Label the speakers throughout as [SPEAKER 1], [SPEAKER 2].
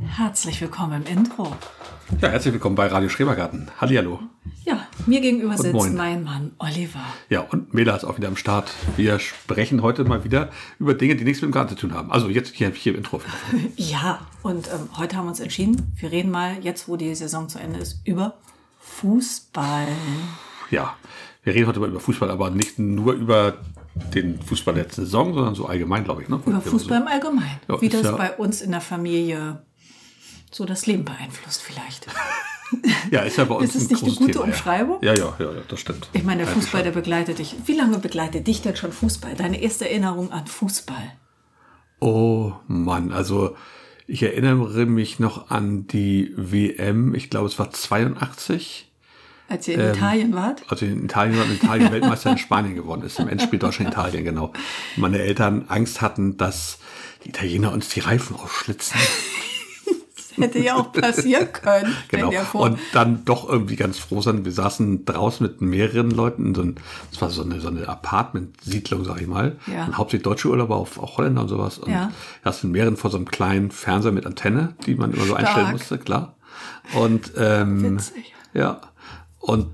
[SPEAKER 1] Herzlich willkommen im Intro.
[SPEAKER 2] Ja, herzlich willkommen bei Radio Schrebergarten. Hallihallo.
[SPEAKER 1] Ja, mir gegenüber sitzt
[SPEAKER 2] moin.
[SPEAKER 1] mein Mann Oliver.
[SPEAKER 2] Ja, und Mela ist auch wieder am Start. Wir sprechen heute mal wieder über Dinge, die nichts mit dem Garten zu tun haben. Also jetzt hier, hier im Intro.
[SPEAKER 1] Ja, und ähm, heute haben wir uns entschieden, wir reden mal, jetzt wo die Saison zu Ende ist, über Fußball.
[SPEAKER 2] Ja, wir reden heute mal über Fußball, aber nicht nur über den Fußball der letzten Saison, sondern so allgemein, glaube ich. Ne?
[SPEAKER 1] Über Fußball im Allgemeinen.
[SPEAKER 2] Ja,
[SPEAKER 1] Wie
[SPEAKER 2] ist
[SPEAKER 1] das
[SPEAKER 2] ja-
[SPEAKER 1] bei uns in der Familie so das Leben beeinflusst vielleicht.
[SPEAKER 2] Ja, ist ja bei
[SPEAKER 1] Ist
[SPEAKER 2] uns
[SPEAKER 1] es
[SPEAKER 2] ein
[SPEAKER 1] nicht eine
[SPEAKER 2] großes
[SPEAKER 1] gute
[SPEAKER 2] Thema,
[SPEAKER 1] Umschreibung?
[SPEAKER 2] Ja. ja, ja, ja, ja, das stimmt.
[SPEAKER 1] Ich meine, der
[SPEAKER 2] Also
[SPEAKER 1] Fußball, der begleitet dich. Wie lange begleitet dich denn schon Fußball? Deine erste Erinnerung an Fußball?
[SPEAKER 2] Oh Mann, also ich erinnere mich noch an die WM, ich glaube es war 82,
[SPEAKER 1] Als ihr in Italien wart?
[SPEAKER 2] also in Italien war in Italien Weltmeister in Spanien geworden ist, im Endspiel Deutschland-Italien, genau. Meine Eltern Angst hatten, dass die Italiener uns die Reifen aufschlitzen.
[SPEAKER 1] Hätte ja auch passieren können.
[SPEAKER 2] Genau.
[SPEAKER 1] Wenn der vor
[SPEAKER 2] Und dann doch irgendwie ganz froh sind. Wir saßen draußen mit mehreren Leuten in so ein, das war so eine, so eine Apartment-Siedlung, sag ich mal.
[SPEAKER 1] Ja.
[SPEAKER 2] Und hauptsächlich deutsche Urlauber, auch, auch Holländer und sowas. Und
[SPEAKER 1] Ja.
[SPEAKER 2] da sind mehreren vor so einem kleinen Fernseher mit Antenne, die man immer so einstellen musste, klar. Und ähm,
[SPEAKER 1] Witzig.
[SPEAKER 2] ja. Und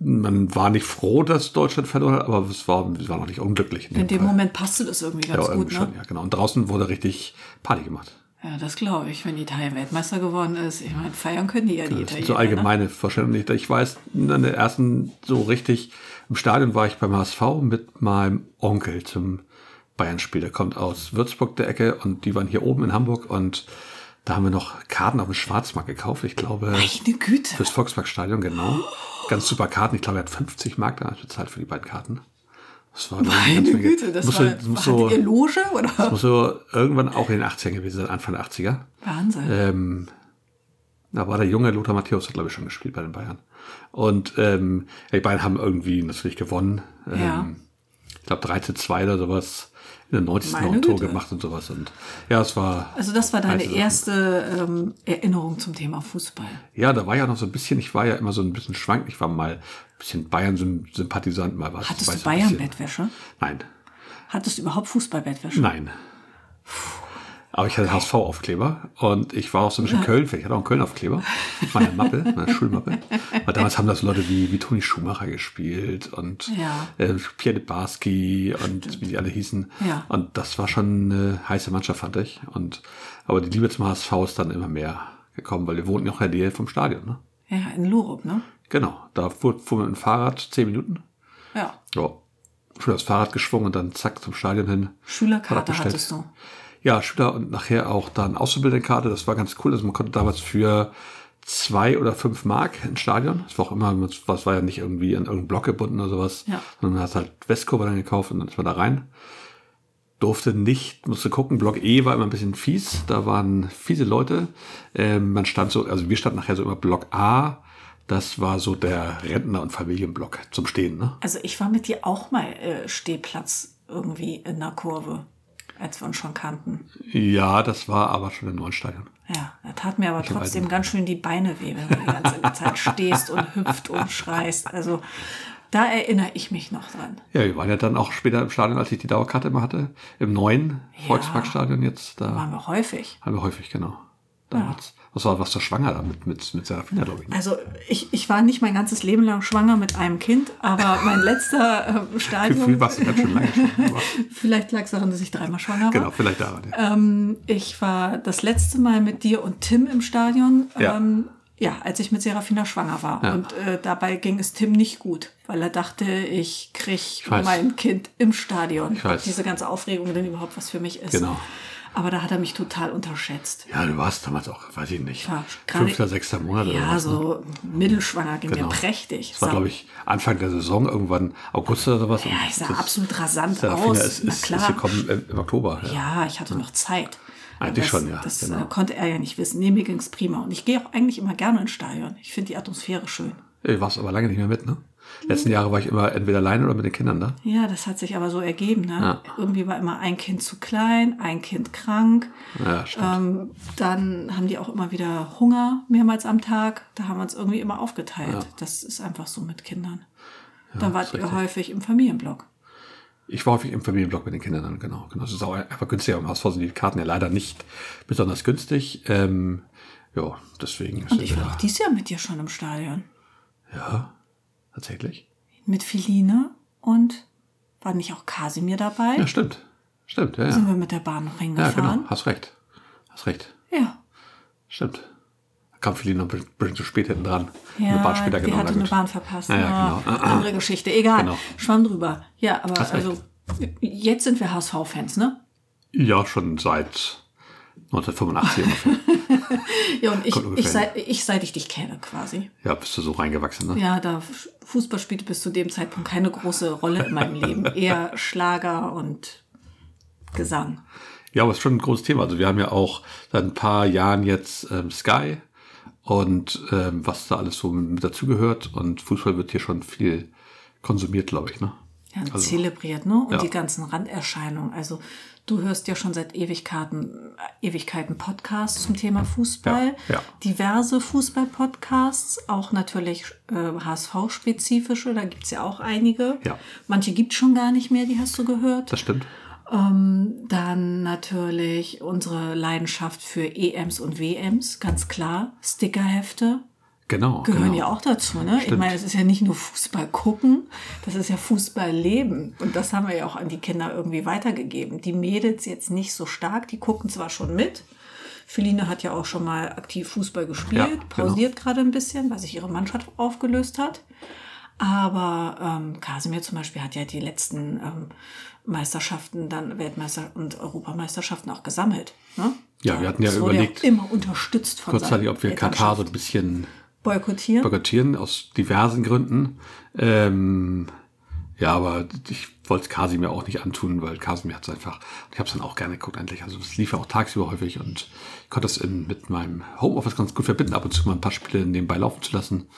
[SPEAKER 2] man war nicht froh, dass Deutschland verloren hat, aber es war, es war noch nicht unglücklich.
[SPEAKER 1] In dem
[SPEAKER 2] Fall.
[SPEAKER 1] Moment passte das irgendwie ganz gut,
[SPEAKER 2] ja, irgendwie
[SPEAKER 1] ne?
[SPEAKER 2] schon, ja, genau. Und draußen wurde richtig Party gemacht.
[SPEAKER 1] Ja, das glaube ich, wenn Italien Weltmeister geworden ist. Ich meine, feiern können die ja die
[SPEAKER 2] Das sind
[SPEAKER 1] Italiener. ne?
[SPEAKER 2] so allgemeine Vorstellungen. Ich- Ich weiß, in der ersten so richtig, im Stadion war ich beim HSV mit meinem Onkel zum Bayern-Spiel. Der kommt aus Würzburg der Ecke und die waren hier oben in Hamburg und da haben wir noch Karten auf dem Schwarzmarkt gekauft. Ich glaube,
[SPEAKER 1] Ne? Meine Güte.
[SPEAKER 2] fürs Volksparkstadion, genau. Ganz super Karten. Ich glaube, er hat 50 Mark damals bezahlt für die beiden Karten. Das war
[SPEAKER 1] Meine Güte, das
[SPEAKER 2] muss
[SPEAKER 1] war,
[SPEAKER 2] so, muss
[SPEAKER 1] hattet ihr
[SPEAKER 2] so,
[SPEAKER 1] Loge oder?
[SPEAKER 2] muss so irgendwann auch in den 80ern gewesen sein, Anfang der 80er.
[SPEAKER 1] Wahnsinn.
[SPEAKER 2] Ähm, da war der junge Lothar Matthäus, hat glaube ich schon gespielt bei den Bayern. Und ähm, die Bayern haben irgendwie natürlich gewonnen. Ähm,
[SPEAKER 1] Ja.
[SPEAKER 2] Ich glaube 3 zu 2 oder sowas. In der 90. noch
[SPEAKER 1] Meine
[SPEAKER 2] ein Tor
[SPEAKER 1] Güte.
[SPEAKER 2] gemacht und sowas. Und ja, es war.
[SPEAKER 1] Also das war deine
[SPEAKER 2] heiße Sachen.
[SPEAKER 1] erste ähm, Erinnerung zum Thema Fußball.
[SPEAKER 2] Ja, da war ja noch so ein bisschen, ich war ja immer so ein bisschen schwank. Ich war mal ein bisschen Bayern-Sympathisant, mal was.
[SPEAKER 1] Hattest
[SPEAKER 2] weiß
[SPEAKER 1] du
[SPEAKER 2] ein bisschen.
[SPEAKER 1] Bayern-Bettwäsche?
[SPEAKER 2] Nein.
[SPEAKER 1] Hattest du überhaupt Fußball-Bettwäsche?
[SPEAKER 2] Nein. Aber ich hatte HSV-Aufkleber und ich war auch so ein bisschen Köln. Ich hatte auch einen Köln-Aufkleber. Meine Mappe, meine Schulmappe. Weil damals haben das Leute wie, wie Toni Schumacher gespielt und
[SPEAKER 1] Ja.
[SPEAKER 2] äh, Pierre de Barski und wie die alle hießen.
[SPEAKER 1] Ja.
[SPEAKER 2] Und das war schon eine heiße Mannschaft, fand ich. Und, aber die Liebe zum HSV ist dann immer mehr gekommen, weil wir wohnten ja auch in der Nähe vom Stadion. Ne?
[SPEAKER 1] Ja, in Lurup, ne?
[SPEAKER 2] Genau. Da fuhr, fuhr man mit dem Fahrrad zehn Minuten.
[SPEAKER 1] Ja.
[SPEAKER 2] Ja. Schon das Fahrrad geschwungen und dann zack zum Stadion hin.
[SPEAKER 1] Schülerkarte
[SPEAKER 2] Fahrrad bestellt.
[SPEAKER 1] hattest du.
[SPEAKER 2] Ja, Schüler und nachher auch dann Auszubildendenkarte. Das war ganz cool. Also man konnte damals für zwei oder fünf Mark ins Stadion. Das war auch immer, das war ja nicht irgendwie an irgendeinen Block gebunden oder sowas.
[SPEAKER 1] Ja.
[SPEAKER 2] Sondern man hat halt Westkurve dann gekauft und dann ist man da rein. Durfte nicht, musste gucken. Block E war immer ein bisschen fies. Da waren fiese Leute. Ähm, man stand so, also wir standen nachher so immer Block A. Das war so der Rentner- und Familienblock zum Stehen, ne?
[SPEAKER 1] Also ich war mit dir auch mal äh, Stehplatz irgendwie in der Kurve, als wir uns schon kannten.
[SPEAKER 2] Ja, das war aber schon im neuen Stadion.
[SPEAKER 1] Ja, da tat mir aber trotzdem
[SPEAKER 2] alten-
[SPEAKER 1] ganz schön die Beine weh, wenn du die ganze Zeit stehst und hüpft und schreist. Also da erinnere ich mich noch dran.
[SPEAKER 2] Ja, wir waren ja dann auch später im Stadion, als ich die Dauerkarte immer hatte, im neuen Volksparkstadion jetzt, da
[SPEAKER 1] Waren wir häufig.
[SPEAKER 2] haben wir häufig, genau. Damals. Was war, was war schwanger da mit, mit, mit Serafina, glaube ich. Ne?
[SPEAKER 1] Also ich, ich war nicht mein ganzes Leben lang schwanger mit einem Kind, aber mein letzter ähm,
[SPEAKER 2] Gefühl
[SPEAKER 1] Stadium,
[SPEAKER 2] warst du ganz schön lange schon. aber
[SPEAKER 1] vielleicht lag es daran, dass ich dreimal schwanger war.
[SPEAKER 2] Genau, vielleicht daran. Ja.
[SPEAKER 1] Ähm, ich war das letzte Mal mit dir und Tim im Stadion.
[SPEAKER 2] Ja.
[SPEAKER 1] Ähm, ja, als ich mit Serafina schwanger war. Und äh, dabei ging es Tim nicht gut, weil er dachte, ich krieg
[SPEAKER 2] weiß.
[SPEAKER 1] mein Kind im Stadion. Ich
[SPEAKER 2] weiß.
[SPEAKER 1] Diese ganze Aufregung, denn überhaupt was für mich ist.
[SPEAKER 2] Genau.
[SPEAKER 1] Aber da hat er mich total unterschätzt.
[SPEAKER 2] ja, du warst damals auch, weiß ich nicht,
[SPEAKER 1] Ja, gerade-
[SPEAKER 2] fünfter, sechster Monat oder
[SPEAKER 1] Ja,
[SPEAKER 2] was. ne?
[SPEAKER 1] so mittelschwanger ging
[SPEAKER 2] Genau.
[SPEAKER 1] mir prächtig.
[SPEAKER 2] Das war,
[SPEAKER 1] Sah-
[SPEAKER 2] glaube ich, Anfang der Saison, irgendwann August oder sowas.
[SPEAKER 1] ja, ich sah
[SPEAKER 2] das-
[SPEAKER 1] absolut rasant
[SPEAKER 2] Serafina
[SPEAKER 1] aus.
[SPEAKER 2] ist,
[SPEAKER 1] Na
[SPEAKER 2] ist, ist
[SPEAKER 1] klar.
[SPEAKER 2] gekommen im, im Oktober. Ja.
[SPEAKER 1] Ja, ich hatte noch Zeit.
[SPEAKER 2] Eigentlich
[SPEAKER 1] das,
[SPEAKER 2] schon, ja,
[SPEAKER 1] Das
[SPEAKER 2] genau.
[SPEAKER 1] äh, konnte er ja nicht wissen. Nee, mir ging's prima. Und ich gehe auch eigentlich immer gerne ins Stadion. Ich finde die Atmosphäre schön.
[SPEAKER 2] Du warst aber lange nicht mehr mit, ne?
[SPEAKER 1] Mhm.
[SPEAKER 2] Letzten Jahre war ich immer entweder alleine oder mit den Kindern ne? da.
[SPEAKER 1] Ja, das hat sich aber so ergeben. Ne? Irgendwie war immer ein Kind zu klein, ein Kind krank.
[SPEAKER 2] Ja, stimmt.
[SPEAKER 1] Ähm, dann haben die auch immer wieder Hunger mehrmals am Tag. Da haben wir uns irgendwie immer aufgeteilt. Das ist einfach so mit Kindern. dann wart ihr häufig im Familienblock.
[SPEAKER 2] Ich war häufig im Familienblock mit den Kindern, genau. genau. Das ist auch einfach günstiger. Im HSV sind die Karten ja leider nicht besonders günstig. Ähm, ja, deswegen.
[SPEAKER 1] Und ich war auch dieses Jahr mit dir schon im Stadion.
[SPEAKER 2] Ja, tatsächlich.
[SPEAKER 1] Mit Feline und war nicht auch Kasimir dabei?
[SPEAKER 2] Ja, stimmt. Stimmt, ja,
[SPEAKER 1] Sind
[SPEAKER 2] ja.
[SPEAKER 1] wir mit der Bahn noch
[SPEAKER 2] Ja,
[SPEAKER 1] hingefahren?
[SPEAKER 2] genau. Hast recht. Hast recht.
[SPEAKER 1] Ja.
[SPEAKER 2] Stimmt. Da kam Feline noch ein bisschen zu spät hinten dran.
[SPEAKER 1] Ja,
[SPEAKER 2] eine Bahn später,
[SPEAKER 1] die
[SPEAKER 2] genau.
[SPEAKER 1] hatte
[SPEAKER 2] na
[SPEAKER 1] eine
[SPEAKER 2] gut.
[SPEAKER 1] Bahn verpasst.
[SPEAKER 2] Ja, ja,
[SPEAKER 1] Ah,
[SPEAKER 2] genau.
[SPEAKER 1] Andere Geschichte, egal.
[SPEAKER 2] Genau.
[SPEAKER 1] Schwamm drüber. Ja, aber
[SPEAKER 2] Hast recht.
[SPEAKER 1] also jetzt sind wir HSV-Fans, ne?
[SPEAKER 2] Ja, schon seit 1985 ungefähr.
[SPEAKER 1] Ja, und ich,
[SPEAKER 2] Kommt ungefähr
[SPEAKER 1] ich, seit, ich seit ich dich kenne quasi.
[SPEAKER 2] Ja, bist du so reingewachsen, ne?
[SPEAKER 1] Ja, da F- Fußball spielte bis zu dem Zeitpunkt keine große Rolle in meinem Leben. Eher Schlager und Gesang.
[SPEAKER 2] Ja, aber es ist schon ein großes Thema. Also wir haben ja auch seit ein paar Jahren jetzt ähm, Sky und ähm, was da alles so mit dazugehört. Und Fußball wird hier schon viel konsumiert, glaube ich. Ne?
[SPEAKER 1] Ja, und
[SPEAKER 2] also,
[SPEAKER 1] zelebriert, ne? Und
[SPEAKER 2] ja.
[SPEAKER 1] die ganzen Randerscheinungen. Also du hörst ja schon seit Ewigkeiten, äh, Ewigkeiten Podcasts zum Thema Fußball.
[SPEAKER 2] Ja, ja.
[SPEAKER 1] Diverse Fußball-Podcasts, auch natürlich äh, HSV-spezifische, da gibt's ja auch einige.
[SPEAKER 2] Ja.
[SPEAKER 1] Manche gibt's schon gar nicht mehr, die hast du gehört.
[SPEAKER 2] das stimmt.
[SPEAKER 1] Ähm, dann natürlich unsere Leidenschaft für EMs und WMs, ganz klar. Stickerhefte
[SPEAKER 2] Genau.
[SPEAKER 1] gehören
[SPEAKER 2] genau.
[SPEAKER 1] ja auch dazu, ne? Ich
[SPEAKER 2] Stimmt.
[SPEAKER 1] meine, es ist ja nicht nur Fußball gucken, das ist ja Fußball leben. Und das haben wir ja auch an die Kinder irgendwie weitergegeben. Die Mädels jetzt nicht so stark, die gucken zwar schon mit. Feline hat ja auch schon mal aktiv Fußball gespielt,
[SPEAKER 2] Ja, genau.
[SPEAKER 1] pausiert gerade ein bisschen, weil sich ihre Mannschaft aufgelöst hat. Aber ähm, Kasimir zum Beispiel hat ja die letzten ähm, Meisterschaften, dann Weltmeister- und Europameisterschaften auch gesammelt. Ne?
[SPEAKER 2] Ja, wir hatten ja
[SPEAKER 1] Das wurde
[SPEAKER 2] überlegt,
[SPEAKER 1] auch immer unterstützt von
[SPEAKER 2] Kurzzeitig,
[SPEAKER 1] seiner
[SPEAKER 2] ob wir Katar so
[SPEAKER 1] Elternschaft.
[SPEAKER 2] ein bisschen
[SPEAKER 1] boykottieren.
[SPEAKER 2] boykottieren, aus diversen Gründen. Ähm, ja, aber ich wollte es Kasimir auch nicht antun, weil Kasimir hat es einfach, ich habe es dann auch gerne geguckt endlich. Also es lief ja auch tagsüber häufig und ich konnte es in, mit meinem Homeoffice ganz gut verbinden, ab und zu mal ein paar Spiele nebenbei laufen zu lassen.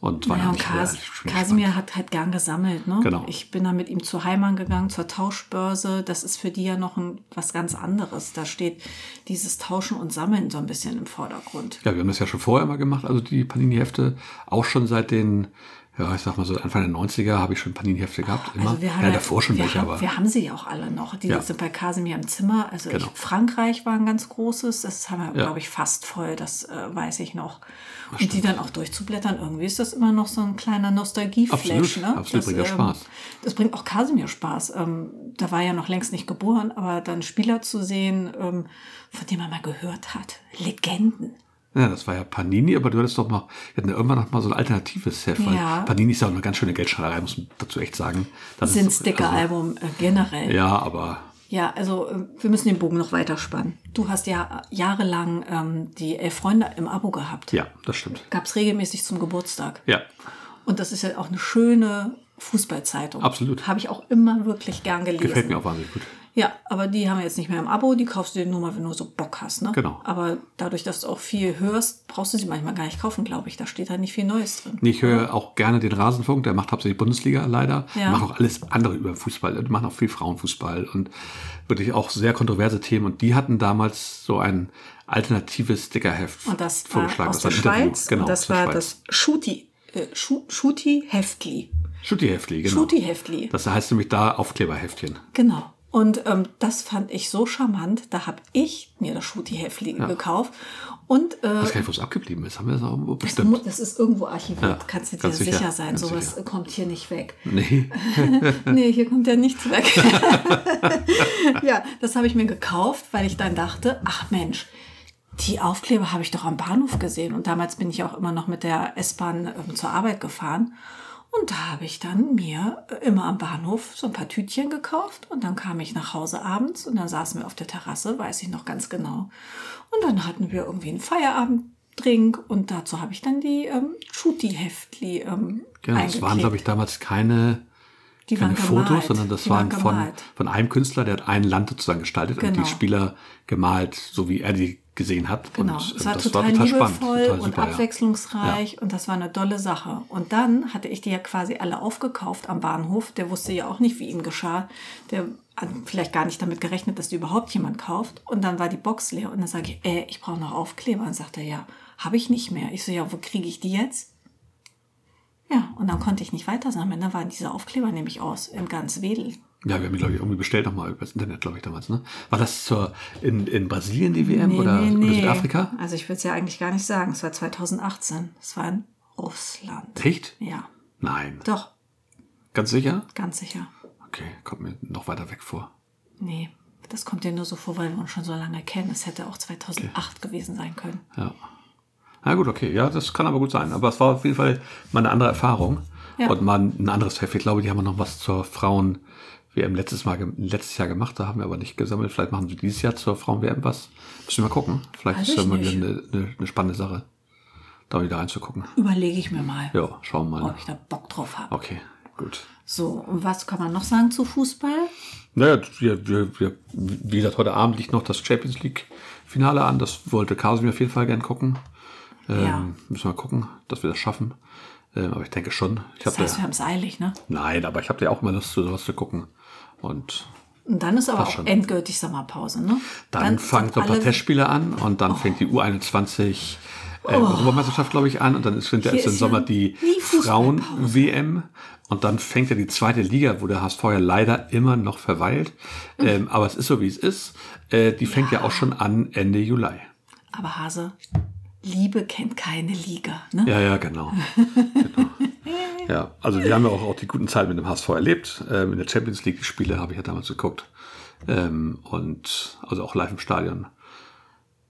[SPEAKER 2] Und war
[SPEAKER 1] Ja,
[SPEAKER 2] ja,
[SPEAKER 1] und
[SPEAKER 2] nicht
[SPEAKER 1] Kas
[SPEAKER 2] spannend.
[SPEAKER 1] Kasimir hat halt gern gesammelt. Ne?
[SPEAKER 2] Genau.
[SPEAKER 1] Ich bin dann mit ihm zu Heimann gegangen, zur Tauschbörse. Das ist für die ja noch ein, was ganz anderes. Da steht dieses Tauschen und Sammeln so ein bisschen im Vordergrund.
[SPEAKER 2] Ja, wir haben das ja schon vorher mal gemacht, also die Panini-Hefte. Auch schon seit den, ja, ich sag mal so Anfang der 90er habe ich schon Panini-Hefte gehabt. Immer.
[SPEAKER 1] Also wir haben
[SPEAKER 2] ja, davor schon
[SPEAKER 1] wir
[SPEAKER 2] welche,
[SPEAKER 1] haben,
[SPEAKER 2] aber
[SPEAKER 1] Wir haben sie ja auch alle noch. Die
[SPEAKER 2] Ja.
[SPEAKER 1] sind bei Kasimir im Zimmer. Also
[SPEAKER 2] Genau.
[SPEAKER 1] ich, Frankreich war ein ganz großes. Das haben wir,
[SPEAKER 2] Ja.
[SPEAKER 1] glaube ich, fast voll. Das äh, weiß ich noch. Und die dann auch durchzublättern, irgendwie ist das immer noch so ein kleiner Nostalgie-Flash.
[SPEAKER 2] Absolut,
[SPEAKER 1] Ne?
[SPEAKER 2] absolut,
[SPEAKER 1] das,
[SPEAKER 2] bringt auch Spaß.
[SPEAKER 1] Das bringt auch Kasimir Spaß. Ähm, da war er noch längst nicht geboren, aber dann Spieler zu sehen, ähm, von dem man mal gehört hat. Legenden.
[SPEAKER 2] Ja, das war ja Panini, aber du hattest doch mal, wir hatten ja irgendwann noch mal so ein alternatives Heft,
[SPEAKER 1] Ja.
[SPEAKER 2] weil Panini ist ja auch eine ganz schöne Geldschneiderei, muss man dazu echt sagen. Das
[SPEAKER 1] Sind
[SPEAKER 2] ist-
[SPEAKER 1] Sticker-Album äh, generell.
[SPEAKER 2] Also, ja, aber
[SPEAKER 1] Ja, also äh, wir müssen den Bogen noch weiterspannen. Du hast ja äh, jahrelang ähm, die Elf Freunde im Abo gehabt.
[SPEAKER 2] ja, das stimmt.
[SPEAKER 1] Gab's regelmäßig zum Geburtstag.
[SPEAKER 2] Ja,
[SPEAKER 1] Und das ist ja auch eine schöne Fußballzeitung.
[SPEAKER 2] Absolut.
[SPEAKER 1] Habe ich auch immer wirklich gern gelesen.
[SPEAKER 2] gefällt mir auch wahnsinnig gut.
[SPEAKER 1] Ja, aber die haben wir jetzt nicht mehr im Abo. Die kaufst du dir nur mal, wenn du so Bock hast. Ne?
[SPEAKER 2] Genau.
[SPEAKER 1] Aber dadurch, dass du auch viel hörst, brauchst du sie manchmal gar nicht kaufen, glaube ich. Da steht halt nicht viel Neues drin.
[SPEAKER 2] Nee, Ich höre auch gerne den Rasenfunk, der macht hauptsächlich Bundesliga leider.
[SPEAKER 1] Ja.
[SPEAKER 2] Macht auch alles andere über Fußball, die machen auch viel Frauenfußball und wirklich auch sehr kontroverse Themen. Und die hatten damals so ein alternatives Stickerheft
[SPEAKER 1] Und das war aus der
[SPEAKER 2] ein Interview.
[SPEAKER 1] Schweiz.
[SPEAKER 2] Genau,
[SPEAKER 1] und das war das Schuti, äh, Schu- Schuti-Heftli.
[SPEAKER 2] Schutti-Heftli, genau.
[SPEAKER 1] Schuti-Heftli.
[SPEAKER 2] Das heißt nämlich da Aufkleberheftchen.
[SPEAKER 1] Genau. Und ähm, das fand ich so charmant. Da habe ich mir das Schuti-Häfli gekauft. Und äh,
[SPEAKER 2] Ich weiß gar nicht, wo es abgeblieben ist. Haben wir das auch irgendwo
[SPEAKER 1] das,
[SPEAKER 2] bestimmt?
[SPEAKER 1] mu- das ist irgendwo archiviert.
[SPEAKER 2] Ja,
[SPEAKER 1] Kannst du dir
[SPEAKER 2] ganz
[SPEAKER 1] sicher,
[SPEAKER 2] sicher,
[SPEAKER 1] sein.
[SPEAKER 2] ganz
[SPEAKER 1] Sowas
[SPEAKER 2] sicher.
[SPEAKER 1] kommt hier nicht weg.
[SPEAKER 2] Nee.
[SPEAKER 1] nee, hier kommt ja nichts weg. ja, das habe ich mir gekauft, weil ich dann dachte, ach Mensch, die Aufkleber habe ich doch am Bahnhof gesehen. Und damals bin ich auch immer noch mit der S-Bahn ähm, zur Arbeit gefahren. Und da habe ich dann mir äh, immer am Bahnhof so ein paar Tütchen gekauft. Und dann kam ich nach Hause abends und dann saßen wir auf der Terrasse, weiß ich noch ganz genau. Und dann hatten wir irgendwie einen Feierabenddrink und dazu habe ich dann die ähm, Schuti-Heftli ähm,
[SPEAKER 2] Genau, das waren,
[SPEAKER 1] eingeklebt.
[SPEAKER 2] glaube ich, damals keine,
[SPEAKER 1] Die
[SPEAKER 2] keine
[SPEAKER 1] waren
[SPEAKER 2] Fotos,
[SPEAKER 1] gemalt.
[SPEAKER 2] sondern das
[SPEAKER 1] Die waren
[SPEAKER 2] waren von,
[SPEAKER 1] gemalt.
[SPEAKER 2] von einem Künstler, der hat ein Land sozusagen gestaltet
[SPEAKER 1] Genau.
[SPEAKER 2] und die Spieler gemalt, so wie er die gesehen hat.
[SPEAKER 1] Genau,
[SPEAKER 2] und, äh,
[SPEAKER 1] es war total, liebevoll
[SPEAKER 2] total
[SPEAKER 1] und
[SPEAKER 2] super, ja.
[SPEAKER 1] abwechslungsreich und das war eine dolle Sache. Und dann hatte ich die ja quasi alle aufgekauft am Bahnhof. Der wusste ja auch nicht, wie ihm geschah. Der hat vielleicht gar nicht damit gerechnet, dass die überhaupt jemand kauft. Und dann war die Box leer und dann sage ich, äh, ich brauche noch Aufkleber. Und sagt er, ja, habe ich nicht mehr. Ich so, ja, wo kriege ich die jetzt? Ja, und dann konnte ich nicht weitersammeln. Dann waren diese Aufkleber nämlich aus in ganz Wedel.
[SPEAKER 2] Ja, wir haben die, glaube ich, irgendwie bestellt nochmal über das Internet, glaube ich, damals. Ne? War das zur, in, in Brasilien die WM oder, oder Südafrika?
[SPEAKER 1] Also ich würde es ja eigentlich gar nicht sagen. Es war 2018. Es war in Russland.
[SPEAKER 2] Echt?
[SPEAKER 1] Ja,
[SPEAKER 2] Nein.
[SPEAKER 1] doch,
[SPEAKER 2] Ganz sicher?
[SPEAKER 1] ganz sicher.
[SPEAKER 2] Okay, kommt mir noch weiter weg vor.
[SPEAKER 1] Nee, das kommt dir nur so vor, weil wir uns schon so lange kennen. Es hätte auch 2008 gewesen sein können.
[SPEAKER 2] Ja. Na gut, okay. Ja, das kann aber gut sein. Aber es war auf jeden Fall mal eine andere Erfahrung.
[SPEAKER 1] Ja.
[SPEAKER 2] Und mal ein anderes Heft. Ich glaube, die haben noch was zur Frauen WM letztes Mal gem- letztes Jahr gemacht, da haben wir aber nicht gesammelt. Vielleicht machen sie dieses Jahr zur Frauen WM was. Müssen wir mal gucken. Vielleicht
[SPEAKER 1] Weiß
[SPEAKER 2] ist
[SPEAKER 1] ich
[SPEAKER 2] das mal
[SPEAKER 1] nicht.
[SPEAKER 2] wieder eine, eine, eine spannende Sache, da wieder reinzugucken.
[SPEAKER 1] Überlege ich mir mal,
[SPEAKER 2] Ja, schauen wir mal.
[SPEAKER 1] ob ich da Bock drauf habe.
[SPEAKER 2] Okay, gut.
[SPEAKER 1] So, und was kann man noch sagen zu Fußball?
[SPEAKER 2] Naja, wir, wir, wir, wie gesagt, heute Abend liegt noch das Champions League-Finale an. Das wollte Kasimir auf jeden Fall gern gucken. Ähm,
[SPEAKER 1] Ja.
[SPEAKER 2] Müssen wir mal gucken, dass wir das schaffen. Ähm, aber ich denke schon. Ich hab
[SPEAKER 1] Das heißt,
[SPEAKER 2] da,
[SPEAKER 1] wir haben es eilig, ne?
[SPEAKER 2] nein, aber ich habe ja auch immer Lust, zu sowas zu gucken. Und
[SPEAKER 1] Und dann ist aber auch
[SPEAKER 2] schon.
[SPEAKER 1] endgültig Sommerpause, ne?
[SPEAKER 2] dann, fangen
[SPEAKER 1] sind
[SPEAKER 2] so ein paar
[SPEAKER 1] alle- Oh.
[SPEAKER 2] Testspiele an und dann fängt die U21 äh, Europameisterschaft, glaube ich, an. Und dann ist Winter
[SPEAKER 1] Hier
[SPEAKER 2] ist im
[SPEAKER 1] ist
[SPEAKER 2] Sommer
[SPEAKER 1] ja
[SPEAKER 2] die
[SPEAKER 1] nie Fußballpause.
[SPEAKER 2] Frauen-WM. Und dann fängt ja die zweite Liga, wo der HSV ja leider immer noch verweilt.
[SPEAKER 1] Mhm.
[SPEAKER 2] Ähm, aber es ist so, wie es ist. Äh, die fängt ja. auch schon an Ende Juli.
[SPEAKER 1] Aber Hase, Liebe kennt keine Liga, ne?
[SPEAKER 2] Ja, ja, genau. genau. Ja, also wir haben ja auch, auch die guten Zeiten mit dem HSV erlebt. Ähm, in der Champions League die Spiele habe ich ja damals geguckt. Ähm, und also auch live im Stadion.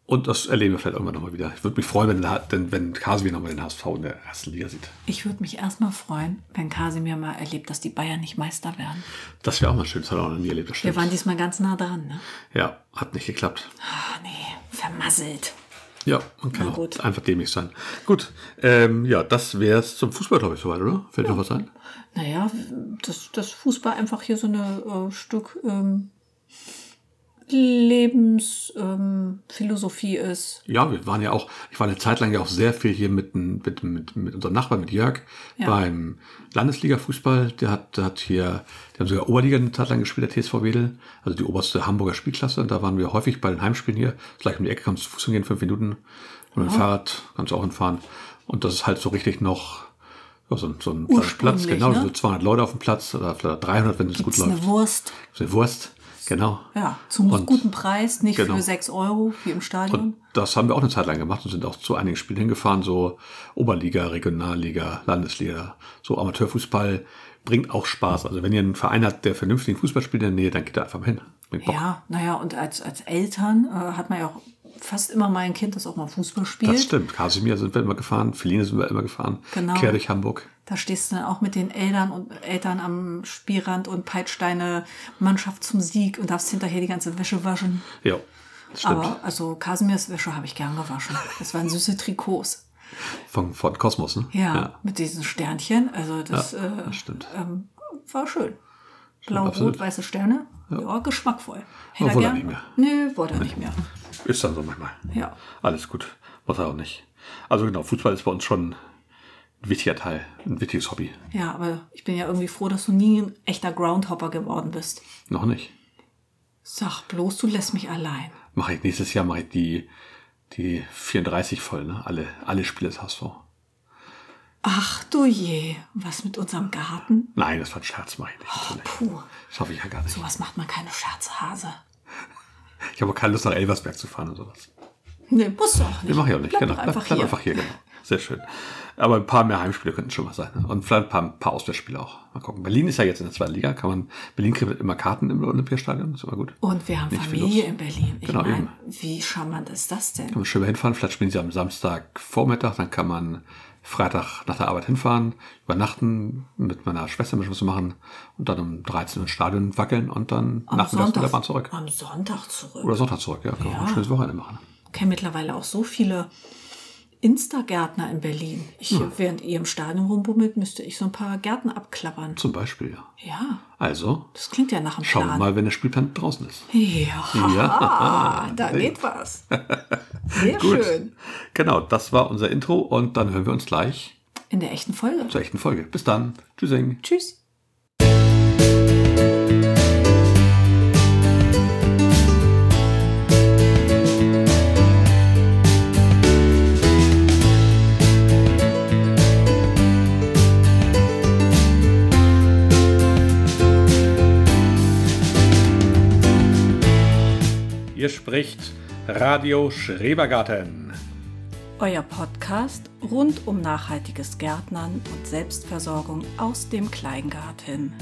[SPEAKER 2] Und das erleben wir vielleicht irgendwann nochmal wieder. Ich würde mich freuen, wenn, der- denn, wenn Kasimir nochmal den HSV in der ersten Liga sieht.
[SPEAKER 1] Ich würde mich erstmal freuen, wenn Kasimir mal erlebt, dass die Bayern nicht Meister werden.
[SPEAKER 2] Das wäre auch mal schön, das hat er auch noch nie erlebt. Das
[SPEAKER 1] Wir
[SPEAKER 2] stimmt.
[SPEAKER 1] waren diesmal ganz nah dran, ne?
[SPEAKER 2] ja, hat nicht geklappt.
[SPEAKER 1] Ah, nee, vermasselt.
[SPEAKER 2] Ja, man kann
[SPEAKER 1] Na
[SPEAKER 2] auch
[SPEAKER 1] gut.
[SPEAKER 2] einfach dämlich sein. Gut, ähm, ja, das wäre es zum Fußball, glaube ich, soweit, oder? Fällt noch was ein?
[SPEAKER 1] Naja, dass das Fußball einfach hier so ein äh, Stück ähm, Lebensphilosophie ähm, ist.
[SPEAKER 2] Ja, wir waren ja auch, ich war eine Zeit lang ja auch sehr viel hier mit, n- mit, mit, mit unserem Nachbarn, mit Jörg,
[SPEAKER 1] Ja.
[SPEAKER 2] beim Landesliga-Fußball. Der hat, der hat hier, die haben sogar Oberliga eine Zeit lang gespielt, der TSV Wedel, also die oberste Hamburger Spielklasse. Und da waren wir häufig bei den Heimspielen hier. Ist gleich um die Ecke, kannst du Fuß hingehen, fünf Minuten.
[SPEAKER 1] Ah.
[SPEAKER 2] Und mit dem Fahrrad kannst du auch hinfahren. Und das ist halt so richtig noch ja, so, ein- so ein kleiner Platz,
[SPEAKER 1] Ursprünglich,
[SPEAKER 2] genau,
[SPEAKER 1] ne?
[SPEAKER 2] so 200 Leute auf dem Platz oder vielleicht 300, wenn es gut
[SPEAKER 1] Ist eine
[SPEAKER 2] läuft.
[SPEAKER 1] Wurst.
[SPEAKER 2] So eine Wurst, genau.
[SPEAKER 1] Ja, zum
[SPEAKER 2] Und-
[SPEAKER 1] guten Preis, nicht
[SPEAKER 2] Genau.
[SPEAKER 1] für 6 Euro wie im Stadion.
[SPEAKER 2] Und das haben wir auch eine Zeit lang gemacht und sind auch zu einigen Spielen hingefahren, so Oberliga, Regionalliga, Landesliga. So Amateurfußball bringt auch Spaß. Also wenn ihr einen Verein habt, der vernünftigen Fußball spielt in der Nähe, dann geht da einfach mal hin. Bringt Bock.
[SPEAKER 1] Ja, naja, und als, als Eltern äh, hat man ja auch fast immer mal ein Kind, das auch mal Fußball
[SPEAKER 2] Das
[SPEAKER 1] spielt.
[SPEAKER 2] stimmt. Kasimir sind wir immer gefahren, Feline sind wir immer gefahren,
[SPEAKER 1] Genau.
[SPEAKER 2] Kehr durch Hamburg.
[SPEAKER 1] Da stehst du dann auch mit den Eltern und Eltern am Spielrand und peitscht deine Mannschaft zum Sieg und darfst hinterher die ganze Wäsche waschen.
[SPEAKER 2] Ja, das stimmt.
[SPEAKER 1] Aber also Casimirs Wäsche habe ich gern gewaschen. Das waren süße Trikots.
[SPEAKER 2] Von, von Kosmos, ne?
[SPEAKER 1] Ja, mit diesen Sternchen. Also das, äh,
[SPEAKER 2] das stimmt.
[SPEAKER 1] Ähm, war schön. Blau-rot,
[SPEAKER 2] absolut.
[SPEAKER 1] weiße Sterne. Ja, geschmackvoll. Hätte
[SPEAKER 2] Obwohl er
[SPEAKER 1] er
[SPEAKER 2] nicht
[SPEAKER 1] gern.
[SPEAKER 2] mehr.
[SPEAKER 1] Nö, wollte er nicht mehr.
[SPEAKER 2] Ist dann so manchmal.
[SPEAKER 1] Ja.
[SPEAKER 2] Alles gut. Muss er auch nicht. Also genau, Fußball ist bei uns schon ein wichtiger Teil, ein wichtiges Hobby.
[SPEAKER 1] Ja, aber ich bin ja irgendwie froh, dass du nie ein echter Groundhopper geworden bist.
[SPEAKER 2] Noch nicht.
[SPEAKER 1] Sag bloß, du lässt mich allein.
[SPEAKER 2] mache ich nächstes Jahr mache ich die die 34 voll, ne? Alle alle Spiele des HSV.
[SPEAKER 1] Ach du je, was mit unserem Garten?
[SPEAKER 2] Nein, das war ein Scherz, mache ich nicht. natürlich.
[SPEAKER 1] Puh,
[SPEAKER 2] Schaffe ich ja gar nicht.
[SPEAKER 1] sowas macht man keine Scherze, Hase.
[SPEAKER 2] Ich habe auch keine Lust nach Elversberg zu fahren und sowas.
[SPEAKER 1] Nee, muss doch nicht.
[SPEAKER 2] Den mache ich auch nicht.
[SPEAKER 1] Bleib
[SPEAKER 2] genau.
[SPEAKER 1] doch einfach
[SPEAKER 2] bleib, bleib
[SPEAKER 1] hier.
[SPEAKER 2] einfach hier, genau. Sehr schön. Aber ein paar mehr Heimspiele könnten schon mal sein. ne? Und vielleicht ein paar, ein paar Auswärtsspiele auch. Mal gucken. Berlin ist ja jetzt in der zweiten Liga. Kann man, Berlin kriegt immer Karten im Olympiastadion. Ist immer gut. Kann
[SPEAKER 1] Und wir haben
[SPEAKER 2] Nicht viel
[SPEAKER 1] Familie
[SPEAKER 2] los.
[SPEAKER 1] in Berlin. Ich
[SPEAKER 2] Genau,
[SPEAKER 1] meine,
[SPEAKER 2] eben.
[SPEAKER 1] wie charmant ist das denn?
[SPEAKER 2] man schön mal hinfahren. Vielleicht spielen sie am Samstagvormittag. Dann kann man Freitag nach der Arbeit hinfahren, übernachten, mit meiner Schwester ein bisschen was machen und dann um 13 Uhr ins Stadion wackeln und dann
[SPEAKER 1] Am
[SPEAKER 2] nachmittags mit der
[SPEAKER 1] Sonntag,
[SPEAKER 2] Bahn zurück.
[SPEAKER 1] Am Sonntag zurück.
[SPEAKER 2] Oder Sonntag zurück, ja. Kann man
[SPEAKER 1] Ja.
[SPEAKER 2] ein schönes Wochenende machen.
[SPEAKER 1] Ich kenne mittlerweile auch so viele Insta-Gärtner in Berlin. Ich,
[SPEAKER 2] Hm.
[SPEAKER 1] Während ihr im Stadion rumbummelt, müsste ich so ein paar Gärten abklappern.
[SPEAKER 2] Zum Beispiel, ja.
[SPEAKER 1] Ja,
[SPEAKER 2] Also,
[SPEAKER 1] das klingt ja nach einem
[SPEAKER 2] schauen wir
[SPEAKER 1] Plan.
[SPEAKER 2] mal, wenn der Spielplan draußen ist.
[SPEAKER 1] Ja,
[SPEAKER 2] Ja.
[SPEAKER 1] da geht was. Sehr schön.
[SPEAKER 2] Genau, das war unser Intro und dann hören wir uns gleich
[SPEAKER 1] In der echten Folge.
[SPEAKER 2] zur echten Folge. Bis dann. Tschüssing.
[SPEAKER 1] Tschüss.
[SPEAKER 2] spricht Radio Schrebergarten.
[SPEAKER 1] Euer Podcast rund um nachhaltiges Gärtnern und Selbstversorgung aus dem Kleingarten.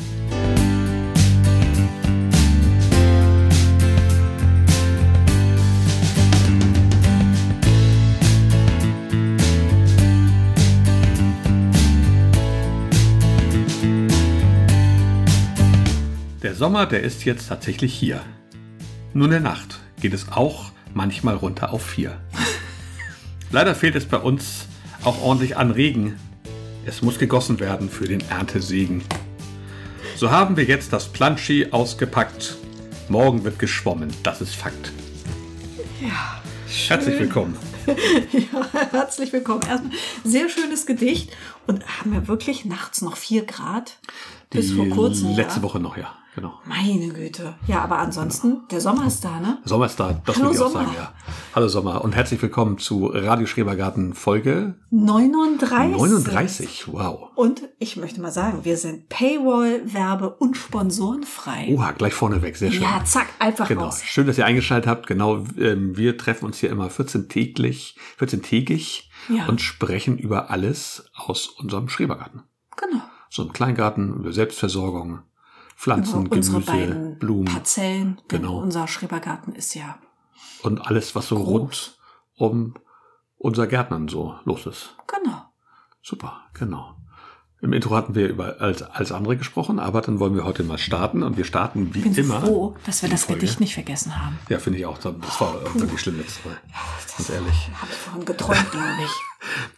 [SPEAKER 2] Der Sommer, der ist jetzt tatsächlich hier. Nur in der Nacht geht es auch manchmal runter auf vier. Leider fehlt es bei uns auch ordentlich an Regen. Es muss gegossen werden für den Erntesegen. So haben wir jetzt das Planschi ausgepackt. Morgen wird geschwommen, das ist Fakt.
[SPEAKER 1] Ja. Schön.
[SPEAKER 2] Herzlich willkommen.
[SPEAKER 1] Ja, herzlich willkommen. Erstmal sehr schönes Gedicht. Und haben wir wirklich nachts noch 4 Grad? Bis vor kurzem.
[SPEAKER 2] letzte
[SPEAKER 1] ja?
[SPEAKER 2] Woche noch, ja, genau.
[SPEAKER 1] Meine Güte. Ja, aber ansonsten, der Sommer ist da, ne?
[SPEAKER 2] Sommer ist da, das
[SPEAKER 1] Hallo
[SPEAKER 2] würde ich auch
[SPEAKER 1] Sommer.
[SPEAKER 2] sagen, ja. Hallo Sommer und herzlich willkommen zu Radio Schrebergarten Folge
[SPEAKER 1] 39.
[SPEAKER 2] 39. Wow.
[SPEAKER 1] Und ich möchte mal sagen, wir sind Paywall, Werbe und Sponsorenfrei.
[SPEAKER 2] Oha, gleich vorneweg, Oh, sehr schön.
[SPEAKER 1] ja, zack, einfach
[SPEAKER 2] Genau.
[SPEAKER 1] raus.
[SPEAKER 2] Schön, dass ihr eingeschaltet habt. Genau, ähm, wir treffen uns hier immer 14 täglich, 14 tägig
[SPEAKER 1] Ja.
[SPEAKER 2] und sprechen über alles aus unserem Schrebergarten.
[SPEAKER 1] Genau.
[SPEAKER 2] So im Kleingarten, über Selbstversorgung, Pflanzen,
[SPEAKER 1] Über Genau. unsere
[SPEAKER 2] Gemüse,
[SPEAKER 1] beiden
[SPEAKER 2] Blumen
[SPEAKER 1] Parzellen. denn
[SPEAKER 2] Genau.
[SPEAKER 1] Unser Schrebergarten ist ja
[SPEAKER 2] und alles, was so
[SPEAKER 1] groß.
[SPEAKER 2] rund um unser Gärtnern so los ist.
[SPEAKER 1] Genau.
[SPEAKER 2] Super, genau. Im Intro hatten wir über als, als andere gesprochen, aber dann wollen wir heute mal starten und wir starten wie
[SPEAKER 1] Ich bin so
[SPEAKER 2] immer.
[SPEAKER 1] froh, dass wir
[SPEAKER 2] die
[SPEAKER 1] das
[SPEAKER 2] Folge.
[SPEAKER 1] Gedicht nicht vergessen haben.
[SPEAKER 2] Ja, finde ich auch. Das
[SPEAKER 1] Oh,
[SPEAKER 2] war wirklich schlimm letztes Mal. Ganz ehrlich.
[SPEAKER 1] Habe ich vorhin geträumt, glaube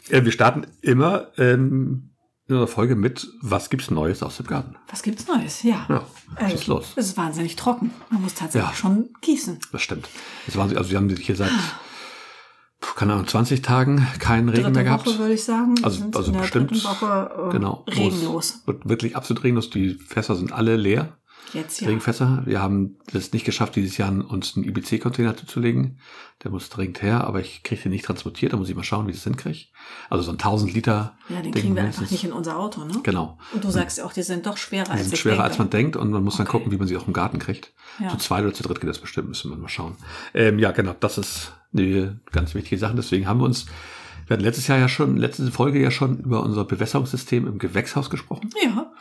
[SPEAKER 1] ich.
[SPEAKER 2] Äh, Wir starten immer ähm, in unserer Folge mit Was gibt's Neues aus dem Garten?
[SPEAKER 1] Was gibt's Neues? Ja.
[SPEAKER 2] Ja, schieß los.
[SPEAKER 1] Es ist wahnsinnig trocken. Man muss tatsächlich
[SPEAKER 2] Ja.
[SPEAKER 1] schon gießen.
[SPEAKER 2] Das stimmt. Das waren sie, also sie haben sich hier seit, puh, keine Ahnung, 20 Tagen keinen Regen
[SPEAKER 1] Dritte
[SPEAKER 2] mehr gehabt.
[SPEAKER 1] Woche würde ich sagen. Wir
[SPEAKER 2] also
[SPEAKER 1] sind
[SPEAKER 2] also
[SPEAKER 1] in der
[SPEAKER 2] bestimmt.
[SPEAKER 1] dritten Woche äh,
[SPEAKER 2] genau. wo es
[SPEAKER 1] regenlos.
[SPEAKER 2] Wird wirklich absolut regenlos. Die Fässer sind alle leer.
[SPEAKER 1] Jetzt ja.
[SPEAKER 2] Regenfässer. Wir haben es nicht geschafft, dieses Jahr uns einen IBC-Container zuzulegen. Der muss dringend her, aber ich kriege den nicht transportiert. Da muss ich mal schauen, wie ich es hinkriege. Also so ein 1000 Liter.
[SPEAKER 1] Ja, den
[SPEAKER 2] Ding
[SPEAKER 1] kriegen wir
[SPEAKER 2] mindestens.
[SPEAKER 1] einfach nicht in unser Auto, ne?
[SPEAKER 2] Genau.
[SPEAKER 1] Und du sagst ja auch, die sind doch schwerer
[SPEAKER 2] Die
[SPEAKER 1] als
[SPEAKER 2] sind
[SPEAKER 1] ich
[SPEAKER 2] schwerer,
[SPEAKER 1] denke.
[SPEAKER 2] als man denkt und man muss dann
[SPEAKER 1] Okay.
[SPEAKER 2] gucken, wie man sie auch im Garten kriegt.
[SPEAKER 1] Ja.
[SPEAKER 2] Zu zweit oder zu dritt geht das bestimmt, müssen wir mal schauen. Ähm, ja, genau, das ist eine ganz wichtige Sache. Deswegen haben wir uns, wir hatten letztes Jahr ja schon, letzte Folge ja schon über unser Bewässerungssystem im Gewächshaus gesprochen.
[SPEAKER 1] Ja,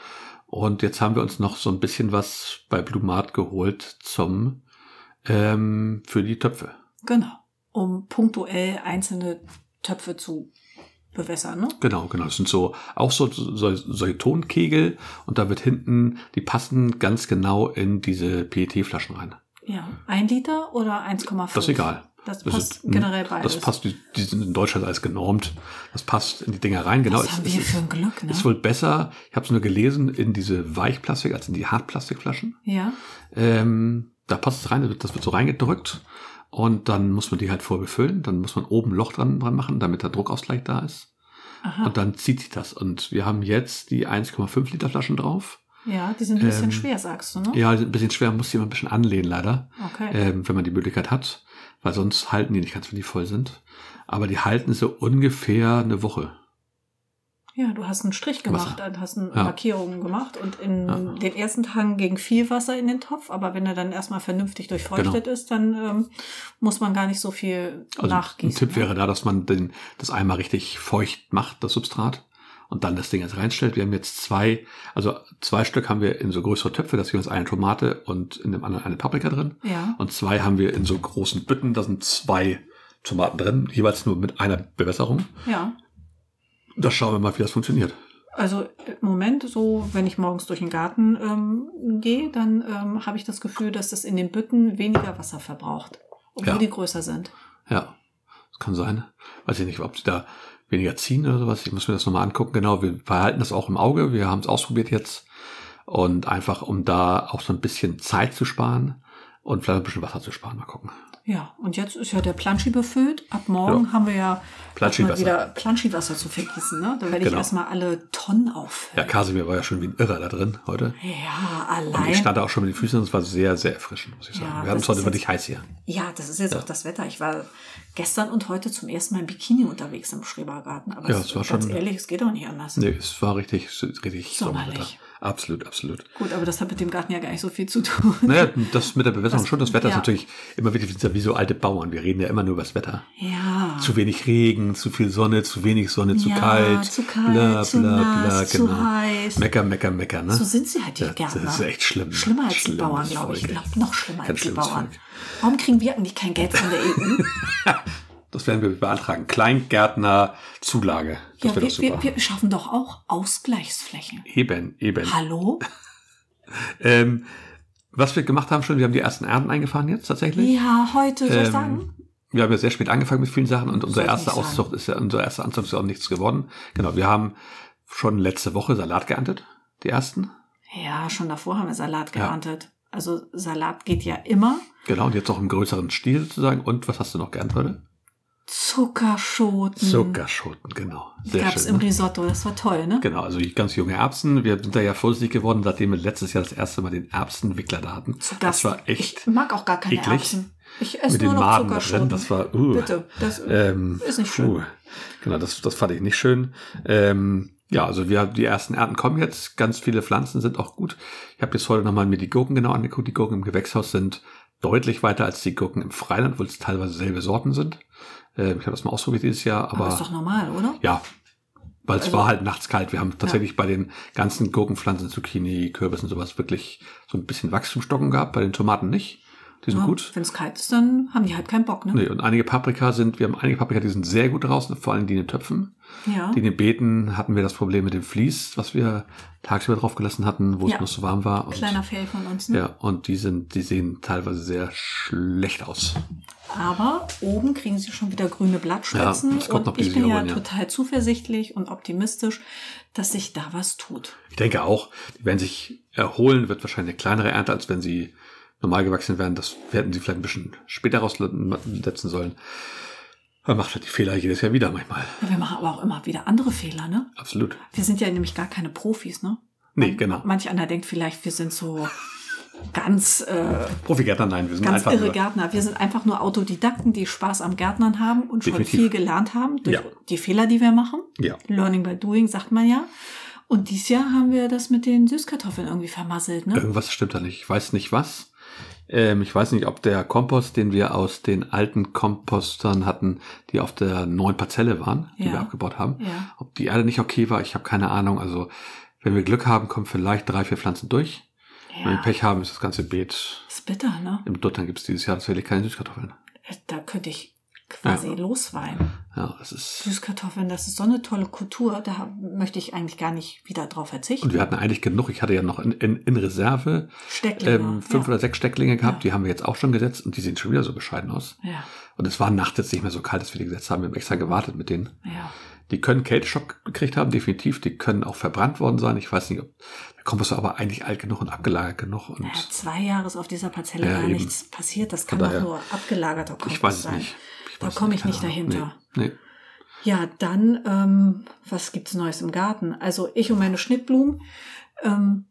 [SPEAKER 2] Und jetzt haben wir uns noch so ein bisschen was bei Blumat geholt zum, ähm, für die Töpfe.
[SPEAKER 1] genau. Um punktuell einzelne Töpfe zu bewässern, ne?
[SPEAKER 2] Genau, genau. Das sind so auch so, so, solche Tonkegel und da wird hinten, die passen ganz genau in diese PET-Flaschen rein.
[SPEAKER 1] Ja. Ein Liter oder 1,5?
[SPEAKER 2] Das ist egal.
[SPEAKER 1] Das
[SPEAKER 2] Das
[SPEAKER 1] passt
[SPEAKER 2] ist- mh,
[SPEAKER 1] generell beides.
[SPEAKER 2] Das passt, die, die sind in Deutschland als genormt. Das passt in die Dinger rein. Genau,
[SPEAKER 1] Was haben
[SPEAKER 2] es,
[SPEAKER 1] wir
[SPEAKER 2] es,
[SPEAKER 1] für ein Glück, ne?
[SPEAKER 2] ist wohl besser, ich habe es nur gelesen, in diese Weichplastik als in die Hartplastikflaschen.
[SPEAKER 1] ja.
[SPEAKER 2] Ähm, da passt es rein, das wird- das wird so reingedrückt. Und dann muss man die halt voll befüllen. Dann muss man oben ein Loch dran, dran machen, damit der Druckausgleich da ist.
[SPEAKER 1] Aha.
[SPEAKER 2] Und dann zieht sich das. Und wir haben jetzt die 1,5 Liter Flaschen drauf.
[SPEAKER 1] Ja, die sind ein bisschen
[SPEAKER 2] Ähm,
[SPEAKER 1] schwer, sagst du, ne?
[SPEAKER 2] Ja, die sind ein bisschen schwer, muss die immer ein bisschen anlehnen, leider.
[SPEAKER 1] Okay.
[SPEAKER 2] ähm, wenn man die Möglichkeit hat, weil sonst halten die nicht ganz, wenn die voll sind. Aber die halten so ungefähr eine Woche.
[SPEAKER 1] Ja, du hast einen Strich gemacht, dann hast eine
[SPEAKER 2] Ja.
[SPEAKER 1] Markierungen gemacht und in
[SPEAKER 2] Ja.
[SPEAKER 1] den ersten Tagen ging viel Wasser in den Topf, aber wenn er dann erstmal vernünftig durchfeuchtet ist, dann ähm, muss man gar nicht so viel
[SPEAKER 2] Genau. Also ein
[SPEAKER 1] nachgießen.
[SPEAKER 2] Tipp
[SPEAKER 1] ne?
[SPEAKER 2] wäre da, dass man den, das einmal richtig feucht macht, das Substrat, und dann das Ding jetzt reinstellt. Wir haben jetzt zwei, also zwei Stück haben wir in so größere Töpfe, da ist jeweils eine Tomate und in dem anderen eine Paprika drin.
[SPEAKER 1] Ja.
[SPEAKER 2] Und zwei haben wir in so großen Bütten, da sind zwei Tomaten drin, jeweils nur mit einer Bewässerung.
[SPEAKER 1] Ja.
[SPEAKER 2] Da schauen wir mal, wie das funktioniert.
[SPEAKER 1] Also im Moment, so wenn ich morgens durch den Garten ähm, gehe, dann ähm, habe ich das Gefühl, dass das in den Bütten weniger Wasser verbraucht, obwohl
[SPEAKER 2] Ja.
[SPEAKER 1] die größer sind.
[SPEAKER 2] Ja, das kann sein. Weiß ich nicht, ob sie da weniger ziehen oder sowas. Ich muss mir das nochmal angucken. Genau, wir behalten das auch im Auge. Wir haben es ausprobiert jetzt. Und einfach, um da auch so ein bisschen Zeit zu sparen und vielleicht ein bisschen Wasser zu sparen. Mal gucken.
[SPEAKER 1] Ja, und jetzt ist ja der Planschi befüllt. Ab morgen haben wir ja
[SPEAKER 2] Planschi-Wasser.
[SPEAKER 1] erstmal wieder Planschi-Wasser zu vergießen. Ne? Dann werde ich
[SPEAKER 2] Genau.
[SPEAKER 1] erstmal alle Tonnen
[SPEAKER 2] Ja,
[SPEAKER 1] auffüllen.
[SPEAKER 2] Kasimir war ja schon wie ein Irrer da drin heute.
[SPEAKER 1] Ja,
[SPEAKER 2] Und ich
[SPEAKER 1] allein.
[SPEAKER 2] stand da auch schon mit den Füßen und es war sehr, sehr erfrischend, muss ich sagen.
[SPEAKER 1] Ja,
[SPEAKER 2] wir hatten es
[SPEAKER 1] das
[SPEAKER 2] heute
[SPEAKER 1] ist
[SPEAKER 2] wirklich
[SPEAKER 1] jetzt-
[SPEAKER 2] heiß hier.
[SPEAKER 1] Ja, das ist jetzt auch das Wetter. Ich war gestern und heute zum ersten Mal im Bikini unterwegs im Schrebergarten. Aber
[SPEAKER 2] Ja,
[SPEAKER 1] es,
[SPEAKER 2] es war
[SPEAKER 1] ganz
[SPEAKER 2] schon-
[SPEAKER 1] ehrlich, es geht doch nicht anders.
[SPEAKER 2] Nee, es war richtig, richtig Sommerwetter.
[SPEAKER 1] Sommerlich.
[SPEAKER 2] Absolut, absolut.
[SPEAKER 1] Gut, aber das hat mit dem Garten ja gar nicht so viel zu tun.
[SPEAKER 2] Naja, das mit der Bewässerung
[SPEAKER 1] Was-
[SPEAKER 2] schon, das Wetter ist
[SPEAKER 1] ja.
[SPEAKER 2] natürlich immer wirklich das ist ja wie so alte Bauern. Wir reden ja immer nur über das Wetter.
[SPEAKER 1] Ja.
[SPEAKER 2] Zu wenig Regen, zu viel Sonne, zu wenig Sonne, zu
[SPEAKER 1] Ja,
[SPEAKER 2] kalt.
[SPEAKER 1] zu kalt, zu nass, zu heiß.
[SPEAKER 2] genau. Mecker, mecker, mecker, ne?
[SPEAKER 1] so sind sie halt die
[SPEAKER 2] Ja,
[SPEAKER 1] Gärtner.
[SPEAKER 2] Das ist echt schlimm.
[SPEAKER 1] Schlimmer als die
[SPEAKER 2] Schlimmes
[SPEAKER 1] Bauern, glaube ich.
[SPEAKER 2] Volk,
[SPEAKER 1] Ich
[SPEAKER 2] ey.
[SPEAKER 1] glaube, noch schlimmer
[SPEAKER 2] Ganz
[SPEAKER 1] als die
[SPEAKER 2] schlimmes
[SPEAKER 1] Bauern.
[SPEAKER 2] Volk.
[SPEAKER 1] Warum kriegen wir eigentlich kein Geld von der E EU?
[SPEAKER 2] Das werden wir beantragen. Kleingärtner-Zulage.
[SPEAKER 1] ja,
[SPEAKER 2] Das wäre doch
[SPEAKER 1] wir,
[SPEAKER 2] super.
[SPEAKER 1] wir, wir schaffen doch auch Ausgleichsflächen.
[SPEAKER 2] eben, eben.
[SPEAKER 1] Hallo?
[SPEAKER 2] Ähm, was wir gemacht haben schon, wir haben die ersten Ernten eingefahren jetzt tatsächlich.
[SPEAKER 1] Ja, heute, soll ich
[SPEAKER 2] Ähm,
[SPEAKER 1] sagen?
[SPEAKER 2] Wir haben ja sehr spät angefangen mit vielen Sachen und unser
[SPEAKER 1] Soll ich
[SPEAKER 2] erster
[SPEAKER 1] nicht
[SPEAKER 2] Auszucht ist ja, unser erster Anzucht ist ja auch nichts geworden. Genau, wir haben schon letzte Woche Salat geerntet, die ersten.
[SPEAKER 1] Ja, schon davor haben wir Salat
[SPEAKER 2] Ja.
[SPEAKER 1] geerntet. Also Salat geht ja immer.
[SPEAKER 2] Genau, und jetzt auch im größeren Stil sozusagen. Und was hast du noch geerntet heute?
[SPEAKER 1] Zuckerschoten.
[SPEAKER 2] Zuckerschoten, genau. Sehr
[SPEAKER 1] Mhm. Gab's
[SPEAKER 2] schön.
[SPEAKER 1] im
[SPEAKER 2] ne?
[SPEAKER 1] Risotto, das war toll, ne?
[SPEAKER 2] Genau, also ganz junge Erbsen. Wir sind da ja vorsichtig geworden, seitdem wir letztes Jahr das erste Mal den Erbsenwickler da hatten.
[SPEAKER 1] Zu Gast.
[SPEAKER 2] Das war echt
[SPEAKER 1] Ich mag auch gar keine
[SPEAKER 2] eklig.
[SPEAKER 1] Erbsen. Ich esse
[SPEAKER 2] mit
[SPEAKER 1] nur
[SPEAKER 2] den
[SPEAKER 1] noch
[SPEAKER 2] Maden da
[SPEAKER 1] Zuckerschoten.
[SPEAKER 2] drin. Das war, uh.
[SPEAKER 1] Bitte. Das,
[SPEAKER 2] Ähm,
[SPEAKER 1] Ist nicht schön.
[SPEAKER 2] puh. Genau, das, das fand ich nicht schön. Ähm, ja, also wir die ersten Ernten kommen jetzt. Ganz viele Pflanzen sind auch gut. Ich habe jetzt heute nochmal mir die Gurken genau angeguckt. Die Gurken im Gewächshaus sind deutlich weiter als die Gurken im Freiland, obwohl es teilweise selbe Sorten sind. Ähm, ich habe das mal ausprobiert dieses Jahr,
[SPEAKER 1] aber
[SPEAKER 2] aber,
[SPEAKER 1] ist doch normal, oder?
[SPEAKER 2] ja, weil es
[SPEAKER 1] Also-
[SPEAKER 2] war halt nachts kalt. Wir haben tatsächlich bei den ganzen Gurkenpflanzen, Zucchini, Kürbis und sowas wirklich so ein bisschen Wachstumsstocken gehabt, bei den Tomaten nicht. Die
[SPEAKER 1] Oh.
[SPEAKER 2] sind gut.
[SPEAKER 1] Wenn es kalt ist, dann haben die halt keinen Bock, ne?
[SPEAKER 2] Nee, und einige Paprika sind, wir haben einige Paprika, die sind sehr gut draußen, vor allem die in den Töpfen.
[SPEAKER 1] Ja.
[SPEAKER 2] Die in den Beeten hatten wir das Problem mit dem Vlies, was wir tagsüber draufgelassen hatten, wo
[SPEAKER 1] Ja.
[SPEAKER 2] es noch so warm war. Und,
[SPEAKER 1] Kleiner Fail von uns, ne?
[SPEAKER 2] Ja, und die sind, die sehen teilweise sehr schlecht aus.
[SPEAKER 1] Aber oben kriegen sie schon wieder grüne
[SPEAKER 2] Ja,
[SPEAKER 1] Blattspitzen.
[SPEAKER 2] es kommt noch
[SPEAKER 1] und ich bin ja,
[SPEAKER 2] Besicherungen, ja.
[SPEAKER 1] total zuversichtlich und optimistisch, dass sich da was tut.
[SPEAKER 2] Ich denke auch, die werden sich erholen, wird wahrscheinlich eine kleinere Ernte, als wenn sie normal gewachsen wären. Das hätten sie vielleicht ein bisschen später raussetzen sollen. Man macht halt die Fehler jedes Jahr wieder manchmal.
[SPEAKER 1] Ja, wir machen aber auch immer wieder andere Fehler, ne?
[SPEAKER 2] Absolut.
[SPEAKER 1] Wir sind ja nämlich gar keine Profis, ne?
[SPEAKER 2] Nee, genau.
[SPEAKER 1] Manch einer denkt vielleicht, wir sind so ganz, äh,
[SPEAKER 2] Profigärtner, nein, wir sind
[SPEAKER 1] ganz
[SPEAKER 2] einfach
[SPEAKER 1] irre
[SPEAKER 2] nur-
[SPEAKER 1] Gärtner. Wir sind einfach nur Autodidakten, die Spaß am Gärtnern haben und schon
[SPEAKER 2] Definitiv.
[SPEAKER 1] viel gelernt haben durch
[SPEAKER 2] Ja.
[SPEAKER 1] die Fehler, die wir machen.
[SPEAKER 2] Ja.
[SPEAKER 1] Learning by doing, sagt man ja. Und dieses Jahr haben wir das mit den Süßkartoffeln irgendwie vermasselt, ne?
[SPEAKER 2] Irgendwas stimmt da nicht. Ich weiß nicht was. Ähm, ich weiß nicht, ob der Kompost, den wir aus den alten Kompostern hatten, die auf der neuen Parzelle waren, die
[SPEAKER 1] Ja.
[SPEAKER 2] wir abgebaut haben,
[SPEAKER 1] Ja.
[SPEAKER 2] ob die Erde nicht okay war. Ich habe keine Ahnung. Also, wenn wir Glück haben, kommen vielleicht drei, vier Pflanzen durch. Wenn wir
[SPEAKER 1] ja.
[SPEAKER 2] Pech haben, ist das ganze Beet.
[SPEAKER 1] Ist bitter, ne?
[SPEAKER 2] Im Duttern gibt es dieses Jahr tatsächlich keine Süßkartoffeln.
[SPEAKER 1] Da könnte ich quasi
[SPEAKER 2] Ja.
[SPEAKER 1] losweinen.
[SPEAKER 2] Ja, das ist.
[SPEAKER 1] Süßkartoffeln, das ist so eine tolle Kultur, da möchte ich eigentlich gar nicht wieder drauf verzichten.
[SPEAKER 2] Und wir hatten eigentlich genug. Ich hatte ja noch in, in, in Reserve
[SPEAKER 1] Stecklinge.
[SPEAKER 2] ähm, fünf
[SPEAKER 1] Genau, ja.
[SPEAKER 2] oder sechs Stecklinge gehabt.
[SPEAKER 1] Ja.
[SPEAKER 2] Die haben wir jetzt auch schon gesetzt und die sehen schon wieder so bescheiden aus.
[SPEAKER 1] ja,
[SPEAKER 2] Und es war nachts jetzt nicht mehr so kalt, dass wir die gesetzt haben. Wir haben extra gewartet mit denen.
[SPEAKER 1] ja.
[SPEAKER 2] Die können Kälteschock gekriegt haben, definitiv. Die können auch verbrannt worden sein. Ich weiß nicht, ob der Kompost war aber eigentlich alt genug und abgelagert genug. Und
[SPEAKER 1] Ja, zwei Jahre ist auf dieser Parzelle
[SPEAKER 2] Ja,
[SPEAKER 1] gar
[SPEAKER 2] eben.
[SPEAKER 1] nichts passiert. Das kann
[SPEAKER 2] Von
[SPEAKER 1] doch
[SPEAKER 2] daher-
[SPEAKER 1] nur abgelagerter Kompost
[SPEAKER 2] ich weiß es
[SPEAKER 1] sein.
[SPEAKER 2] nicht. Ich
[SPEAKER 1] Da
[SPEAKER 2] weiß
[SPEAKER 1] komme
[SPEAKER 2] es
[SPEAKER 1] ich nicht
[SPEAKER 2] keine Ahnung.
[SPEAKER 1] dahinter.
[SPEAKER 2] Nee, nee.
[SPEAKER 1] Ja, dann, ähm, was gibt's Neues im Garten? Also ich und meine Schnittblumen. Ähm,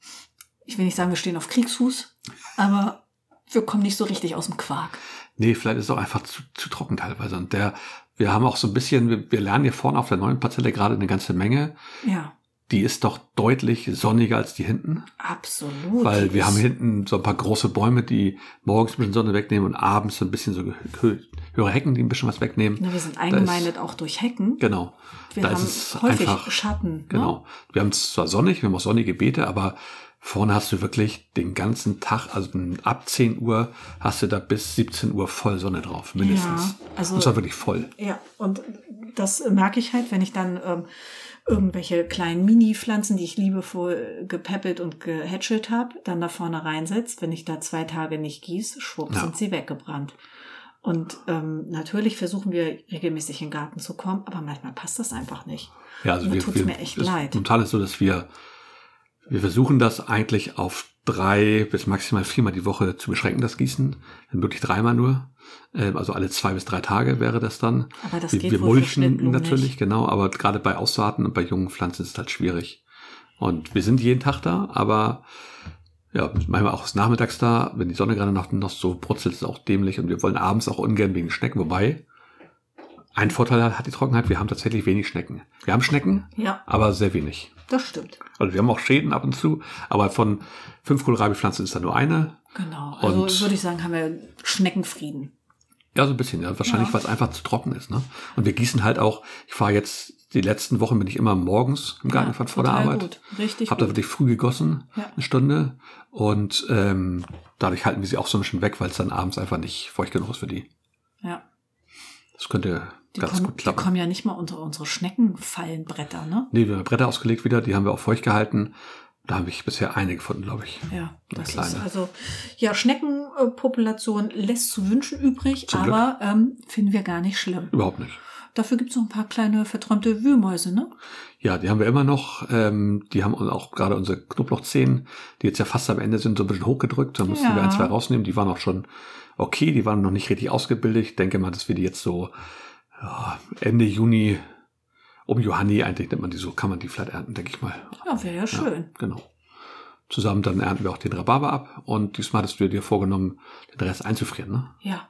[SPEAKER 1] ich will nicht sagen, wir stehen auf Kriegsfuß, aber wir kommen nicht so richtig aus dem Quark.
[SPEAKER 2] nee, vielleicht ist es auch einfach zu, zu trocken teilweise. Und der, wir haben auch so ein bisschen, wir, wir lernen hier vorne auf der neuen Parzelle gerade eine ganze Menge.
[SPEAKER 1] Ja,
[SPEAKER 2] Die ist doch deutlich sonniger als die hinten,
[SPEAKER 1] absolut.
[SPEAKER 2] weil wir haben hinten so ein paar große Bäume, die morgens ein bisschen Sonne wegnehmen und abends so ein bisschen so gehö- höhere Hecken, die ein bisschen was wegnehmen.
[SPEAKER 1] Na, wir sind eingemeindet auch durch Hecken.
[SPEAKER 2] Genau.
[SPEAKER 1] Wir
[SPEAKER 2] da
[SPEAKER 1] haben
[SPEAKER 2] ist es
[SPEAKER 1] häufig
[SPEAKER 2] einfach,
[SPEAKER 1] Schatten. Ne?
[SPEAKER 2] Genau. Wir haben es zwar sonnig, wir haben auch sonnige Beete, aber vorne hast du wirklich den ganzen Tag, also ab 10 Uhr hast du da bis 17 Uhr voll Sonne drauf, mindestens.
[SPEAKER 1] Ja, also-
[SPEAKER 2] und zwar wirklich voll.
[SPEAKER 1] Ja, und das merke ich halt, wenn ich dann ähm, irgendwelche kleinen Mini-Pflanzen, die ich liebevoll gepäppelt und gehätschelt habe, dann da vorne reinsetzt. Wenn ich da zwei Tage nicht gieß, schwupp,
[SPEAKER 2] Ja.
[SPEAKER 1] sind sie weggebrannt. Und ähm, natürlich versuchen wir regelmäßig in den Garten zu kommen, aber manchmal passt das einfach nicht.
[SPEAKER 2] Ja,
[SPEAKER 1] Da tut's mir echt
[SPEAKER 2] es-
[SPEAKER 1] leid.
[SPEAKER 2] Momentan ist so, dass wir, wir versuchen das eigentlich auf drei bis maximal viermal die Woche zu beschränken, das Gießen. Dann wirklich dreimal nur. Ähm, Also alle zwei bis drei Tage wäre das dann.
[SPEAKER 1] Aber das
[SPEAKER 2] wir,
[SPEAKER 1] geht
[SPEAKER 2] wir
[SPEAKER 1] wohl für
[SPEAKER 2] mulchen
[SPEAKER 1] Schnittblumen
[SPEAKER 2] natürlich,
[SPEAKER 1] nicht.
[SPEAKER 2] genau, aber gerade bei Aussaaten und bei jungen Pflanzen ist es halt schwierig. Und wir sind jeden Tag da, aber ja, manchmal auch nachmittags da, wenn die Sonne gerade noch, noch so brutzelt, ist es auch dämlich und wir wollen abends auch ungern wegen Schnecken, wobei Ein Vorteil hat die Trockenheit, wir haben tatsächlich wenig Schnecken. Wir haben Schnecken,
[SPEAKER 1] Ja,
[SPEAKER 2] aber sehr wenig.
[SPEAKER 1] das stimmt.
[SPEAKER 2] Also wir haben auch Schäden ab und zu, aber von fünf Kohlrabi-Pflanzen ist da nur eine.
[SPEAKER 1] Genau. Also
[SPEAKER 2] Und-
[SPEAKER 1] würde ich sagen, haben wir Schneckenfrieden.
[SPEAKER 2] Ja, so ein bisschen. Ja. Wahrscheinlich,
[SPEAKER 1] Ja.
[SPEAKER 2] weil es einfach zu trocken ist. Ne? Und wir gießen halt auch, ich fahre jetzt, die letzten Wochen bin ich immer morgens im Garten
[SPEAKER 1] Ja,
[SPEAKER 2] gefahren vor der
[SPEAKER 1] total
[SPEAKER 2] Arbeit.
[SPEAKER 1] Gut. Richtig.
[SPEAKER 2] Hab da
[SPEAKER 1] gut.
[SPEAKER 2] wirklich früh gegossen,
[SPEAKER 1] Ja.
[SPEAKER 2] eine Stunde. Und ähm, dadurch halten wir sie auch so ein bisschen weg, weil es dann abends einfach nicht feucht genug ist für die.
[SPEAKER 1] Ja.
[SPEAKER 2] Das könnte
[SPEAKER 1] Die,
[SPEAKER 2] ganz
[SPEAKER 1] kommen,
[SPEAKER 2] gut
[SPEAKER 1] die
[SPEAKER 2] klappen.
[SPEAKER 1] kommen ja nicht mal unter unsere Schneckenfallenbretter, ne?
[SPEAKER 2] Nee, wir haben Bretter ausgelegt wieder, die haben wir auch feucht gehalten. Da habe ich bisher eine gefunden, glaube ich.
[SPEAKER 1] Ja, das
[SPEAKER 2] kleine.
[SPEAKER 1] ist also, ja, Schneckenpopulation lässt zu wünschen übrig,
[SPEAKER 2] Zum Glück.
[SPEAKER 1] aber ähm, finden wir gar nicht schlimm.
[SPEAKER 2] Überhaupt nicht.
[SPEAKER 1] Dafür gibt es noch ein paar kleine verträumte Wühlmäuse, ne?
[SPEAKER 2] Ja, die haben wir immer noch. Ähm, die haben uns auch gerade unsere Knoblauchzehen, die jetzt ja fast am Ende sind, so ein bisschen hochgedrückt. Da mussten
[SPEAKER 1] Ja.
[SPEAKER 2] wir ein, zwei rausnehmen. Die waren auch schon okay, die waren noch nicht richtig ausgebildet. Ich denke mal, dass wir die jetzt so ja, Ende Juni um Johanni eigentlich nennt man die so, kann man die vielleicht ernten, denke ich mal.
[SPEAKER 1] Ja, wäre ja schön.
[SPEAKER 2] Genau. Zusammen dann ernten wir auch den Rhabarber ab und diesmal hattest du dir vorgenommen, den Rest einzufrieren, ne?
[SPEAKER 1] Ja.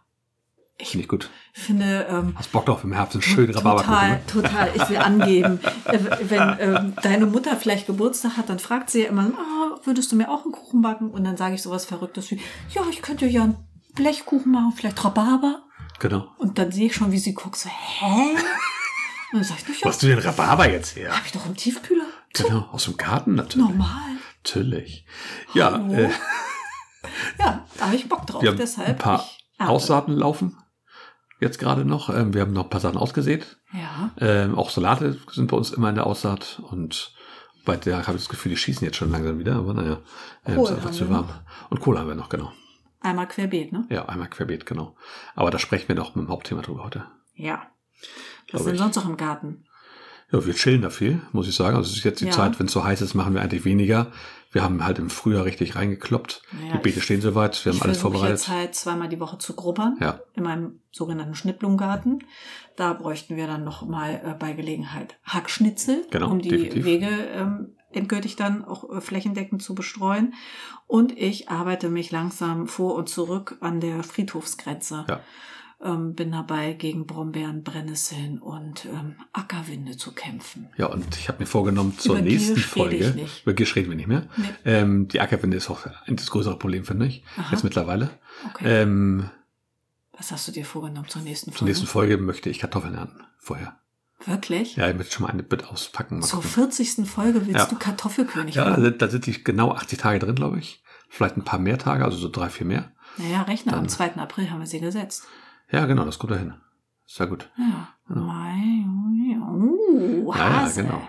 [SPEAKER 2] Finde ich gut.
[SPEAKER 1] Finde, ähm,
[SPEAKER 2] Hast Bock drauf im Herbst, einen schönen Rhabarberkuchen.
[SPEAKER 1] Total,
[SPEAKER 2] Ne?
[SPEAKER 1] total. Ich will angeben. Äh, Wenn ähm, deine Mutter vielleicht Geburtstag hat, dann fragt sie ja immer, ah, würdest du mir auch einen Kuchen backen? Und dann sage ich sowas Verrücktes wie, ja, ich könnte ja einen Blechkuchen machen, vielleicht Rhabarber.
[SPEAKER 2] Genau.
[SPEAKER 1] Und dann sehe ich schon, wie sie guckt, so, hä? Und dann sage ich, ja,
[SPEAKER 2] du den Rhabarber jetzt her?
[SPEAKER 1] habe ich doch im Tiefkühler.
[SPEAKER 2] Genau, aus dem Garten natürlich.
[SPEAKER 1] Normal.
[SPEAKER 2] Natürlich. Ja,
[SPEAKER 1] Hallo?
[SPEAKER 2] äh,
[SPEAKER 1] Ja, da habe ich Bock drauf.
[SPEAKER 2] wir haben
[SPEAKER 1] Deshalb.
[SPEAKER 2] ein paar
[SPEAKER 1] ich, ah. ernte.
[SPEAKER 2] Aussaaten laufen. Jetzt gerade noch. Ähm, wir haben noch ein paar Sachen ausgesät.
[SPEAKER 1] Ja.
[SPEAKER 2] Ähm, auch Salate sind bei uns immer in der Aussaat. Und bei der habe ich das Gefühl, die schießen jetzt schon langsam wieder. Aber naja, ähm, ist
[SPEAKER 1] Kohl
[SPEAKER 2] einfach
[SPEAKER 1] haben
[SPEAKER 2] zu
[SPEAKER 1] wir
[SPEAKER 2] warm. Und Kohle haben wir noch, genau.
[SPEAKER 1] Einmal querbeet, ne?
[SPEAKER 2] Ja, einmal querbeet, genau. Aber da sprechen wir noch mit dem Hauptthema drüber heute.
[SPEAKER 1] Ja. Was
[SPEAKER 2] Glaub
[SPEAKER 1] ist denn
[SPEAKER 2] ich.
[SPEAKER 1] sonst noch im Garten?
[SPEAKER 2] Ja, wir chillen da viel, muss ich sagen. Also es ist jetzt die
[SPEAKER 1] Ja.
[SPEAKER 2] Zeit, wenn es so heiß ist, machen wir eigentlich weniger. Wir haben halt im Frühjahr richtig reingekloppt.
[SPEAKER 1] Naja,
[SPEAKER 2] die Beete
[SPEAKER 1] ich-
[SPEAKER 2] stehen soweit, wir haben
[SPEAKER 1] ich
[SPEAKER 2] alles
[SPEAKER 1] versuche
[SPEAKER 2] vorbereitet.
[SPEAKER 1] jetzt halt zweimal die Woche zu grubbern.
[SPEAKER 2] Ja,
[SPEAKER 1] in meinem sogenannten Schnittblumengarten. Da bräuchten wir dann noch mal äh, bei Gelegenheit Hackschnitzel,
[SPEAKER 2] Genau,
[SPEAKER 1] um die
[SPEAKER 2] definitiv.
[SPEAKER 1] Wege ähm, endgültig dann auch äh, flächendeckend zu bestreuen. Und ich arbeite mich langsam vor und zurück an der Friedhofsgrenze.
[SPEAKER 2] Ja.
[SPEAKER 1] Ähm, bin dabei, gegen Brombeeren, Brennnesseln und ähm, Ackerwinde zu kämpfen.
[SPEAKER 2] ja, und ich habe mir vorgenommen, zur
[SPEAKER 1] Über
[SPEAKER 2] nächsten
[SPEAKER 1] Giersch rede
[SPEAKER 2] Folge.
[SPEAKER 1] ich nicht.
[SPEAKER 2] Über Giersch reden wir nicht mehr.
[SPEAKER 1] Nee.
[SPEAKER 2] Ähm, die Ackerwinde ist auch ein- das größere Problem, finde ich.
[SPEAKER 1] Aha.
[SPEAKER 2] Jetzt mittlerweile.
[SPEAKER 1] Okay.
[SPEAKER 2] Ähm,
[SPEAKER 1] Was hast du dir vorgenommen zur nächsten Folge?
[SPEAKER 2] zur nächsten Folge möchte ich Kartoffeln ernten. Vorher.
[SPEAKER 1] Wirklich?
[SPEAKER 2] Ja, ich möchte schon mal eine Bit auspacken. Mal
[SPEAKER 1] Zur
[SPEAKER 2] gucken.
[SPEAKER 1] 40. Folge willst
[SPEAKER 2] Ja.
[SPEAKER 1] du Kartoffelkönig
[SPEAKER 2] ja, da
[SPEAKER 1] werden?
[SPEAKER 2] sind, da sind die genau 80 Tage drin, glaube ich. Vielleicht ein paar mehr Tage, also so drei, vier mehr.
[SPEAKER 1] Naja, rechne, am
[SPEAKER 2] Dann-
[SPEAKER 1] 2. April haben wir sie gesetzt.
[SPEAKER 2] Ja, genau, das kommt dahin. Ist ja gut.
[SPEAKER 1] Ja.
[SPEAKER 2] Ja.
[SPEAKER 1] Mai, Juni, oh,
[SPEAKER 2] Ja, ja,
[SPEAKER 1] Hase.
[SPEAKER 2] genau.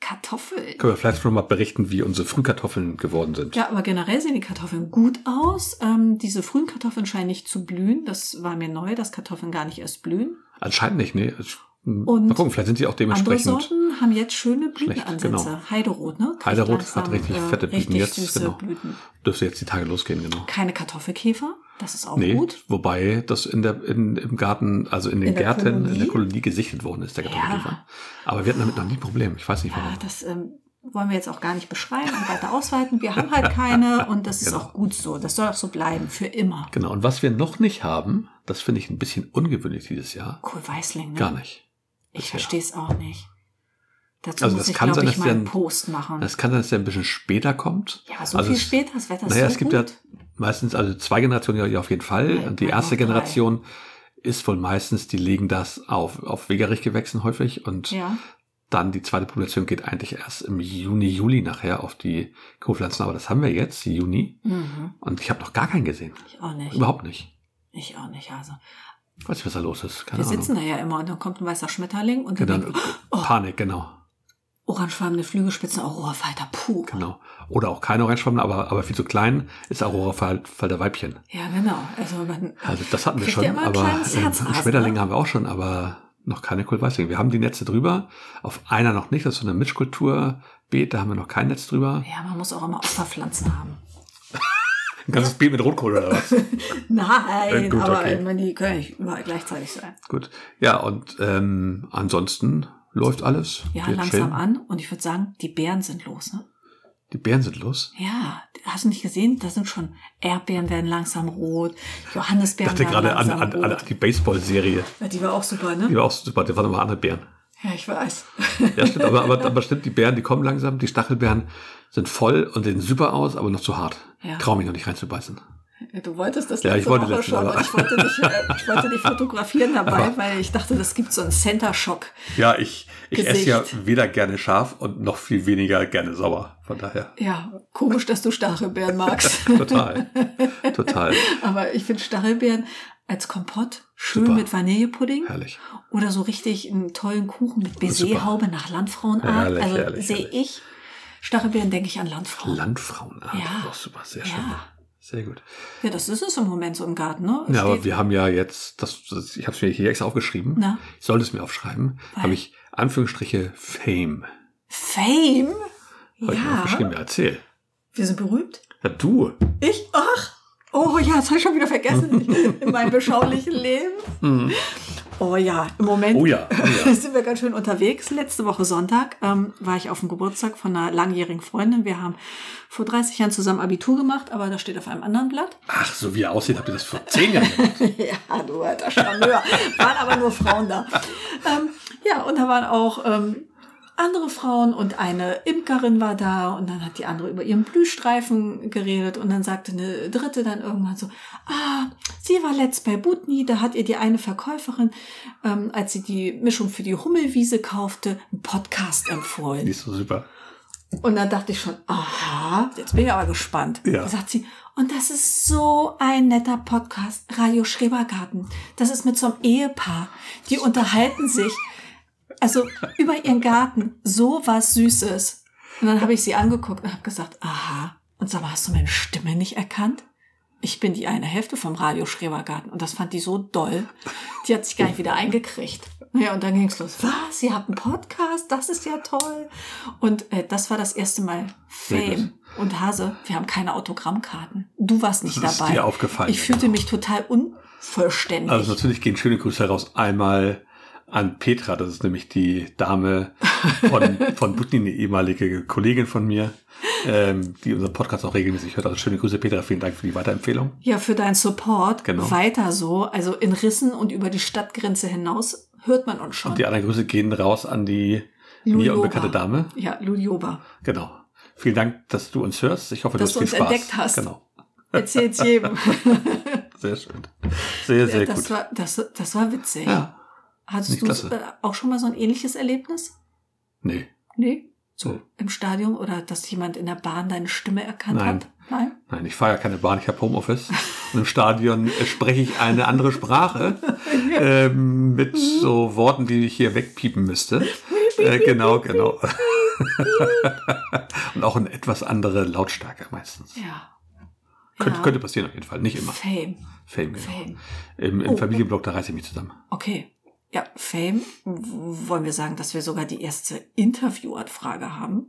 [SPEAKER 1] Kartoffel.
[SPEAKER 2] Können wir vielleicht schon mal berichten, wie unsere Frühkartoffeln geworden sind.
[SPEAKER 1] Ja, aber generell sehen die Kartoffeln gut aus. Ähm, diese frühen Kartoffeln scheinen nicht zu blühen. Das war mir neu, dass Kartoffeln gar nicht erst blühen.
[SPEAKER 2] Anscheinend nicht, nee. Also,
[SPEAKER 1] Und
[SPEAKER 2] mal gucken, vielleicht sind sie auch
[SPEAKER 1] Andere
[SPEAKER 2] dementsprechend.
[SPEAKER 1] Sorten haben jetzt schöne Blütenansätze.
[SPEAKER 2] Schlecht,
[SPEAKER 1] Heiderot, ne? Kriegt
[SPEAKER 2] Heiderot hat richtig fette Blüten
[SPEAKER 1] richtig
[SPEAKER 2] jetzt,
[SPEAKER 1] Süße
[SPEAKER 2] genau.
[SPEAKER 1] Blüten.
[SPEAKER 2] Dürfte jetzt die Tage losgehen, genau.
[SPEAKER 1] Keine Kartoffelkäfer, das ist auch
[SPEAKER 2] Nee,
[SPEAKER 1] gut.
[SPEAKER 2] wobei das in der, in, im Garten, also in den
[SPEAKER 1] In der
[SPEAKER 2] Gärten, in der
[SPEAKER 1] Kolonie?
[SPEAKER 2] Kolonie gesichtet worden ist, der Kartoffelkäfer.
[SPEAKER 1] Ja.
[SPEAKER 2] Aber wir hatten damit noch nie ein Problem. Ich weiß nicht warum.
[SPEAKER 1] Ja, das ähm, wollen wir jetzt auch gar nicht beschreiben und weiter ausweiten. Wir haben halt keine und das ist
[SPEAKER 2] Genau.
[SPEAKER 1] auch gut so. Das soll auch so bleiben, für immer.
[SPEAKER 2] genau. Und was wir noch nicht haben, das finde ich ein bisschen ungewöhnlich dieses Jahr.
[SPEAKER 1] Kohlweißling, ne?
[SPEAKER 2] Gar nicht.
[SPEAKER 1] Ich
[SPEAKER 2] Bisher.
[SPEAKER 1] verstehe es auch nicht. Dazu
[SPEAKER 2] Also
[SPEAKER 1] muss
[SPEAKER 2] das
[SPEAKER 1] ich,
[SPEAKER 2] kann
[SPEAKER 1] glaube
[SPEAKER 2] sein,
[SPEAKER 1] ich,
[SPEAKER 2] dass
[SPEAKER 1] mal einen
[SPEAKER 2] der-
[SPEAKER 1] Post machen.
[SPEAKER 2] Es kann sein, dass der ein bisschen später kommt.
[SPEAKER 1] ja, so
[SPEAKER 2] also
[SPEAKER 1] viel
[SPEAKER 2] es-
[SPEAKER 1] später, das Wetter ist
[SPEAKER 2] Naja,
[SPEAKER 1] so
[SPEAKER 2] es gibt ja
[SPEAKER 1] gut.
[SPEAKER 2] meistens, also zwei Generationen ja- ja auf jeden Fall.
[SPEAKER 1] Ja,
[SPEAKER 2] und die
[SPEAKER 1] manchmal
[SPEAKER 2] erste
[SPEAKER 1] drei.
[SPEAKER 2] Generation ist wohl meistens, die legen das auf, auf Wegerichgewächsen häufig. Und
[SPEAKER 1] Ja,
[SPEAKER 2] dann die zweite Population geht eigentlich erst im Juni, Juli nachher auf die Kohlpflanzen. Aber das haben wir jetzt, Juni.
[SPEAKER 1] mhm.
[SPEAKER 2] Und ich habe noch gar keinen gesehen.
[SPEAKER 1] ich auch nicht.
[SPEAKER 2] Überhaupt nicht.
[SPEAKER 1] Ich auch nicht. Also,
[SPEAKER 2] Ich weiß nicht, was da los ist. Keine
[SPEAKER 1] wir
[SPEAKER 2] Ahnung.
[SPEAKER 1] sitzen da ja immer und dann kommt ein weißer Schmetterling und
[SPEAKER 2] ja,
[SPEAKER 1] dann,
[SPEAKER 2] dann,
[SPEAKER 1] oh.
[SPEAKER 2] Panik, genau.
[SPEAKER 1] orangefarbene Flügelspitzen, Aurora weiter, puh.
[SPEAKER 2] genau. Oder auch keine Orangefarben, aber, aber viel zu klein ist Aurora Fall, Fall der Weibchen.
[SPEAKER 1] Ja, genau. Also, man,
[SPEAKER 2] Also das hatten wir
[SPEAKER 1] Kriegt
[SPEAKER 2] schon,
[SPEAKER 1] ihr immer ein
[SPEAKER 2] aber
[SPEAKER 1] kleines
[SPEAKER 2] ähm,
[SPEAKER 1] Herz, Arzt,
[SPEAKER 2] Schmetterlinge
[SPEAKER 1] ne?
[SPEAKER 2] haben wir auch schon, aber noch keine Kohlweißlinge. Wir haben die Netze drüber, auf einer noch nicht, das ist so eine Mischkulturbeet, da haben wir noch kein Netz drüber.
[SPEAKER 1] ja, man muss auch immer Opferpflanzen haben.
[SPEAKER 2] Ein ganzes Beet mit Rotkohl oder was?
[SPEAKER 1] Nein,
[SPEAKER 2] Gut,
[SPEAKER 1] aber
[SPEAKER 2] okay.
[SPEAKER 1] ich meine, die können nicht überall gleichzeitig sein.
[SPEAKER 2] Gut. Ja, und ähm, ansonsten läuft alles.
[SPEAKER 1] Ja,
[SPEAKER 2] Wir
[SPEAKER 1] langsam
[SPEAKER 2] chillen.
[SPEAKER 1] an und ich würde sagen, die Bären sind los, ne?
[SPEAKER 2] Die Bären sind los.
[SPEAKER 1] Ja, hast du nicht gesehen? Da sind schon Erdbeeren werden langsam rot, Johannisbeeren
[SPEAKER 2] Ich dachte
[SPEAKER 1] werden
[SPEAKER 2] gerade an,
[SPEAKER 1] langsam
[SPEAKER 2] an, an,
[SPEAKER 1] rot.
[SPEAKER 2] an die Baseball-Serie.
[SPEAKER 1] ja, die war auch super, ne?
[SPEAKER 2] Die war auch super, da waren aber andere Bären.
[SPEAKER 1] Ja, ich weiß.
[SPEAKER 2] Ja, stimmt, aber, aber, aber stimmt, die Bären, die kommen langsam, die Stachelbären sind voll und sehen super aus, aber noch zu hart.
[SPEAKER 1] Ja.
[SPEAKER 2] Trau mich noch nicht reinzubeißen.
[SPEAKER 1] Du wolltest das
[SPEAKER 2] Ja, ich wollte
[SPEAKER 1] Woche
[SPEAKER 2] letzte
[SPEAKER 1] schon.
[SPEAKER 2] Woche.
[SPEAKER 1] und Ich wollte, dich, äh, ich wollte dich fotografieren dabei, weil ich dachte, das gibt so einen Center-Shock.
[SPEAKER 2] Ja, ich, ich esse ja
[SPEAKER 1] Gesicht.
[SPEAKER 2] weder gerne scharf und noch viel weniger gerne sauer. Von daher.
[SPEAKER 1] Ja, komisch, dass du Stachelbeeren magst.
[SPEAKER 2] Total. Total.
[SPEAKER 1] Aber ich finde Stachelbeeren als Kompott schön
[SPEAKER 2] Super.
[SPEAKER 1] mit Vanillepudding
[SPEAKER 2] Herrlich.
[SPEAKER 1] oder so richtig einen tollen Kuchen mit
[SPEAKER 2] Super.
[SPEAKER 1] Baiserhaube nach Landfrauenart.
[SPEAKER 2] Herrlich,
[SPEAKER 1] also
[SPEAKER 2] herrlich,
[SPEAKER 1] sehe
[SPEAKER 2] herrlich.
[SPEAKER 1] ich Stachelbeeren, denke ich an Landfrauen.
[SPEAKER 2] Landfrauenabend.
[SPEAKER 1] Ja.
[SPEAKER 2] Ah, Auch super, sehr schön.
[SPEAKER 1] ja.
[SPEAKER 2] Sehr gut.
[SPEAKER 1] ja, das ist es im Moment so im Garten, ne?
[SPEAKER 2] Ja, aber
[SPEAKER 1] Steht-
[SPEAKER 2] wir haben ja jetzt, das, das, ich habe es mir hier extra aufgeschrieben.
[SPEAKER 1] Na?
[SPEAKER 2] Ich sollte es mir aufschreiben.
[SPEAKER 1] Weil?
[SPEAKER 2] Habe ich Anführungsstriche Fame.
[SPEAKER 1] Fame?
[SPEAKER 2] Habe ich mir aufgeschrieben.
[SPEAKER 1] Ja.
[SPEAKER 2] Ja, erzähl.
[SPEAKER 1] Wir sind berühmt.
[SPEAKER 2] Ja, du.
[SPEAKER 1] Ich? Ach! Oh ja, das habe ich schon wieder vergessen in meinem beschaulichen Leben. Oh ja, im Moment
[SPEAKER 2] Oh ja, oh ja.
[SPEAKER 1] sind wir ganz schön unterwegs. Letzte Woche Sonntag ähm, war ich auf dem Geburtstag von einer langjährigen Freundin. Wir haben vor 30 Jahren zusammen Abitur gemacht, aber das steht auf einem anderen Blatt.
[SPEAKER 2] Ach, so wie ihr aussieht, habt ihr das vor zehn Jahren gemacht.
[SPEAKER 1] ja, du alter Charmeur. Waren aber nur Frauen da. Ähm, ja, und da waren auch ähm, andere Frauen und eine Imkerin war da und dann hat die andere über ihren Blühstreifen geredet und dann sagte eine dritte dann irgendwann so, ah, sie war letzt bei Butni, da hat ihr die eine Verkäuferin, ähm, als sie die Mischung für die Hummelwiese kaufte, einen Podcast empfohlen.
[SPEAKER 2] Nicht so super.
[SPEAKER 1] Und dann dachte ich schon, aha, jetzt bin ich aber gespannt.
[SPEAKER 2] Ja.
[SPEAKER 1] Da sagt sie, und das ist so ein netter Podcast, Radio Schrebergarten. Das ist mit so einem Ehepaar. Die unterhalten sich, also über ihren Garten, so was Süßes. Und dann habe ich sie angeguckt und habe gesagt, aha, und sag mal, hast du meine Stimme nicht erkannt? Ich bin die eine Hälfte vom Radio Schrebergarten und das fand die so doll. Die hat sich gar nicht wieder eingekriegt. Ja, und dann ging's los. Was? Ihr habt einen Podcast? Das ist ja toll. Und äh, das war das erste Mal
[SPEAKER 2] Sehr
[SPEAKER 1] Fame. Und Hase, wir haben keine Autogrammkarten. Du warst nicht
[SPEAKER 2] Das ist
[SPEAKER 1] dabei.
[SPEAKER 2] dir aufgefallen.
[SPEAKER 1] Ich fühlte mich total unvollständig.
[SPEAKER 2] Also natürlich gehen schöne Grüße heraus. Einmal an Petra, das ist nämlich die Dame von, von Butni, eine ehemalige Kollegin von mir, ähm, die unseren Podcast auch regelmäßig hört. Also schöne Grüße, Petra. Vielen Dank für die Weiterempfehlung.
[SPEAKER 1] ja, für deinen Support.
[SPEAKER 2] Genau.
[SPEAKER 1] Weiter so. Also in Rissen und über die Stadtgrenze hinaus hört man uns schon.
[SPEAKER 2] Und die anderen Grüße gehen raus an die mir
[SPEAKER 1] Lulioba.
[SPEAKER 2] unbekannte Dame.
[SPEAKER 1] Ja, Lulioba.
[SPEAKER 2] Genau. Vielen Dank, dass du uns hörst. Ich hoffe,
[SPEAKER 1] Dass
[SPEAKER 2] du hast
[SPEAKER 1] du
[SPEAKER 2] viel
[SPEAKER 1] uns
[SPEAKER 2] Spaß.
[SPEAKER 1] entdeckt hast.
[SPEAKER 2] Genau.
[SPEAKER 1] Erzähl's jedem.
[SPEAKER 2] Sehr schön. Sehr, sehr
[SPEAKER 1] das,
[SPEAKER 2] gut.
[SPEAKER 1] war, das, das war witzig.
[SPEAKER 2] ja.
[SPEAKER 1] Hattest
[SPEAKER 2] nicht
[SPEAKER 1] du
[SPEAKER 2] klasse.
[SPEAKER 1] äh, auch schon mal so ein ähnliches Erlebnis?
[SPEAKER 2] Nee.
[SPEAKER 1] Nee.
[SPEAKER 2] So.
[SPEAKER 1] Im Stadion oder dass jemand in der Bahn deine Stimme erkannt
[SPEAKER 2] Nein.
[SPEAKER 1] hat? Nein.
[SPEAKER 2] Nein, ich fahre ja keine Bahn, ich habe Homeoffice. Und im Stadion äh, spreche ich eine andere Sprache ähm, mit so Worten, die ich hier wegpiepen müsste. Äh, genau, genau. Und auch eine etwas andere Lautstärke meistens.
[SPEAKER 1] Ja.
[SPEAKER 2] Könnte,
[SPEAKER 1] Ja.
[SPEAKER 2] könnte passieren auf jeden Fall, nicht immer.
[SPEAKER 1] Fame.
[SPEAKER 2] Fame, genau.
[SPEAKER 1] Fame.
[SPEAKER 2] Im, im
[SPEAKER 1] Oh.
[SPEAKER 2] Familienblock, da reiße ich mich zusammen.
[SPEAKER 1] Okay. Ja, Fame. W- Wollen wir sagen, dass wir sogar die erste Interviewanfrage haben?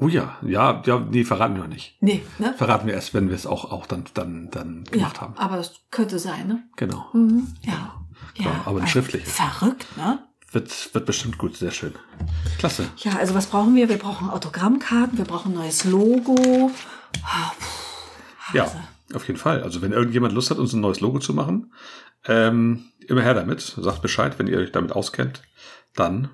[SPEAKER 2] Oh ja, ja, ja, nee, verraten wir noch nicht.
[SPEAKER 1] Nee, ne?
[SPEAKER 2] Verraten wir erst, wenn wir es auch, auch dann, dann, dann gemacht
[SPEAKER 1] ja,
[SPEAKER 2] haben.
[SPEAKER 1] aber es könnte sein, ne?
[SPEAKER 2] Genau.
[SPEAKER 1] Mhm. Ja.
[SPEAKER 2] Genau, aber eine
[SPEAKER 1] also
[SPEAKER 2] schriftliche.
[SPEAKER 1] Verrückt, ne?
[SPEAKER 2] Wird, wird bestimmt gut, sehr schön. Klasse.
[SPEAKER 1] Ja, also was brauchen wir? Wir brauchen Autogrammkarten, wir brauchen ein neues Logo. Ah, puh,
[SPEAKER 2] Ja,
[SPEAKER 1] Hase.
[SPEAKER 2] auf jeden Fall. Also wenn irgendjemand Lust hat, uns ein neues Logo zu machen, ähm, immer her damit. Sagt Bescheid, wenn ihr euch damit auskennt, dann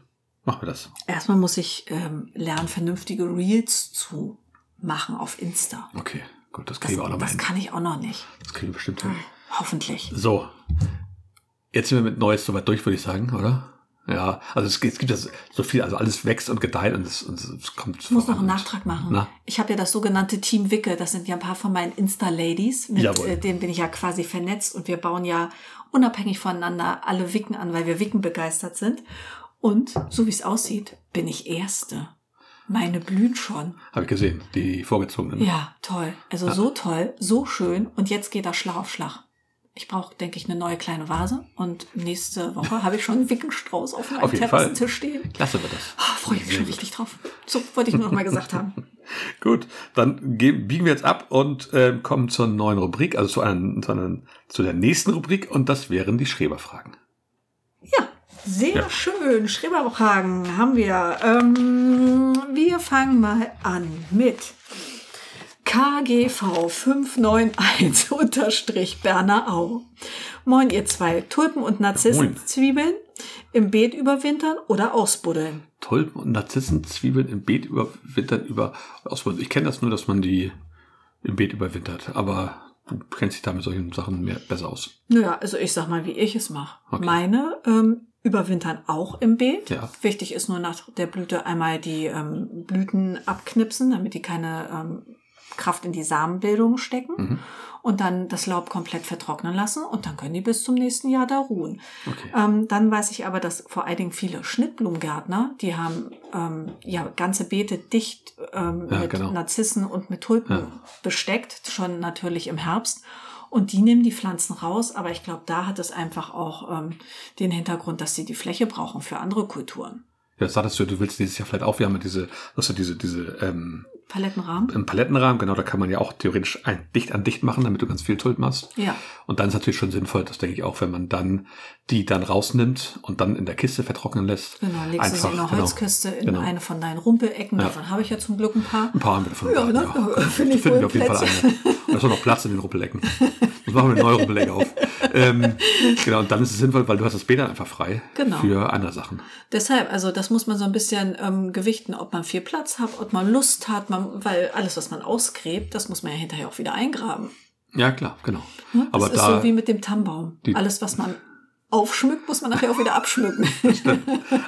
[SPEAKER 2] machen wir das.
[SPEAKER 1] Erstmal muss ich ähm, lernen, vernünftige Reels zu machen auf Insta.
[SPEAKER 2] Okay, gut, das
[SPEAKER 1] Das,
[SPEAKER 2] kriegen wir auch noch mal
[SPEAKER 1] das
[SPEAKER 2] hin.
[SPEAKER 1] kann ich auch noch nicht.
[SPEAKER 2] Das kriegen wir bestimmt hin.
[SPEAKER 1] Hoffentlich.
[SPEAKER 2] So, jetzt sind wir mit Neues soweit durch, würde ich sagen, oder? Ja, also es, es gibt ja so viel, also alles wächst und gedeiht und es, und es kommt.
[SPEAKER 1] Ich muss noch einen Nachtrag machen.
[SPEAKER 2] Na?
[SPEAKER 1] Ich habe ja das sogenannte Team Wicke. Das sind ja ein paar von meinen Insta-Ladies. Mit
[SPEAKER 2] Jawohl.
[SPEAKER 1] äh, denen bin ich ja quasi vernetzt und wir bauen ja unabhängig voneinander alle Wicken an, weil wir Wicken begeistert sind. Und so wie es aussieht, bin ich Erste. Meine blühen schon.
[SPEAKER 2] Habe ich gesehen, die vorgezogenen.
[SPEAKER 1] Ja, toll. Also so toll, so schön. Und jetzt geht das Schlag auf Schlag. Ich brauche, denke ich, eine neue kleine Vase. Und nächste Woche habe ich schon einen Wickenstrauß auf meinem
[SPEAKER 2] Auf jeden Fall.
[SPEAKER 1] Terrassentisch stehen.
[SPEAKER 2] Klasse wird das.
[SPEAKER 1] Ah, Freue ich mich schon richtig drauf. So, wollte ich nur noch mal gesagt haben.
[SPEAKER 2] Gut, dann ge- biegen wir jetzt ab und ähm, kommen zur neuen Rubrik, also zu, einer, zu, einer, zu der nächsten Rubrik und das wären die Schreberfragen.
[SPEAKER 1] Ja, sehr
[SPEAKER 2] Ja.
[SPEAKER 1] schön. Schreberhagen haben wir. Ähm, wir fangen mal an mit KGV 591-Bernau. Moin, ihr zwei. Tulpen und Narzissenzwiebeln im Beet überwintern oder ausbuddeln.
[SPEAKER 2] Tulpen und Narzissenzwiebeln im Beet überwintern über ausbuddeln. Ich kenne das nur, dass man die im Beet überwintert, aber du kennst dich da mit solchen Sachen mehr, besser aus.
[SPEAKER 1] Naja, also ich sag mal, wie ich es mache.
[SPEAKER 2] Okay.
[SPEAKER 1] Meine ähm, überwintern auch im Beet.
[SPEAKER 2] Ja.
[SPEAKER 1] Wichtig ist nur nach der Blüte einmal die ähm, Blüten abknipsen, damit die keine ähm, Kraft in die Samenbildung stecken.
[SPEAKER 2] Mhm.
[SPEAKER 1] Und dann das Laub komplett vertrocknen lassen und dann können die bis zum nächsten Jahr da ruhen.
[SPEAKER 2] Okay.
[SPEAKER 1] Ähm, dann weiß ich aber, dass vor allen Dingen viele Schnittblumengärtner, die haben ähm, ja ganze Beete dicht ähm,
[SPEAKER 2] Ja,
[SPEAKER 1] mit
[SPEAKER 2] genau.
[SPEAKER 1] Narzissen und mit Tulpen
[SPEAKER 2] Ja.
[SPEAKER 1] besteckt, schon natürlich im Herbst. Und die nehmen die Pflanzen raus, aber ich glaube, da hat es einfach auch ähm, den Hintergrund, dass sie die Fläche brauchen für andere Kulturen.
[SPEAKER 2] Ja, das sagtest du, du willst dieses Jahr vielleicht auch, wir haben ja diese, hast du diese, diese ähm,
[SPEAKER 1] Palettenrahmen?
[SPEAKER 2] im Palettenrahmen, genau, da kann man ja auch theoretisch ein, dicht an dicht machen, damit du ganz viel Tulpen hast.
[SPEAKER 1] Ja.
[SPEAKER 2] Und dann ist natürlich schon sinnvoll, das denke ich auch, wenn man dann die dann rausnimmt und dann in der Kiste vertrocknen lässt.
[SPEAKER 1] Genau, legst du sie in eine
[SPEAKER 2] genau.
[SPEAKER 1] Holzkiste in
[SPEAKER 2] Genau.
[SPEAKER 1] eine von deinen Rumpelecken.
[SPEAKER 2] Ja.
[SPEAKER 1] Davon habe ich ja zum Glück ein paar.
[SPEAKER 2] Ein paar haben wir davon.
[SPEAKER 1] Ja, ne? Da finde ich
[SPEAKER 2] Finden
[SPEAKER 1] wohl
[SPEAKER 2] wir auf jeden
[SPEAKER 1] Plätze.
[SPEAKER 2] Fall eine. Und da ist auch noch Platz in den Rumpelecken. Sonst machen wir eine neue Rumpelecke auf. Ähm, genau, und dann ist es sinnvoll, weil du hast das Bäder einfach frei
[SPEAKER 1] Genau.
[SPEAKER 2] für andere Sachen.
[SPEAKER 1] Deshalb, also das muss man so ein bisschen ähm, gewichten, ob man viel Platz hat, ob man Lust hat, man, weil alles, was man ausgräbt, das muss man ja hinterher auch wieder eingraben.
[SPEAKER 2] Ja, klar, genau.
[SPEAKER 1] Ne?
[SPEAKER 2] Aber
[SPEAKER 1] das ist
[SPEAKER 2] da,
[SPEAKER 1] so wie mit dem Tannbaum.
[SPEAKER 2] Die-
[SPEAKER 1] Alles, was man aufschmückt, muss man nachher auch wieder abschmücken.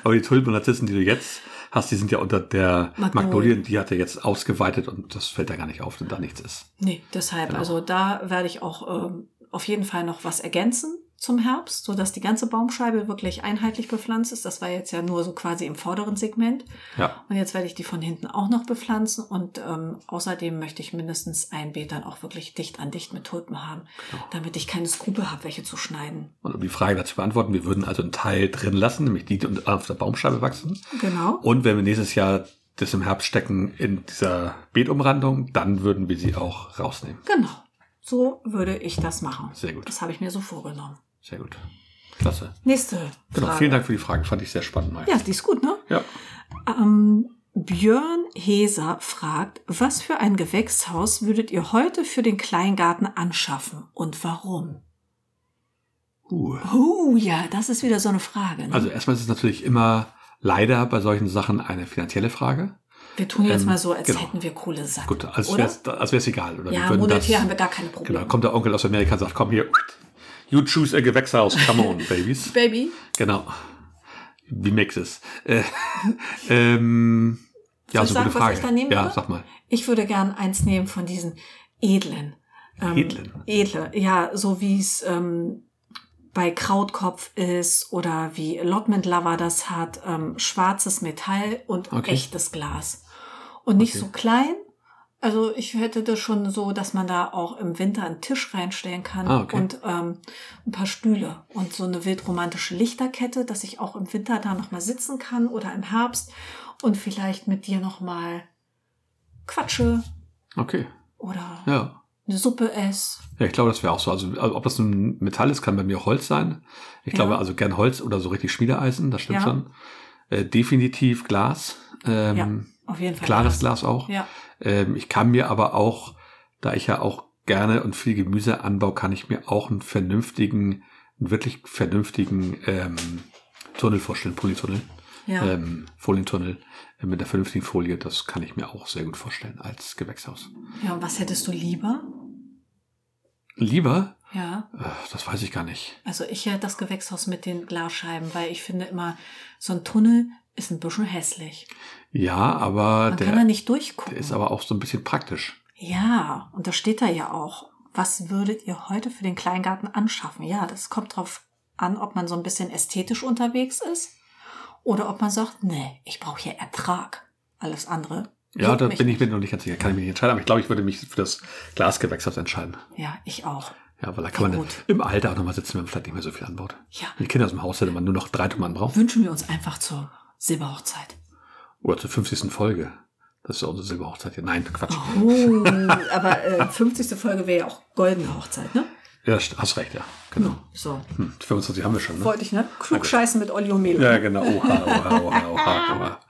[SPEAKER 2] aber die Tulpen und Narzissen, die du jetzt hast, die sind ja unter der
[SPEAKER 1] Magnolien.
[SPEAKER 2] Magnolien, die hat er jetzt ausgeweitet und das fällt da gar nicht auf, wenn da nichts ist.
[SPEAKER 1] nee, deshalb,
[SPEAKER 2] Genau.
[SPEAKER 1] also da werde ich auch ähm, auf jeden Fall noch was ergänzen zum Herbst, sodass die ganze Baumscheibe wirklich einheitlich bepflanzt ist. Das war jetzt ja nur so quasi im vorderen Segment.
[SPEAKER 2] Ja,
[SPEAKER 1] Und jetzt werde ich die von hinten auch noch bepflanzen und ähm, außerdem möchte ich mindestens ein Beet dann auch wirklich dicht an dicht mit Tulpen haben,
[SPEAKER 2] Genau.
[SPEAKER 1] damit ich keine Skrupel habe, welche zu schneiden.
[SPEAKER 2] und um die Frage dazu beantworten, wir würden also einen Teil drin lassen, nämlich die, die auf der Baumscheibe wachsen.
[SPEAKER 1] Genau.
[SPEAKER 2] Und wenn wir nächstes Jahr das im Herbst stecken in dieser Beetumrandung, dann würden wir sie auch rausnehmen.
[SPEAKER 1] Genau. So würde ich das machen.
[SPEAKER 2] Sehr gut.
[SPEAKER 1] Das habe ich mir so vorgenommen.
[SPEAKER 2] Sehr gut. Klasse.
[SPEAKER 1] Nächste
[SPEAKER 2] Genau.
[SPEAKER 1] Frage.
[SPEAKER 2] Vielen Dank für die Frage. Fand ich sehr spannend, Mai.
[SPEAKER 1] Ja, die ist gut, ne?
[SPEAKER 2] ja.
[SPEAKER 1] Ähm, Björn Heser fragt, was für ein Gewächshaus würdet ihr heute für den Kleingarten anschaffen und warum?
[SPEAKER 2] Uh.
[SPEAKER 1] Oh ja, das ist wieder so eine Frage. Ne?
[SPEAKER 2] Also erstmal ist es natürlich immer leider bei solchen Sachen eine finanzielle Frage.
[SPEAKER 1] wir tun jetzt
[SPEAKER 2] ähm,
[SPEAKER 1] mal so, als
[SPEAKER 2] genau.
[SPEAKER 1] hätten wir Kohle satt.
[SPEAKER 2] Gut, als
[SPEAKER 1] oder?
[SPEAKER 2] wäre es als wär's egal. Oder
[SPEAKER 1] Ja,
[SPEAKER 2] würden
[SPEAKER 1] monetär haben wir gar keine Probleme.
[SPEAKER 2] Genau, kommt der Onkel aus Amerika und sagt, komm hier, you choose a Gewächshaus, come on, babies.
[SPEAKER 1] Baby.
[SPEAKER 2] Genau. Wie mix es? Äh, ähm,
[SPEAKER 1] Soll
[SPEAKER 2] ja,
[SPEAKER 1] ich
[SPEAKER 2] so
[SPEAKER 1] sagen,
[SPEAKER 2] eine
[SPEAKER 1] was
[SPEAKER 2] gute Frage.
[SPEAKER 1] ich da nehmen
[SPEAKER 2] ja,
[SPEAKER 1] würde?
[SPEAKER 2] sag mal.
[SPEAKER 1] Ich würde gern eins nehmen von diesen edlen. Ähm,
[SPEAKER 2] Edlen?
[SPEAKER 1] Edle, ja, so wie es ähm, bei Krautkopf ist oder wie Allotment Lover das hat. Ähm, schwarzes Metall und
[SPEAKER 2] Okay.
[SPEAKER 1] echtes Glas. Und nicht
[SPEAKER 2] Okay.
[SPEAKER 1] so klein. Also ich hätte das schon so, dass man da auch im Winter einen Tisch reinstellen kann
[SPEAKER 2] Ah, okay.
[SPEAKER 1] und ähm, ein paar Stühle und so eine wildromantische Lichterkette, dass ich auch im Winter da nochmal sitzen kann oder im Herbst und vielleicht mit dir nochmal quatsche
[SPEAKER 2] Okay,
[SPEAKER 1] oder
[SPEAKER 2] ja.
[SPEAKER 1] eine Suppe esse.
[SPEAKER 2] Ja, ich glaube, das wäre auch so. Also, also, ob das ein Metall ist, kann bei mir Holz sein. Ich
[SPEAKER 1] Ja.
[SPEAKER 2] glaube, also gern Holz oder so richtig Schmiedeeisen, das stimmt
[SPEAKER 1] Ja.
[SPEAKER 2] schon. Äh, definitiv Glas. Ähm,
[SPEAKER 1] Auf jeden Fall.
[SPEAKER 2] Klares Glas auch.
[SPEAKER 1] Ja,
[SPEAKER 2] Ähm, ich kann mir aber auch, da ich ja auch gerne und viel Gemüse anbaue, kann ich mir auch einen vernünftigen, einen wirklich vernünftigen ähm, Tunnel vorstellen, Polytunnel,
[SPEAKER 1] ja.
[SPEAKER 2] ähm, Folientunnel äh, mit einer vernünftigen Folie. Das kann ich mir auch sehr gut vorstellen als Gewächshaus.
[SPEAKER 1] ja, und was hättest du lieber?
[SPEAKER 2] Lieber,
[SPEAKER 1] Ja,
[SPEAKER 2] äh, das weiß ich gar nicht.
[SPEAKER 1] also ich hätte das Gewächshaus mit den Glasscheiben, weil ich finde immer, so ein Tunnel ist ein bisschen hässlich.
[SPEAKER 2] Ja, aber
[SPEAKER 1] Man
[SPEAKER 2] der,
[SPEAKER 1] kann da nicht
[SPEAKER 2] der
[SPEAKER 1] durchgucken.
[SPEAKER 2] ist aber auch so ein bisschen praktisch.
[SPEAKER 1] ja, und da steht da ja auch, was würdet ihr heute für den Kleingarten anschaffen? Ja, das kommt drauf an, ob man so ein bisschen ästhetisch unterwegs ist oder ob man sagt, nee, ich brauche hier Ertrag. Alles andere.
[SPEAKER 2] Ja,
[SPEAKER 1] juckt
[SPEAKER 2] da
[SPEAKER 1] mich
[SPEAKER 2] bin ich
[SPEAKER 1] nicht.
[SPEAKER 2] mir noch nicht ganz sicher. Kann ich mich nicht entscheiden, aber ich glaube, ich würde mich für das Glasgewächshaus entscheiden.
[SPEAKER 1] Ja, ich auch.
[SPEAKER 2] Ja, weil da kann man dann
[SPEAKER 1] Gut.
[SPEAKER 2] im Alter auch nochmal sitzen, wenn man vielleicht nicht mehr so viel anbaut.
[SPEAKER 1] Ja.
[SPEAKER 2] Wenn die Kinder aus dem Haus sind, man nur noch drei Tomaten braucht.
[SPEAKER 1] Wünschen wir uns einfach zur Silberhochzeit.
[SPEAKER 2] Oder zur 50. Folge. Das ist ja unsere Silberhochzeit hier. Nein, Quatsch.
[SPEAKER 1] Oh, aber äh, 50. Folge wäre ja auch goldene Hochzeit, ne?
[SPEAKER 2] Ja, st- hast recht, ja. Genau.
[SPEAKER 1] So.
[SPEAKER 2] Hm, 25 haben wir schon, ne?
[SPEAKER 1] Wollte ich, ne? Klugscheißen mit Olli und Melo.
[SPEAKER 2] Ja, genau. Oha, oha, oha, oha, oha.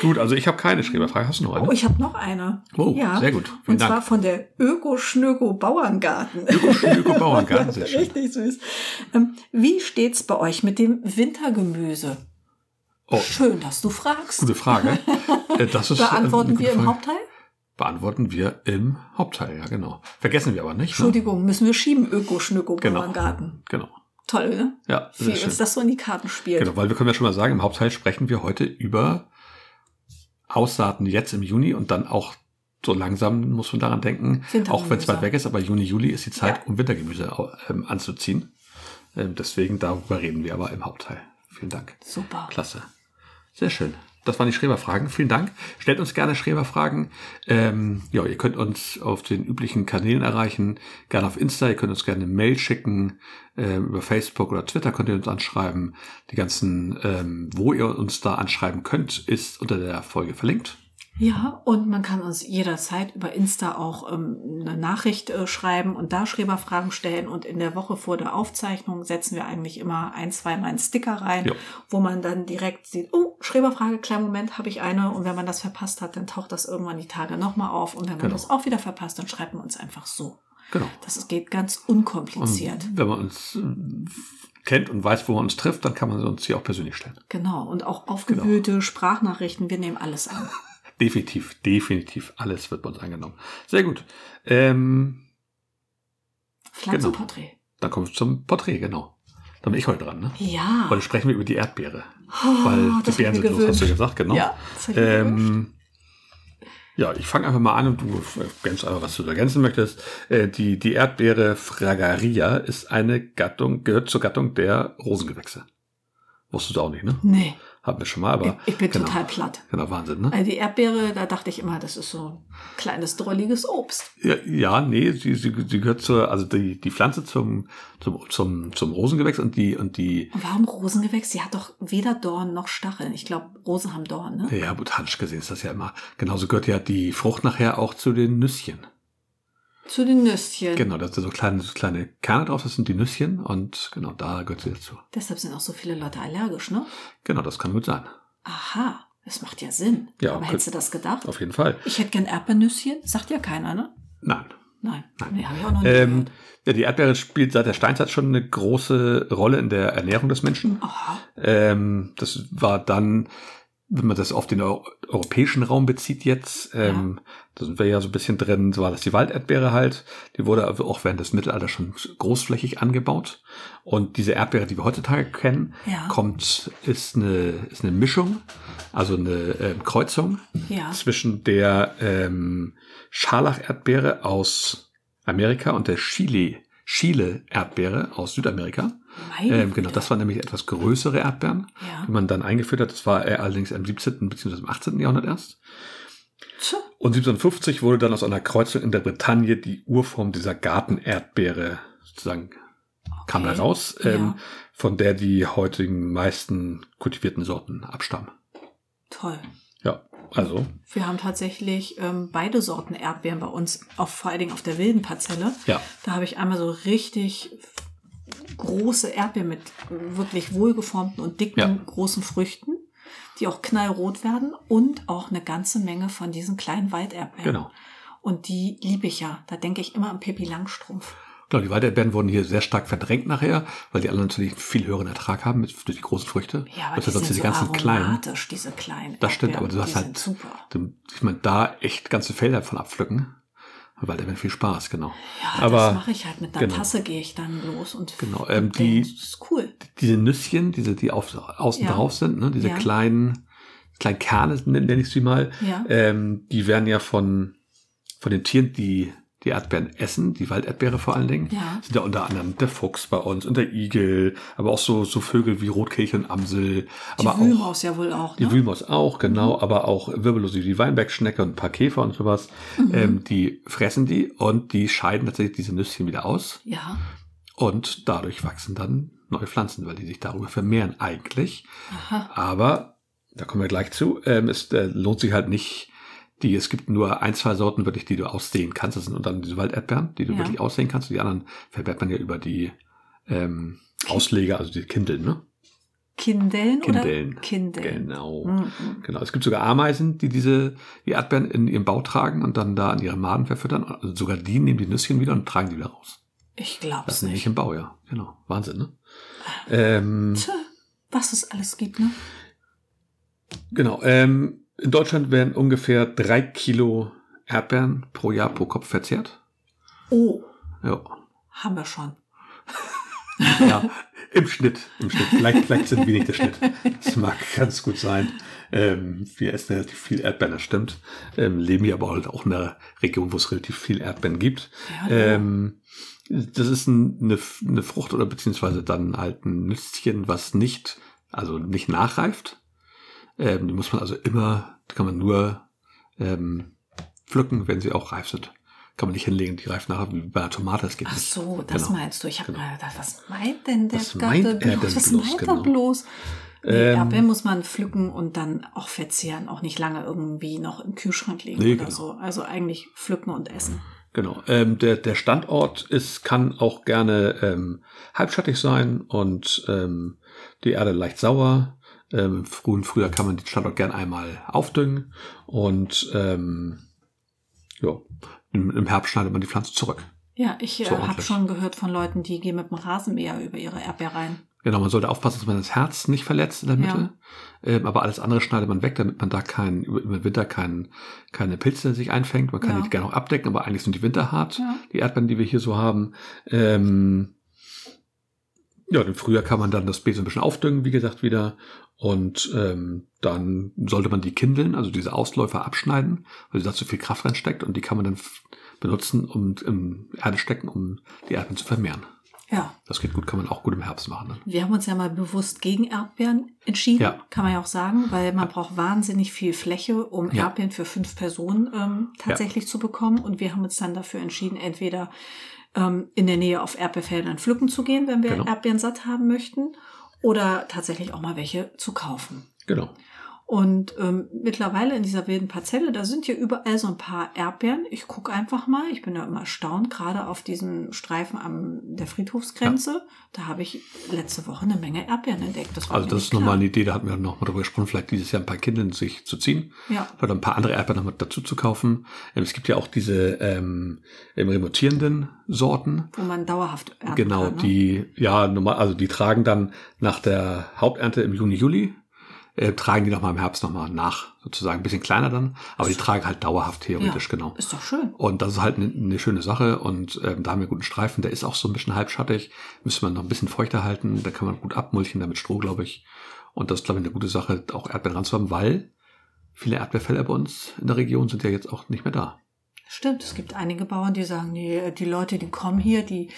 [SPEAKER 2] Gut, also ich habe keine Schreberfrage. Hast du noch eine?
[SPEAKER 1] Oh, ich habe noch eine.
[SPEAKER 2] genau. Oh, sehr gut. Vielen
[SPEAKER 1] und
[SPEAKER 2] Dank.
[SPEAKER 1] zwar von der Öko-Schnöko-Bauerngarten.
[SPEAKER 2] Öko Bauerngarten, sehr schön.
[SPEAKER 1] Richtig süß. Ähm, wie steht's bei euch mit dem Wintergemüse?
[SPEAKER 2] Oh.
[SPEAKER 1] Schön, dass du fragst.
[SPEAKER 2] Gute Frage. Äh, Das ist äh, eine
[SPEAKER 1] Beantworten
[SPEAKER 2] gute
[SPEAKER 1] wir im
[SPEAKER 2] Frage.
[SPEAKER 1] Hauptteil?
[SPEAKER 2] Beantworten wir im Hauptteil, ja genau. Vergessen wir aber nicht. Ne?
[SPEAKER 1] Entschuldigung, müssen wir schieben,
[SPEAKER 2] Genau.
[SPEAKER 1] Öko-Schnöko-Bauerngarten.
[SPEAKER 2] Genau.
[SPEAKER 1] Toll, ne?
[SPEAKER 2] Ja, sehr
[SPEAKER 1] Wie
[SPEAKER 2] schön.
[SPEAKER 1] uns das so in die Karten spielt.
[SPEAKER 2] Genau, weil wir können ja schon mal sagen, im Hauptteil sprechen wir heute über Aussaaten jetzt im Juni und dann auch so langsam muss man daran denken,
[SPEAKER 1] Wintergemüse.
[SPEAKER 2] auch wenn es weit weg ist, aber Juni, Juli ist die Zeit,
[SPEAKER 1] Ja.
[SPEAKER 2] um Wintergemüse ähm, anzuziehen. Ähm, deswegen darüber reden wir aber im Hauptteil. Vielen Dank.
[SPEAKER 1] Super.
[SPEAKER 2] Klasse. Sehr schön. Das waren die Schreberfragen. Vielen Dank. Stellt uns gerne Schreberfragen. Ähm, ja, ihr könnt uns auf den üblichen Kanälen erreichen. Gerne auf Insta. Ihr könnt uns gerne eine Mail schicken. Ähm, über Facebook oder Twitter könnt ihr uns anschreiben. Die ganzen, ähm, wo ihr uns da anschreiben könnt, ist unter der Folge verlinkt.
[SPEAKER 1] Ja, und man kann uns jederzeit über Insta auch ähm, eine Nachricht äh, schreiben und da Schreberfragen stellen. Und in der Woche vor der Aufzeichnung setzen wir eigentlich immer ein, zweimal einen Sticker rein,
[SPEAKER 2] Ja.
[SPEAKER 1] wo man dann direkt sieht, oh, Schreberfrage, kleinen Moment, habe ich eine. Und wenn man das verpasst hat, dann taucht das irgendwann die Tage nochmal auf. Und wenn man
[SPEAKER 2] Genau.
[SPEAKER 1] das auch wieder verpasst, dann schreibt man uns einfach so.
[SPEAKER 2] Genau.
[SPEAKER 1] Das geht ganz
[SPEAKER 2] Und
[SPEAKER 1] unkompliziert.
[SPEAKER 2] wenn man uns äh, kennt und weiß, wo man uns trifft, dann kann man uns hier auch persönlich stellen.
[SPEAKER 1] Genau. Und auch aufgewühlte
[SPEAKER 2] Genau.
[SPEAKER 1] Sprachnachrichten, wir nehmen alles an.
[SPEAKER 2] Definitiv, definitiv. Alles wird bei uns angenommen. Sehr gut. Ähm,
[SPEAKER 1] Pflanzenporträt.
[SPEAKER 2] Dann kommen wir zum Porträt, genau. Dann bin ich heute dran, ne?
[SPEAKER 1] Ja.
[SPEAKER 2] Heute sprechen wir über die Erdbeere.
[SPEAKER 1] Oh,
[SPEAKER 2] weil die
[SPEAKER 1] das hab ich
[SPEAKER 2] Beeren
[SPEAKER 1] mir
[SPEAKER 2] sind los, hast du
[SPEAKER 1] gewünscht.
[SPEAKER 2] gesagt, genau.
[SPEAKER 1] Ja, das hab ich mir gewünscht.
[SPEAKER 2] ähm, ja, ich fange einfach mal an und du äh, ergänzt einfach, was du ergänzen möchtest. Äh, die, die Erdbeere Fragaria ist eine Gattung, gehört zur Gattung der Rosengewächse. Wusstest du auch nicht, ne?
[SPEAKER 1] Nee,
[SPEAKER 2] Haben wir schon mal, aber.
[SPEAKER 1] ich bin
[SPEAKER 2] genau.
[SPEAKER 1] total platt.
[SPEAKER 2] Genau, Wahnsinn, ne?
[SPEAKER 1] Also die Erdbeere, da dachte ich immer, das ist so ein kleines, drolliges Obst.
[SPEAKER 2] Ja, ja nee, sie, sie, sie gehört zur, also die, die Pflanze zum, zum, zum, zum Rosengewächs und die, und die,
[SPEAKER 1] Und warum Rosengewächs? Sie hat doch weder Dorn noch Stacheln. Ich glaube, Rosen haben Dorn, ne?
[SPEAKER 2] Ja, botanisch gesehen ist das ja immer. Genauso gehört ja die Frucht nachher auch zu den Nüsschen.
[SPEAKER 1] Zu den Nüsschen.
[SPEAKER 2] Genau, da sind so kleine, so kleine Kerne drauf, das sind die Nüsschen und genau, da gehört sie dazu.
[SPEAKER 1] Deshalb sind auch so viele Leute allergisch, ne?
[SPEAKER 2] Genau, das kann gut sein.
[SPEAKER 1] Aha, das macht ja Sinn.
[SPEAKER 2] Ja,
[SPEAKER 1] Aber
[SPEAKER 2] könnt-
[SPEAKER 1] hättest du das gedacht?
[SPEAKER 2] Auf jeden Fall.
[SPEAKER 1] Ich hätte gern Erdbeernüsschen. Sagt ja keiner, ne?
[SPEAKER 2] Nein.
[SPEAKER 1] Nein. Nee, habe ich auch noch nie
[SPEAKER 2] Ähm,
[SPEAKER 1] gehört.
[SPEAKER 2] ja, die Erdbeere spielt seit der Steinzeit schon eine große Rolle in der Ernährung des Menschen.
[SPEAKER 1] Aha.
[SPEAKER 2] Ähm, das war dann, wenn man das auf den Eu europäischen Raum bezieht jetzt, ähm, da sind wir ja so ein bisschen drin, so war das die Walderdbeere halt. Die wurde aber auch während des Mittelalters schon großflächig angebaut. Und diese Erdbeere, die wir heutzutage kennen,
[SPEAKER 1] Ja.
[SPEAKER 2] kommt, ist eine, ist eine Mischung, also eine ähm, Kreuzung
[SPEAKER 1] Ja.
[SPEAKER 2] zwischen der ähm, Scharlach-Erdbeere aus Amerika und der Chile, Chile-Erdbeere aus Südamerika.
[SPEAKER 1] Meine
[SPEAKER 2] Ähm, genau,
[SPEAKER 1] Güte.
[SPEAKER 2] das Genau. waren nämlich etwas größere Erdbeeren,
[SPEAKER 1] Ja.
[SPEAKER 2] die man dann eingeführt hat. Das war äh, allerdings im 17. bzw. im 18. Jahrhundert erst.
[SPEAKER 1] Tja,
[SPEAKER 2] Und 1750 wurde dann aus einer Kreuzung in der Bretagne die Urform dieser Gartenerdbeere sozusagen kam
[SPEAKER 1] okay.
[SPEAKER 2] da raus, ähm,
[SPEAKER 1] Ja.
[SPEAKER 2] von der die heutigen meisten kultivierten Sorten abstammen.
[SPEAKER 1] Toll.
[SPEAKER 2] Ja, also
[SPEAKER 1] Wir haben tatsächlich ähm, beide Sorten Erdbeeren bei uns, auf, vor allen Dingen auf der wilden Parzelle.
[SPEAKER 2] Ja.
[SPEAKER 1] Da habe ich einmal so richtig große Erdbeeren mit wirklich wohlgeformten und dicken,
[SPEAKER 2] Ja.
[SPEAKER 1] großen Früchten, die auch knallrot werden und auch eine ganze Menge von diesen kleinen Walderdbeeren.
[SPEAKER 2] genau.
[SPEAKER 1] Und die liebe ich ja. Da denke ich immer an Pippi Langstrumpf.
[SPEAKER 2] Genau, die Weiderdbeeren wurden hier sehr stark verdrängt nachher, weil die anderen natürlich einen viel höheren Ertrag haben mit, durch die großen Früchte.
[SPEAKER 1] Ja, aber die
[SPEAKER 2] Das heißt,
[SPEAKER 1] sind
[SPEAKER 2] sonst
[SPEAKER 1] so
[SPEAKER 2] die ganzen kleinen.
[SPEAKER 1] aromatisch, diese kleinen
[SPEAKER 2] Das stimmt, aber
[SPEAKER 1] Erdbeeren.
[SPEAKER 2] du hast
[SPEAKER 1] die
[SPEAKER 2] halt-
[SPEAKER 1] sind super.
[SPEAKER 2] Du- Ich meine, da echt ganze Felder von abpflücken. Weil da wird viel Spaß, genau.
[SPEAKER 1] Ja, das
[SPEAKER 2] aber
[SPEAKER 1] mache ich halt. Mit einer
[SPEAKER 2] genau.
[SPEAKER 1] Tasse gehe ich dann los und
[SPEAKER 2] Genau, ähm, die-
[SPEAKER 1] das ist cool.
[SPEAKER 2] diese Nüsschen, diese, die auf, außen
[SPEAKER 1] Ja.
[SPEAKER 2] drauf sind, ne? diese
[SPEAKER 1] Ja.
[SPEAKER 2] kleinen, kleinen Kerne, nenne ich sie mal,
[SPEAKER 1] Ja.
[SPEAKER 2] ähm, die werden ja von, von den Tieren, die die Erdbeeren essen, die Walderdbeere vor allen Dingen,
[SPEAKER 1] Ja.
[SPEAKER 2] sind ja unter anderem der Fuchs bei uns und der Igel, aber auch so, so Vögel wie Rotkehlchen und Amsel,
[SPEAKER 1] Die
[SPEAKER 2] aber auch
[SPEAKER 1] Wühlmaus ja wohl auch,
[SPEAKER 2] Die
[SPEAKER 1] ne?
[SPEAKER 2] Wühlmaus auch, genau, aber auch Wirbellose, die Weinbergschnecke und ein paar Käfer und sowas,
[SPEAKER 1] Mhm.
[SPEAKER 2] ähm, die fressen die und die scheiden tatsächlich diese Nüsschen wieder aus
[SPEAKER 1] Ja.
[SPEAKER 2] und dadurch wachsen dann neue Pflanzen, weil die sich darüber vermehren eigentlich.
[SPEAKER 1] Aha.
[SPEAKER 2] Aber, da kommen wir gleich zu, ähm, es äh, lohnt sich halt nicht, die, es gibt nur ein, zwei Sorten wirklich, die du aussehen kannst, das sind unter anderem diese Walderdbeeren, die du
[SPEAKER 1] Ja.
[SPEAKER 2] wirklich aussehen kannst und die anderen verwehrt man ja über die ähm, Ausleger, also die Kindel, ne?
[SPEAKER 1] Kindeln,
[SPEAKER 2] Kindeln.
[SPEAKER 1] oder? Kindeln. Mhm.
[SPEAKER 2] Genau. Genau. Es gibt sogar Ameisen, die diese, die Erdbeeren in ihrem Bau tragen und dann da an ihre Maden verfüttern. Also sogar die nehmen die Nüsschen wieder und tragen die wieder raus.
[SPEAKER 1] Ich glaub's
[SPEAKER 2] Das sind
[SPEAKER 1] nicht.
[SPEAKER 2] nicht im Bau, ja. Genau. Wahnsinn, ne? Ähm,
[SPEAKER 1] Tja, was es alles gibt, ne?
[SPEAKER 2] genau. Ähm, in Deutschland werden ungefähr drei Kilo Erdbeeren pro Jahr pro Kopf verzehrt.
[SPEAKER 1] Oh,
[SPEAKER 2] Ja.
[SPEAKER 1] haben wir schon.
[SPEAKER 2] Ja, im Schnitt. Im Schnitt. Vielleicht, vielleicht sind wir nicht der Schnitt. Das mag ganz gut sein. Ähm, wir essen relativ viel Erdbeeren, das stimmt. Ähm, leben hier aber halt auch in einer Region, wo es relativ viel Erdbeeren gibt.
[SPEAKER 1] Ja,
[SPEAKER 2] Ähm, das ist ein, eine, F- eine Frucht oder beziehungsweise dann halt ein Nüsschen, was nicht, also nicht nachreift. Ähm, die muss man also immer, die kann man nur ähm, pflücken, wenn sie auch reif sind. Kann man nicht hinlegen, die reifen nachher wie bei einer Tomate, das geht
[SPEAKER 1] Ach
[SPEAKER 2] nicht.
[SPEAKER 1] so, das
[SPEAKER 2] Genau.
[SPEAKER 1] meinst du. Ich habe
[SPEAKER 2] Genau.
[SPEAKER 1] mal gedacht, was meint denn der
[SPEAKER 2] Was
[SPEAKER 1] Gatte
[SPEAKER 2] meint er denn
[SPEAKER 1] bloß? Was
[SPEAKER 2] bloß,
[SPEAKER 1] meint
[SPEAKER 2] genau.
[SPEAKER 1] er bloß? Nee,
[SPEAKER 2] Ähm,
[SPEAKER 1] Erdbeeren muss man pflücken und dann auch verzehren, auch nicht lange irgendwie noch im Kühlschrank liegen
[SPEAKER 2] Nee,
[SPEAKER 1] oder
[SPEAKER 2] genau.
[SPEAKER 1] so. Also eigentlich pflücken und essen.
[SPEAKER 2] Genau. Ähm, der, der Standort ist, kann auch gerne ähm, halbschattig sein und ähm, die Erde leicht sauer. Ähm, Im frühen Frühjahr kann man den Standort gern einmal aufdüngen und ähm, ja, im, im Herbst schneidet man die Pflanze zurück.
[SPEAKER 1] Ja, ich äh,
[SPEAKER 2] So
[SPEAKER 1] habe
[SPEAKER 2] ordentlich.
[SPEAKER 1] schon gehört von Leuten, die gehen mit dem Rasenmäher über ihre Erdbeeren rein.
[SPEAKER 2] Genau, man sollte aufpassen, dass man das Herz nicht verletzt in der Mitte. Ähm, aber alles andere schneidet man weg, damit man da keinen, über über den Winter keinen, keine Pilze sich einfängt. Man kann
[SPEAKER 1] Ja.
[SPEAKER 2] die gerne auch abdecken, aber eigentlich sind die winterhart,
[SPEAKER 1] Ja.
[SPEAKER 2] die Erdbeeren, die wir hier so haben. Ähm, ja, im Frühjahr kann man dann das Beet so ein bisschen aufdüngen, wie gesagt, wieder. Und ähm, dann sollte man die kindeln, also diese Ausläufer abschneiden, weil da zu viel Kraft reinsteckt und die kann man dann f- benutzen und im Erde stecken, um die Erdbeeren zu vermehren.
[SPEAKER 1] Ja,
[SPEAKER 2] Das geht gut, kann man auch gut im Herbst machen. Dann.
[SPEAKER 1] wir haben uns ja mal bewusst gegen Erdbeeren entschieden,
[SPEAKER 2] Ja.
[SPEAKER 1] kann man ja auch sagen, weil man braucht wahnsinnig viel Fläche, um
[SPEAKER 2] Ja.
[SPEAKER 1] Erdbeeren für fünf Personen ähm, tatsächlich zu bekommen. Und wir haben uns dann dafür entschieden, entweder ähm, in der Nähe auf Erdbeerfeldern pflücken zu gehen, wenn wir
[SPEAKER 2] Genau.
[SPEAKER 1] Erdbeeren satt haben möchten, oder tatsächlich auch mal welche zu kaufen.
[SPEAKER 2] Genau.
[SPEAKER 1] Und ähm, mittlerweile in dieser wilden Parzelle, da sind hier überall so ein paar Erdbeeren. Ich gucke einfach mal, ich bin ja immer erstaunt, gerade auf diesem Streifen am der Friedhofsgrenze. Da habe ich letzte Woche eine Menge Erdbeeren entdeckt. war
[SPEAKER 2] Also
[SPEAKER 1] mir
[SPEAKER 2] das
[SPEAKER 1] nicht
[SPEAKER 2] ist nochmal
[SPEAKER 1] klar.
[SPEAKER 2] eine Idee, da hatten wir nochmal drüber gesprochen, vielleicht dieses Jahr ein paar Kindeln sich zu ziehen
[SPEAKER 1] Ja,
[SPEAKER 2] oder ein paar andere Erdbeeren nochmal dazu zu kaufen. Ähm, Es gibt ja auch diese ähm, ähm, remotierenden Sorten.
[SPEAKER 1] wo man dauerhaft ernten
[SPEAKER 2] genau,
[SPEAKER 1] kann. ne?
[SPEAKER 2] die, ja, normal, also die tragen dann nach der Haupternte im Juni, Juli, äh, tragen die nochmal im Herbst nochmal nach, sozusagen. Ein bisschen kleiner dann, aber die tragen halt dauerhaft theoretisch,
[SPEAKER 1] ja,
[SPEAKER 2] genau.
[SPEAKER 1] Ist doch schön.
[SPEAKER 2] Und das ist halt eine, eine schöne Sache und ähm, da haben wir einen guten Streifen, der ist auch so ein bisschen halbschattig, müsste man noch ein bisschen feuchter halten, da kann man gut abmulchen, damit Stroh, glaube ich. Und das ist, glaube ich, eine gute Sache, auch Erdbeeren ranzuhaben, weil viele Erdbeerfelder bei uns in der Region sind ja jetzt auch nicht mehr da.
[SPEAKER 1] Stimmt, es gibt einige Bauern, die sagen, nee, die Leute, die kommen hier, die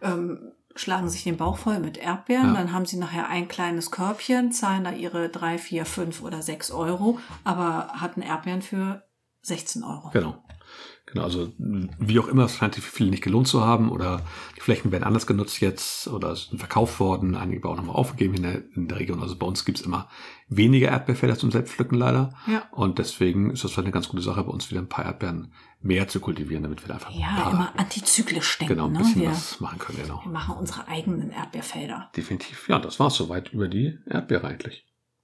[SPEAKER 1] ähm, schlagen sich den Bauch voll mit Erdbeeren,
[SPEAKER 2] Ja.
[SPEAKER 1] dann haben sie nachher ein kleines Körbchen, zahlen da ihre drei, vier, fünf oder sechs Euro, aber hatten Erdbeeren für 16 Euro.
[SPEAKER 2] Genau. Genau, also wie auch immer, es scheint sich für viele nicht gelohnt zu haben oder die Flächen werden anders genutzt jetzt oder sind verkauft worden, einige Bauern haben aufgegeben in der, in der Region. Also bei uns gibt es immer weniger Erdbeerfelder zum Selbstpflücken leider.
[SPEAKER 1] Ja.
[SPEAKER 2] Und deswegen ist das vielleicht eine ganz gute Sache, bei uns wieder ein paar Erdbeeren mehr zu kultivieren, damit wir da einfach ein
[SPEAKER 1] Ja,
[SPEAKER 2] paar,
[SPEAKER 1] immer antizyklisch denken.
[SPEAKER 2] genau, ein
[SPEAKER 1] ne?
[SPEAKER 2] bisschen
[SPEAKER 1] wir,
[SPEAKER 2] was machen können. Genau.
[SPEAKER 1] wir machen unsere eigenen Erdbeerfelder.
[SPEAKER 2] Definitiv. Ja, das war es soweit über die Erdbeere eigentlich.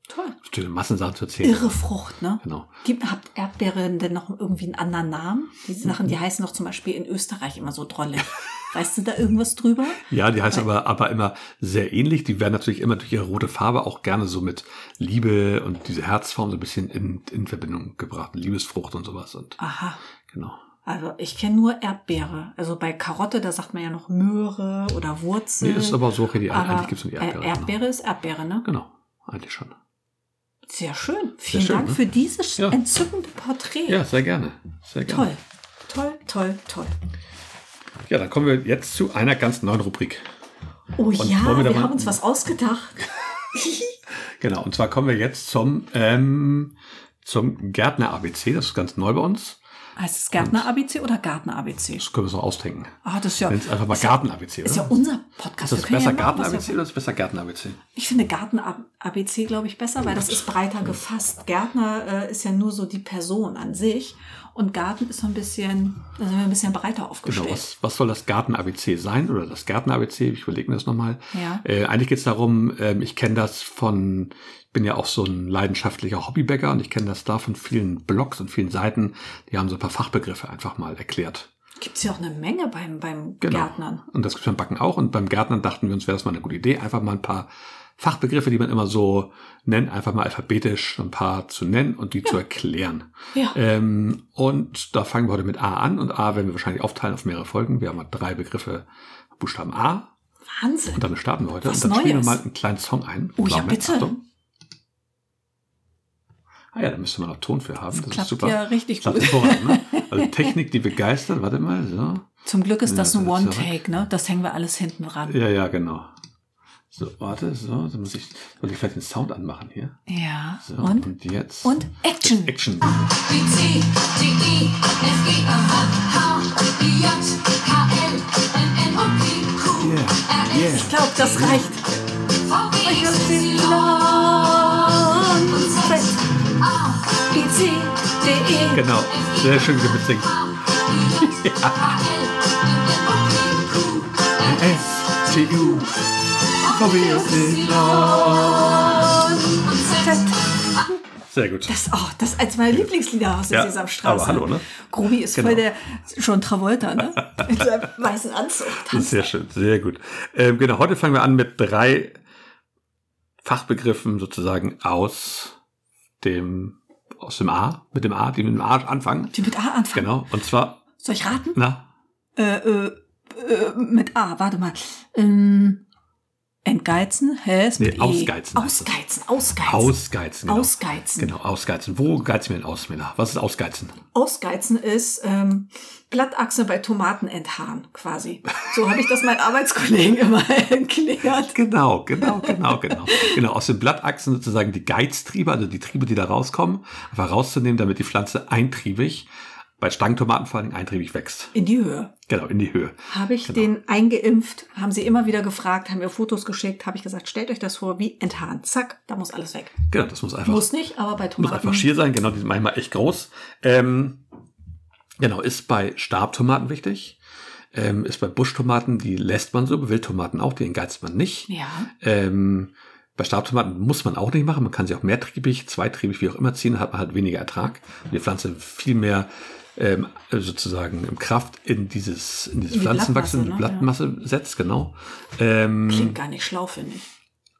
[SPEAKER 1] Toll.
[SPEAKER 2] Natürlich Massensachen zu erzählen.
[SPEAKER 1] Irre Frucht, ne?
[SPEAKER 2] Genau.
[SPEAKER 1] Gibt, habt Erdbeeren denn noch irgendwie einen anderen Namen? Die Sachen,
[SPEAKER 2] Mhm.
[SPEAKER 1] die heißen doch zum Beispiel in Österreich immer so Drolle. Weißt du da irgendwas drüber?
[SPEAKER 2] Ja, die heißen aber, aber immer sehr ähnlich. Die werden natürlich immer durch ihre rote Farbe auch gerne so mit Liebe und diese Herzform so ein bisschen in, in Verbindung gebracht. Liebesfrucht und sowas. Und
[SPEAKER 1] Aha.
[SPEAKER 2] genau.
[SPEAKER 1] Also ich kenne nur Erdbeere. Also bei Karotte, da sagt man ja noch Möhre oder Wurzel.
[SPEAKER 2] Nee, das ist aber so, okay, die
[SPEAKER 1] Mhm. Aber,
[SPEAKER 2] eigentlich gibt es nur die
[SPEAKER 1] äh,
[SPEAKER 2] Erdbeere.
[SPEAKER 1] Erdbeere ist Erdbeere, ne?
[SPEAKER 2] Genau. Eigentlich schon.
[SPEAKER 1] Sehr schön. Vielen
[SPEAKER 2] schön,
[SPEAKER 1] Dank
[SPEAKER 2] ne?
[SPEAKER 1] für dieses
[SPEAKER 2] Ja.
[SPEAKER 1] entzückende Porträt.
[SPEAKER 2] Ja, sehr gerne. Sehr gerne.
[SPEAKER 1] Toll. Toll, toll, toll.
[SPEAKER 2] Ja, dann kommen wir jetzt zu einer ganz neuen Rubrik.
[SPEAKER 1] Oh ja,
[SPEAKER 2] wollen
[SPEAKER 1] wir,
[SPEAKER 2] wir da mal-
[SPEAKER 1] haben uns was ausgedacht.
[SPEAKER 2] Genau, und zwar kommen wir jetzt zum, ähm, zum Gärtner-ABC. Das ist ganz neu bei uns.
[SPEAKER 1] Heißt es Gärtner-ABC oder Gärtner-ABC?
[SPEAKER 2] Das können wir so ausdenken.
[SPEAKER 1] Ah, das ist ja,
[SPEAKER 2] Nennt es einfach mal
[SPEAKER 1] ist ja,
[SPEAKER 2] Garten-ABC,
[SPEAKER 1] ist
[SPEAKER 2] oder?
[SPEAKER 1] ja unser Podcast.
[SPEAKER 2] Ist das
[SPEAKER 1] wir können ja
[SPEAKER 2] besser
[SPEAKER 1] machen, was wir
[SPEAKER 2] Garten-ABC oder ist das besser Garten-ABC?
[SPEAKER 1] Ich finde Garten-ABC, glaube ich, besser, weil das ist breiter gefasst. Gärtner äh, ist ja nur so die Person an sich und Garten ist so ein bisschen, da sind wir ein bisschen breiter
[SPEAKER 2] Genau,
[SPEAKER 1] aufgestellt.
[SPEAKER 2] was, was soll das Garten-ABC sein oder das Garten-ABC? Ich überlege mir das nochmal.
[SPEAKER 1] Ja.
[SPEAKER 2] Äh, eigentlich geht's darum, ähm, ich kenne das von, ich bin ja auch so ein leidenschaftlicher Hobbybäcker und ich kenne das da von vielen Blogs und vielen Seiten, die haben so ein paar Fachbegriffe einfach mal erklärt.
[SPEAKER 1] Gibt es ja auch eine Menge beim, beim
[SPEAKER 2] Genau.
[SPEAKER 1] Gärtnern.
[SPEAKER 2] Und das gibt's beim Backen auch. Und beim Gärtnern dachten wir uns, wäre das mal eine gute Idee, einfach mal ein paar Fachbegriffe, die man immer so nennt, einfach mal alphabetisch ein paar zu nennen und die zu erklären.
[SPEAKER 1] Ja.
[SPEAKER 2] Ähm, und da fangen wir heute mit A an. Und A werden wir wahrscheinlich aufteilen auf mehrere Folgen. Wir haben mal drei Begriffe, Buchstaben A.
[SPEAKER 1] Wahnsinn.
[SPEAKER 2] Und damit starten wir heute.
[SPEAKER 1] Was
[SPEAKER 2] und dann spielen wir
[SPEAKER 1] Neues.
[SPEAKER 2] mal einen kleinen Song ein.
[SPEAKER 1] Oh ja,
[SPEAKER 2] Moment,
[SPEAKER 1] bitte.
[SPEAKER 2] Achtung. Ah ja, da müsste man noch Ton für haben. Das, ist
[SPEAKER 1] Klappt
[SPEAKER 2] super.
[SPEAKER 1] ja richtig
[SPEAKER 2] Klappt
[SPEAKER 1] gut.
[SPEAKER 2] hervorragend, ne? Also Technik, die begeistert. Warte mal, so.
[SPEAKER 1] Zum Glück ist das
[SPEAKER 2] Ja,
[SPEAKER 1] ein
[SPEAKER 2] das ist ja-
[SPEAKER 1] One-Take, ne? Das hängen wir alles hinten ran.
[SPEAKER 2] Ja, ja, genau. So, warte, so, dann muss ich, soll ich vielleicht den Sound anmachen hier.
[SPEAKER 1] Ja.
[SPEAKER 2] Äh, So,
[SPEAKER 1] Und?
[SPEAKER 2] und jetzt.
[SPEAKER 1] Und Action.
[SPEAKER 2] Action.
[SPEAKER 3] B T D E F G H H I J K L M N O P Q
[SPEAKER 2] Yeah,
[SPEAKER 3] R S
[SPEAKER 1] Ich glaube, das reicht.
[SPEAKER 3] V W X Y
[SPEAKER 1] B-C-D-E.
[SPEAKER 2] Genau. Sehr schön wieder mit Singen. S, T, U, V, Sehr gut.
[SPEAKER 1] Das, oh, das ist eins meiner Lieblingslieder aus der
[SPEAKER 2] Ja,
[SPEAKER 1] Sesamstraße.
[SPEAKER 2] aber hallo, ne?
[SPEAKER 1] Grobi ist
[SPEAKER 2] Genau.
[SPEAKER 1] voll der John Travolta, ne? Mit seinem weißen Anzug.
[SPEAKER 2] Das ist sehr schön, sehr gut. Ähm, genau, heute fangen wir an mit drei Fachbegriffen sozusagen aus dem, aus dem A, mit dem A, die mit dem A anfangen.
[SPEAKER 1] Die mit A anfangen.
[SPEAKER 2] Genau, und zwar,
[SPEAKER 1] Soll ich raten?
[SPEAKER 2] na,
[SPEAKER 1] Äh, äh, äh, mit A, warte mal. Ähm, entgeizen? Hä? Ist mit
[SPEAKER 2] Nee,
[SPEAKER 1] E.
[SPEAKER 2] ausgeizen heißt das.
[SPEAKER 1] Ausgeizen, ausgeizen.
[SPEAKER 2] Ausgeizen. Genau.
[SPEAKER 1] Ausgeizen.
[SPEAKER 2] Genau, ausgeizen. Wo geizen wir denn aus, Männer? Was ist ausgeizen?
[SPEAKER 1] Ausgeizen ist ähm, Glattachse bei Tomaten enthaaren, quasi. So habe ich das meinen Arbeitskollegen immer erklärt.
[SPEAKER 2] Genau, genau, genau, genau. genau, aus den Blattachsen sozusagen die Geiztriebe, also die Triebe, die da rauskommen, einfach rauszunehmen, damit die Pflanze eintriebig, bei Stangentomaten vor allen Dingen eintriebig wächst.
[SPEAKER 1] In die Höhe.
[SPEAKER 2] Genau, in die Höhe.
[SPEAKER 1] Habe ich den eingeimpft, haben sie immer wieder gefragt, haben mir Fotos geschickt, habe ich gesagt, stellt euch das vor, wie enthaaren. Zack, da muss alles weg.
[SPEAKER 2] Genau, das muss einfach, muss
[SPEAKER 1] Muss nicht, aber bei Tomaten.
[SPEAKER 2] einfach schier sein. Genau, die sind manchmal echt groß. Ähm, genau, ist bei Stabtomaten wichtig. Ähm, ist bei Buschtomaten, die lässt man so, Wildtomaten auch, die entgeizt man nicht.
[SPEAKER 1] ja.
[SPEAKER 2] Ähm, bei Stabtomaten muss man auch nicht machen. Man kann sie auch mehrtriebig, zweitriebig, wie auch immer ziehen, hat man halt weniger Ertrag. Und die Pflanze viel mehr ähm, sozusagen Kraft in dieses, in dieses
[SPEAKER 1] In die
[SPEAKER 2] Pflanzenwachstum, in die
[SPEAKER 1] Blattmasse, ne?
[SPEAKER 2] Blattmasse setzt, genau. Ähm,
[SPEAKER 1] Klingt gar nicht schlau, finde ich.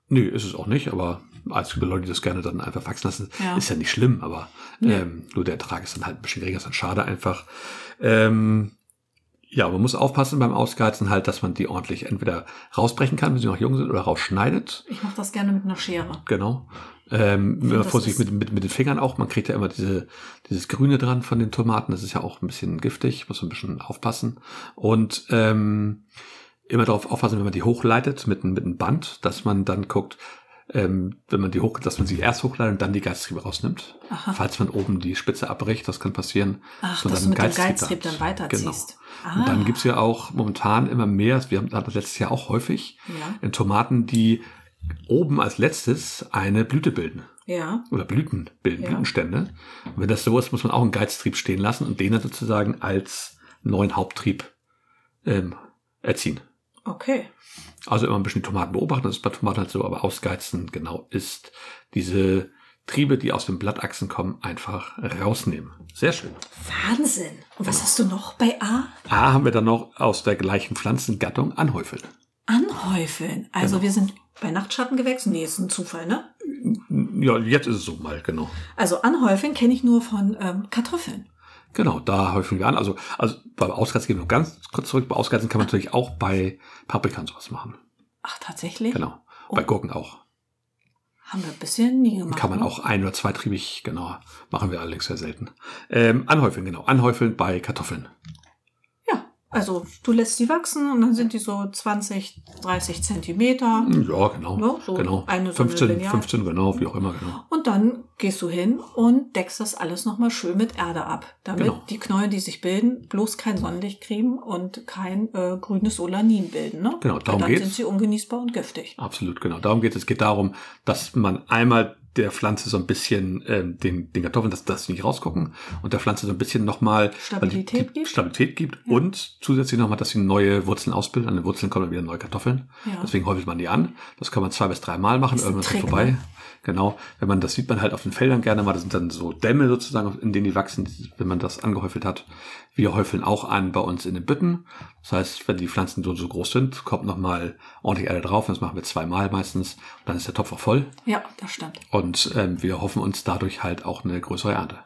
[SPEAKER 2] nö, ist es auch nicht, aber als gibt Leute, die das gerne dann einfach wachsen lassen,
[SPEAKER 1] Ja.
[SPEAKER 2] ist ja nicht schlimm, aber ähm, nur der Ertrag ist dann halt ein bisschen geringer, ist dann schade einfach. Ähm, ja, man muss aufpassen beim Ausgeizen halt, dass man die ordentlich entweder rausbrechen kann, wenn sie noch jung sind, oder rausschneidet.
[SPEAKER 1] Ich mache das gerne mit einer Schere.
[SPEAKER 2] Genau. Ähm, wenn man
[SPEAKER 1] das
[SPEAKER 2] vorsichtig
[SPEAKER 1] ist-
[SPEAKER 2] mit, mit, mit den Fingern auch, man kriegt ja immer diese, dieses Grüne dran von den Tomaten, das ist ja auch ein bisschen giftig, muss man ein bisschen aufpassen. Und ähm, immer darauf aufpassen, wenn man die hochleitet mit, einem- mit einem Band, dass man dann guckt, ähm, wenn man die hoch, dass man sie erst hochleitet und dann die Geiztriebe rausnimmt.
[SPEAKER 1] Aha.
[SPEAKER 2] Falls man oben die Spitze abbricht, das kann passieren.
[SPEAKER 1] Ach,
[SPEAKER 2] man
[SPEAKER 1] dass du
[SPEAKER 2] dann
[SPEAKER 1] mit dem
[SPEAKER 2] Geiztrieb
[SPEAKER 1] Geiztrieb
[SPEAKER 2] hat.
[SPEAKER 1] dann weiterziehst.
[SPEAKER 2] Genau. Und dann
[SPEAKER 1] Ah.
[SPEAKER 2] gibt's ja auch momentan immer mehr, wir haben hatten das letztes Jahr auch häufig,
[SPEAKER 1] Ja.
[SPEAKER 2] in Tomaten, die oben als letztes eine Blüte bilden.
[SPEAKER 1] Ja.
[SPEAKER 2] Oder Blüten bilden,
[SPEAKER 1] Ja.
[SPEAKER 2] Blütenstände. Und wenn das so ist, muss man auch einen Geiztrieb stehen lassen und den dann sozusagen als neuen Haupttrieb ähm, erziehen.
[SPEAKER 1] Okay.
[SPEAKER 2] Also immer ein bisschen die Tomaten beobachten, das ist bei Tomaten halt so, aber ausgeizen genau ist diese Triebe, die aus den Blattachsen kommen, einfach rausnehmen. Sehr schön.
[SPEAKER 1] Wahnsinn. Und
[SPEAKER 2] Genau.
[SPEAKER 1] was hast du noch bei A?
[SPEAKER 2] A haben wir dann noch aus der gleichen Pflanzengattung anhäufeln.
[SPEAKER 1] Anhäufeln. Also
[SPEAKER 2] Genau.
[SPEAKER 1] wir sind bei Nachtschattengewächsen. Nee, ist ein Zufall, ne?
[SPEAKER 2] Ja, jetzt ist es so mal, genau.
[SPEAKER 1] Also Anhäufeln kenne ich nur von ähm, Kartoffeln.
[SPEAKER 2] Genau, da häufen wir an. Also, also beim Ausgeizen gehen wir noch ganz kurz zurück. Bei Ausgeizen kann man natürlich auch bei Paprikern sowas machen.
[SPEAKER 1] Ach, tatsächlich?
[SPEAKER 2] Genau. Bei
[SPEAKER 1] Oh.
[SPEAKER 2] Gurken auch.
[SPEAKER 1] Haben wir bisher nie gemacht.
[SPEAKER 2] Kann man
[SPEAKER 1] ne?
[SPEAKER 2] auch ein- oder zweitriebig, genau. Machen wir allerdings sehr selten. Ähm, anhäufeln, genau. Anhäufeln bei Kartoffeln.
[SPEAKER 1] Ja, Also du lässt sie wachsen und dann sind die so 20, 30 Zentimeter.
[SPEAKER 2] Ja, genau.
[SPEAKER 1] Ja, so
[SPEAKER 2] genau.
[SPEAKER 1] eine so eine
[SPEAKER 2] 15,
[SPEAKER 1] Lineal.
[SPEAKER 2] 15, genau, wie auch immer, genau.
[SPEAKER 1] Und dann gehst du hin und deckst das alles nochmal schön mit Erde ab, damit
[SPEAKER 2] Genau.
[SPEAKER 1] die Knollen, die sich bilden, bloß kein Sonnenlicht kriegen und kein äh, grünes Olanin bilden. Ne?
[SPEAKER 2] Genau, darum
[SPEAKER 1] Weil dann
[SPEAKER 2] geht's.
[SPEAKER 1] sind sie ungenießbar und giftig.
[SPEAKER 2] Absolut, genau. Darum geht es. Es geht darum, dass man einmal der Pflanze so ein bisschen, ähm, den, den Kartoffeln, dass das nicht rausgucken und der Pflanze so ein bisschen nochmal
[SPEAKER 1] Stabilität gibt.
[SPEAKER 2] Stabilität gibt und zusätzlich nochmal, dass sie neue Wurzeln ausbilden. An den Wurzeln kommen dann wieder neue Kartoffeln.
[SPEAKER 1] Ja.
[SPEAKER 2] Deswegen häufelt man die an. Das kann man zwei bis drei Mal machen,
[SPEAKER 1] Ist ein
[SPEAKER 2] irgendwann ist es
[SPEAKER 1] Trick,
[SPEAKER 2] vorbei.
[SPEAKER 1] ne?
[SPEAKER 2] Genau. Wenn man, das sieht man halt auf den Feldern gerne mal, das sind dann so Dämme sozusagen, in denen die wachsen, wenn man das angehäufelt hat. Wir häufeln auch an bei uns in den Bütten. Das heißt, wenn die Pflanzen so, so groß sind, kommt nochmal ordentlich Erde drauf. Das machen wir zweimal meistens. Und dann ist der Topf auch voll.
[SPEAKER 1] Ja, das stimmt.
[SPEAKER 2] Und ähm, wir hoffen uns dadurch halt auch eine größere Ernte.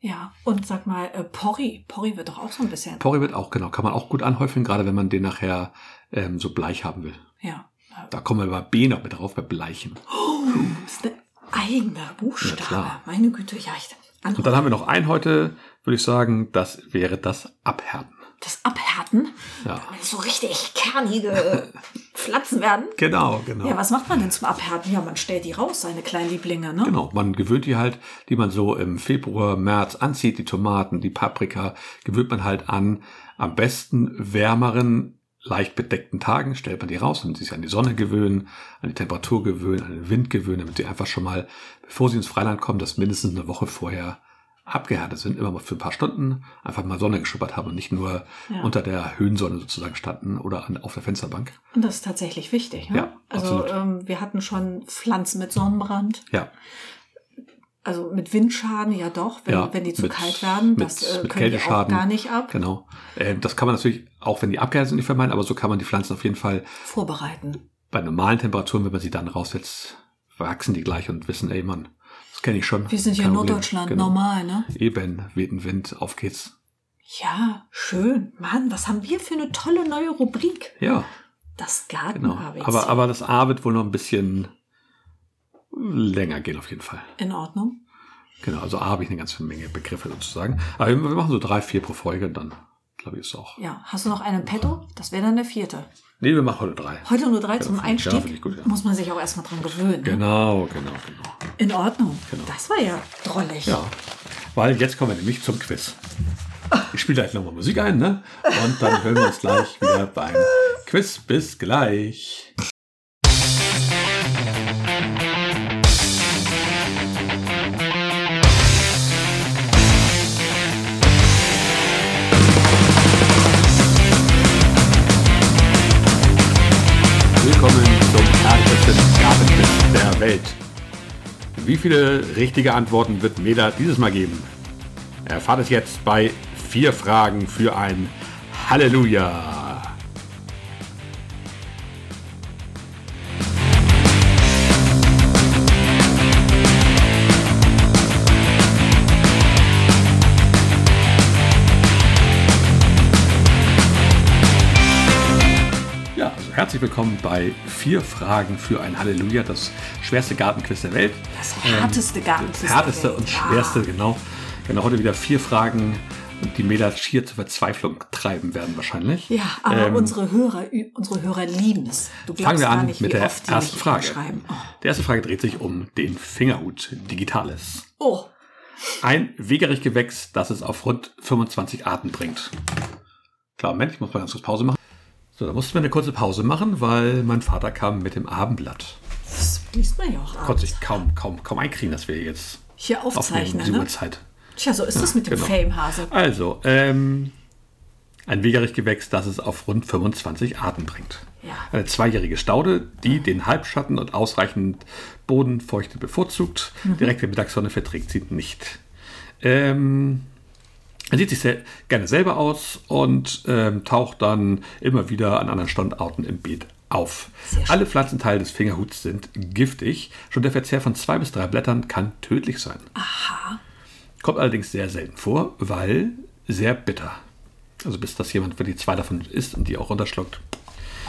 [SPEAKER 1] Ja, und sag mal, äh, Porri, Porri wird doch auch so ein bisschen.
[SPEAKER 2] Porree wird auch, genau, kann man auch gut anhäufeln, gerade wenn man den nachher ähm, so bleich haben will.
[SPEAKER 1] ja,
[SPEAKER 2] Da kommen wir bei B noch mit drauf, bei Bleichen.
[SPEAKER 1] das ist ein eigener
[SPEAKER 2] Ja,
[SPEAKER 1] Buchstabe.
[SPEAKER 2] klar.
[SPEAKER 1] Meine Güte, ja, ich,
[SPEAKER 2] Und dann haben wir noch einen heute, würde ich sagen, das wäre das Abhärten.
[SPEAKER 1] das Abhärten,
[SPEAKER 2] Ja.
[SPEAKER 1] damit so richtig kernige Pflanzen werden.
[SPEAKER 2] Genau, genau.
[SPEAKER 1] Ja, was macht man denn zum Abhärten? Ja, man stellt die raus, seine kleinen Lieblinge, ne?
[SPEAKER 2] Genau, man gewöhnt die halt, die man so im Februar, März anzieht, die Tomaten, die Paprika, gewöhnt man halt an. Am besten wärmeren, leicht bedeckten Tagen stellt man die raus, damit sie sich an die Sonne gewöhnen, an die Temperatur gewöhnen, an den Wind gewöhnen, damit sie einfach schon mal, bevor sie ins Freiland kommen, das mindestens eine Woche vorher abgehärtet sind, immer mal für ein paar Stunden einfach mal Sonne geschuppert haben und nicht nur
[SPEAKER 1] Ja.
[SPEAKER 2] unter der Höhensonne sozusagen standen oder an, auf der Fensterbank.
[SPEAKER 1] Und das ist tatsächlich wichtig. Ne?
[SPEAKER 2] Ja,
[SPEAKER 1] also
[SPEAKER 2] absolut.
[SPEAKER 1] ähm, wir hatten schon Pflanzen mit Sonnenbrand,
[SPEAKER 2] Ja,
[SPEAKER 1] also mit Windschaden, ja doch, wenn,
[SPEAKER 2] Ja,
[SPEAKER 1] wenn die zu
[SPEAKER 2] mit-
[SPEAKER 1] kalt werden,
[SPEAKER 2] mit-
[SPEAKER 1] das äh,
[SPEAKER 2] mit
[SPEAKER 1] können die auch
[SPEAKER 2] Kälteschaden.
[SPEAKER 1] gar nicht ab.
[SPEAKER 2] genau. Ähm, das kann man natürlich, auch wenn die abgehärtet sind, nicht vermeiden, aber so kann man die Pflanzen auf jeden Fall
[SPEAKER 1] Vorbereiten.
[SPEAKER 2] bei normalen Temperaturen, wenn man sie dann raussetzt, wachsen die gleich und wissen, ey Mann, das kenne ich schon.
[SPEAKER 1] Wir sind hier
[SPEAKER 2] Kein
[SPEAKER 1] in
[SPEAKER 2] Problem.
[SPEAKER 1] Norddeutschland,
[SPEAKER 2] Genau.
[SPEAKER 1] normal, ne?
[SPEAKER 2] Eben, weht ein Wind, auf geht's.
[SPEAKER 1] Ja, schön. Mann, was haben wir für eine tolle neue Rubrik?
[SPEAKER 2] Ja,
[SPEAKER 1] Das Garten
[SPEAKER 2] genau.
[SPEAKER 1] habe ich.
[SPEAKER 2] Aber, aber das A wird wohl noch ein bisschen länger gehen auf jeden Fall.
[SPEAKER 1] in Ordnung.
[SPEAKER 2] Genau, also A habe ich eine ganze Menge Begriffe sozusagen. Aber wir wir machen so drei, vier pro Folge, dann glaube ich ist auch.
[SPEAKER 1] Ja, hast du noch einen Petto? Das wäre dann der vierte.
[SPEAKER 2] Nee, wir machen heute drei.
[SPEAKER 1] Heute nur drei zum
[SPEAKER 2] finde ich-
[SPEAKER 1] Einstieg.
[SPEAKER 2] ja, finde ich gut, ja.
[SPEAKER 1] Muss man sich auch erstmal dran gewöhnen. ne?
[SPEAKER 2] Genau, genau, genau.
[SPEAKER 1] In Ordnung.
[SPEAKER 2] Genau.
[SPEAKER 1] Das war ja drollig.
[SPEAKER 2] Ja, weil jetzt kommen wir nämlich zum Quiz. Ich spiele gleich nochmal Musik ein, ne? Und dann hören wir uns gleich wieder beim Quiz. Bis gleich. Willkommen zum härtesten Gartenquiz der Welt. Wie viele richtige Antworten wird Meda dieses Mal geben? Erfahrt es jetzt bei vier Fragen für ein Halleluja. Ja, also herzlich willkommen bei vier Fragen für ein Halleluja, das schwerste Gartenquiz der Welt.
[SPEAKER 1] Das härteste Gartenquiz
[SPEAKER 2] Das
[SPEAKER 1] der
[SPEAKER 2] ähm, härteste
[SPEAKER 1] Welt. Ah.
[SPEAKER 2] und
[SPEAKER 1] Ja.
[SPEAKER 2] schwerste, genau. Genau, heute wieder vier Fragen, die Mela schier zur Verzweiflung treiben werden wahrscheinlich.
[SPEAKER 1] Ja, aber
[SPEAKER 2] Ähm,
[SPEAKER 1] unsere Hörer, ü- unsere Hörer lieben es. Du glaubst
[SPEAKER 2] Fangen wir
[SPEAKER 1] gar
[SPEAKER 2] an
[SPEAKER 1] nicht, Oh.
[SPEAKER 2] mit
[SPEAKER 1] wie
[SPEAKER 2] der
[SPEAKER 1] oft die
[SPEAKER 2] ersten
[SPEAKER 1] mich
[SPEAKER 2] Frage.
[SPEAKER 1] Schreiben.
[SPEAKER 2] Die erste Frage dreht sich um den Fingerhut Digitalis.
[SPEAKER 1] Oh,
[SPEAKER 2] Ein Wegerich-Gewächs, das es auf rund 25 Arten bringt. Klar, Moment, ich muss mal ganz kurz Pause machen. So, da mussten wir eine kurze Pause machen, weil mein Vater kam mit dem Abendblatt.
[SPEAKER 1] das liest man ja auch
[SPEAKER 2] Konnte
[SPEAKER 1] abends.
[SPEAKER 2] sich kaum, kaum, kaum einkriegen, dass wir jetzt
[SPEAKER 1] Hier
[SPEAKER 2] aufnehmen,
[SPEAKER 1] aufzeichnen,
[SPEAKER 2] diese
[SPEAKER 1] ne?
[SPEAKER 2] Uhrzeit.
[SPEAKER 1] Tja, so ist es mit dem
[SPEAKER 2] genau.
[SPEAKER 1] Famehase.
[SPEAKER 2] Also, ähm, ein Wegerich-Gewächs, das es auf rund 25 Arten bringt.
[SPEAKER 1] Ja.
[SPEAKER 2] Eine zweijährige Staude, die den Halbschatten und ausreichend Bodenfeuchte bevorzugt. Direkte Mittagssonne verträgt sie nicht. Ähm, er sieht sich sehr, gerne selber aus und ähm, taucht dann immer wieder an anderen Standorten im Beet auf.
[SPEAKER 1] Sehr schön.
[SPEAKER 2] Alle Pflanzenteile des Fingerhuts sind giftig. Schon der Verzehr von zwei bis drei Blättern kann tödlich sein. Kommt allerdings sehr selten vor, weil sehr bitter. Also bis das jemand wirklich zwei davon isst und die auch runterschluckt.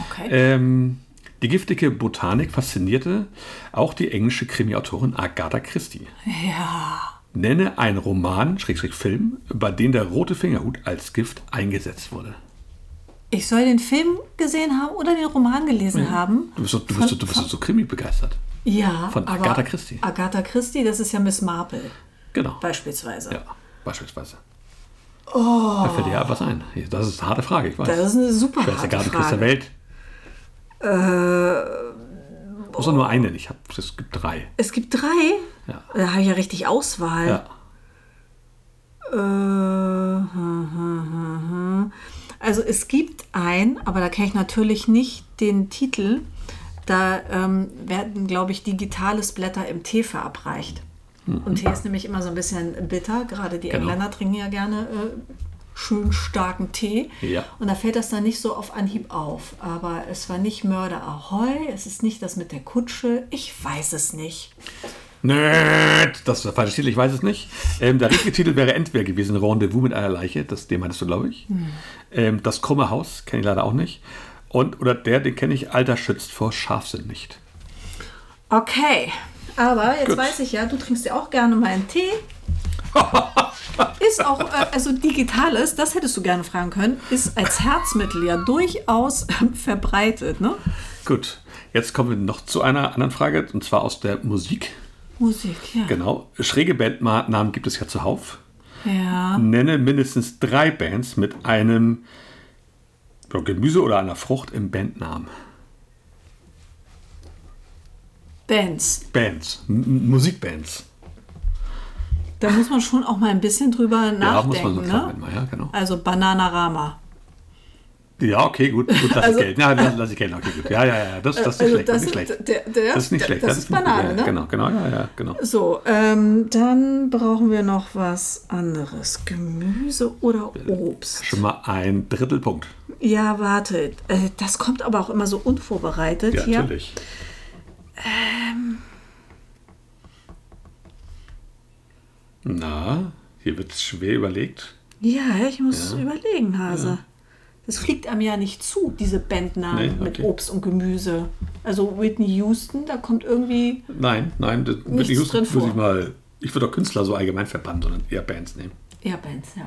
[SPEAKER 1] Okay.
[SPEAKER 2] Ähm, die giftige Botanik faszinierte auch die englische Krimiautorin Agatha Christie.
[SPEAKER 1] ja,
[SPEAKER 2] Nenne einen Roman, Schrägstrich Film, bei dem der rote Fingerhut als Gift eingesetzt wurde.
[SPEAKER 1] Ich soll den Film gesehen haben oder den Roman gelesen haben.
[SPEAKER 2] Du bist so, du bist so, du bist so, so Krimi begeistert.
[SPEAKER 1] Ja,
[SPEAKER 2] von
[SPEAKER 1] aber
[SPEAKER 2] Agatha Christie.
[SPEAKER 1] Agatha Christie, das ist ja Miss Marple
[SPEAKER 2] Genau.
[SPEAKER 1] beispielsweise.
[SPEAKER 2] Ja, beispielsweise. Da fällt dir ja was ein. Das ist eine harte Frage, ich weiß.
[SPEAKER 1] Oh. Das ist eine super
[SPEAKER 2] Wer ist der
[SPEAKER 1] harte
[SPEAKER 2] Gartenfluss der
[SPEAKER 1] Frage.
[SPEAKER 2] Welt? Äh, Muss doch
[SPEAKER 1] oh.
[SPEAKER 2] nur einen. Ich hab, es gibt drei.
[SPEAKER 1] Es gibt drei.
[SPEAKER 2] Ja.
[SPEAKER 1] Da habe ich ja richtig Auswahl.
[SPEAKER 2] Ja.
[SPEAKER 1] Äh, hm, hm, hm, hm. Also es gibt ein, aber da kenne ich natürlich nicht den Titel. Da ähm, werden, glaube ich, digitales Blätter im Tee verabreicht. Und Tee ist nämlich immer so ein bisschen bitter. Gerade die
[SPEAKER 2] Mhm. Genau.
[SPEAKER 1] Engländer trinken ja gerne äh, schön starken Tee.
[SPEAKER 2] Ja.
[SPEAKER 1] Und da fällt das dann nicht so auf Anhieb auf. Aber es war nicht Mörder Ahoi, es ist nicht das mit der Kutsche. Ich weiß es nicht.
[SPEAKER 2] Nerd! Das ist der falsche Titel, ich weiß es nicht. Ähm, der richtige Titel wäre entweder gewesen Rendezvous mit einer Leiche, das den meinst du, glaube ich.
[SPEAKER 1] Hm.
[SPEAKER 2] Ähm, das krumme Haus, kenne ich leider auch nicht. Und, oder der, den kenne ich, Alter schützt vor Scharfsinn nicht.
[SPEAKER 1] Okay, aber jetzt
[SPEAKER 2] Gut.
[SPEAKER 1] weiß ich ja, du trinkst ja auch gerne mal einen Tee. ist auch, äh, also digitales, das hättest du gerne fragen können, ist als Herzmittel ja durchaus ähm, verbreitet, ne?
[SPEAKER 2] Gut, jetzt kommen wir noch zu einer anderen Frage, und zwar aus der Musik.
[SPEAKER 1] Musik, ja.
[SPEAKER 2] Genau, schräge Bandnamen gibt es ja zuhauf.
[SPEAKER 1] Ja.
[SPEAKER 2] Nenne mindestens drei Bands mit einem ja, Gemüse oder einer Frucht im Bandnamen.
[SPEAKER 1] Bands.
[SPEAKER 2] Bands, M- M Musikbands.
[SPEAKER 1] Da muss man schon auch mal ein bisschen drüber nachdenken,
[SPEAKER 2] klar
[SPEAKER 1] ne?
[SPEAKER 2] werden, ja, genau.
[SPEAKER 1] Also Bananarama.
[SPEAKER 2] Ja, okay, gut, gut, lass
[SPEAKER 1] Also-
[SPEAKER 2] ich Geld. Ja, lass, lass ich Geld, okay, gut. Ja, ja, ja, das, das ist
[SPEAKER 1] Also
[SPEAKER 2] nicht schlecht.
[SPEAKER 1] das
[SPEAKER 2] Das, ist
[SPEAKER 1] ist
[SPEAKER 2] nicht schlecht.
[SPEAKER 1] der- der-
[SPEAKER 2] das ist nicht
[SPEAKER 1] der-
[SPEAKER 2] schlecht.
[SPEAKER 1] das ist Banane,
[SPEAKER 2] ja,
[SPEAKER 1] ne?
[SPEAKER 2] Genau, genau, ja, ja, genau.
[SPEAKER 1] So, ähm, dann brauchen wir noch was anderes. Gemüse oder Obst?
[SPEAKER 2] Schon mal ein Drittelpunkt.
[SPEAKER 1] Ja, warte. Äh, Das kommt aber auch immer so unvorbereitet
[SPEAKER 2] Ja,
[SPEAKER 1] hier. Ähm.
[SPEAKER 2] natürlich. Na, hier wird es schwer überlegt.
[SPEAKER 1] Ja, ich muss überlegen, Hase. Das fliegt einem ja nicht zu, diese Bandnamen
[SPEAKER 2] Nee,
[SPEAKER 1] mit
[SPEAKER 2] okay.
[SPEAKER 1] Obst und Gemüse. Also Whitney Houston, da kommt irgendwie.
[SPEAKER 2] Nein, nein, das mit
[SPEAKER 1] Nichts
[SPEAKER 2] Houston
[SPEAKER 1] drin
[SPEAKER 2] würde
[SPEAKER 1] vor.
[SPEAKER 2] ich mal. Ich würde doch Künstler so allgemein verbannen, sondern eher Bands nehmen.
[SPEAKER 1] Ja, Bands, ja.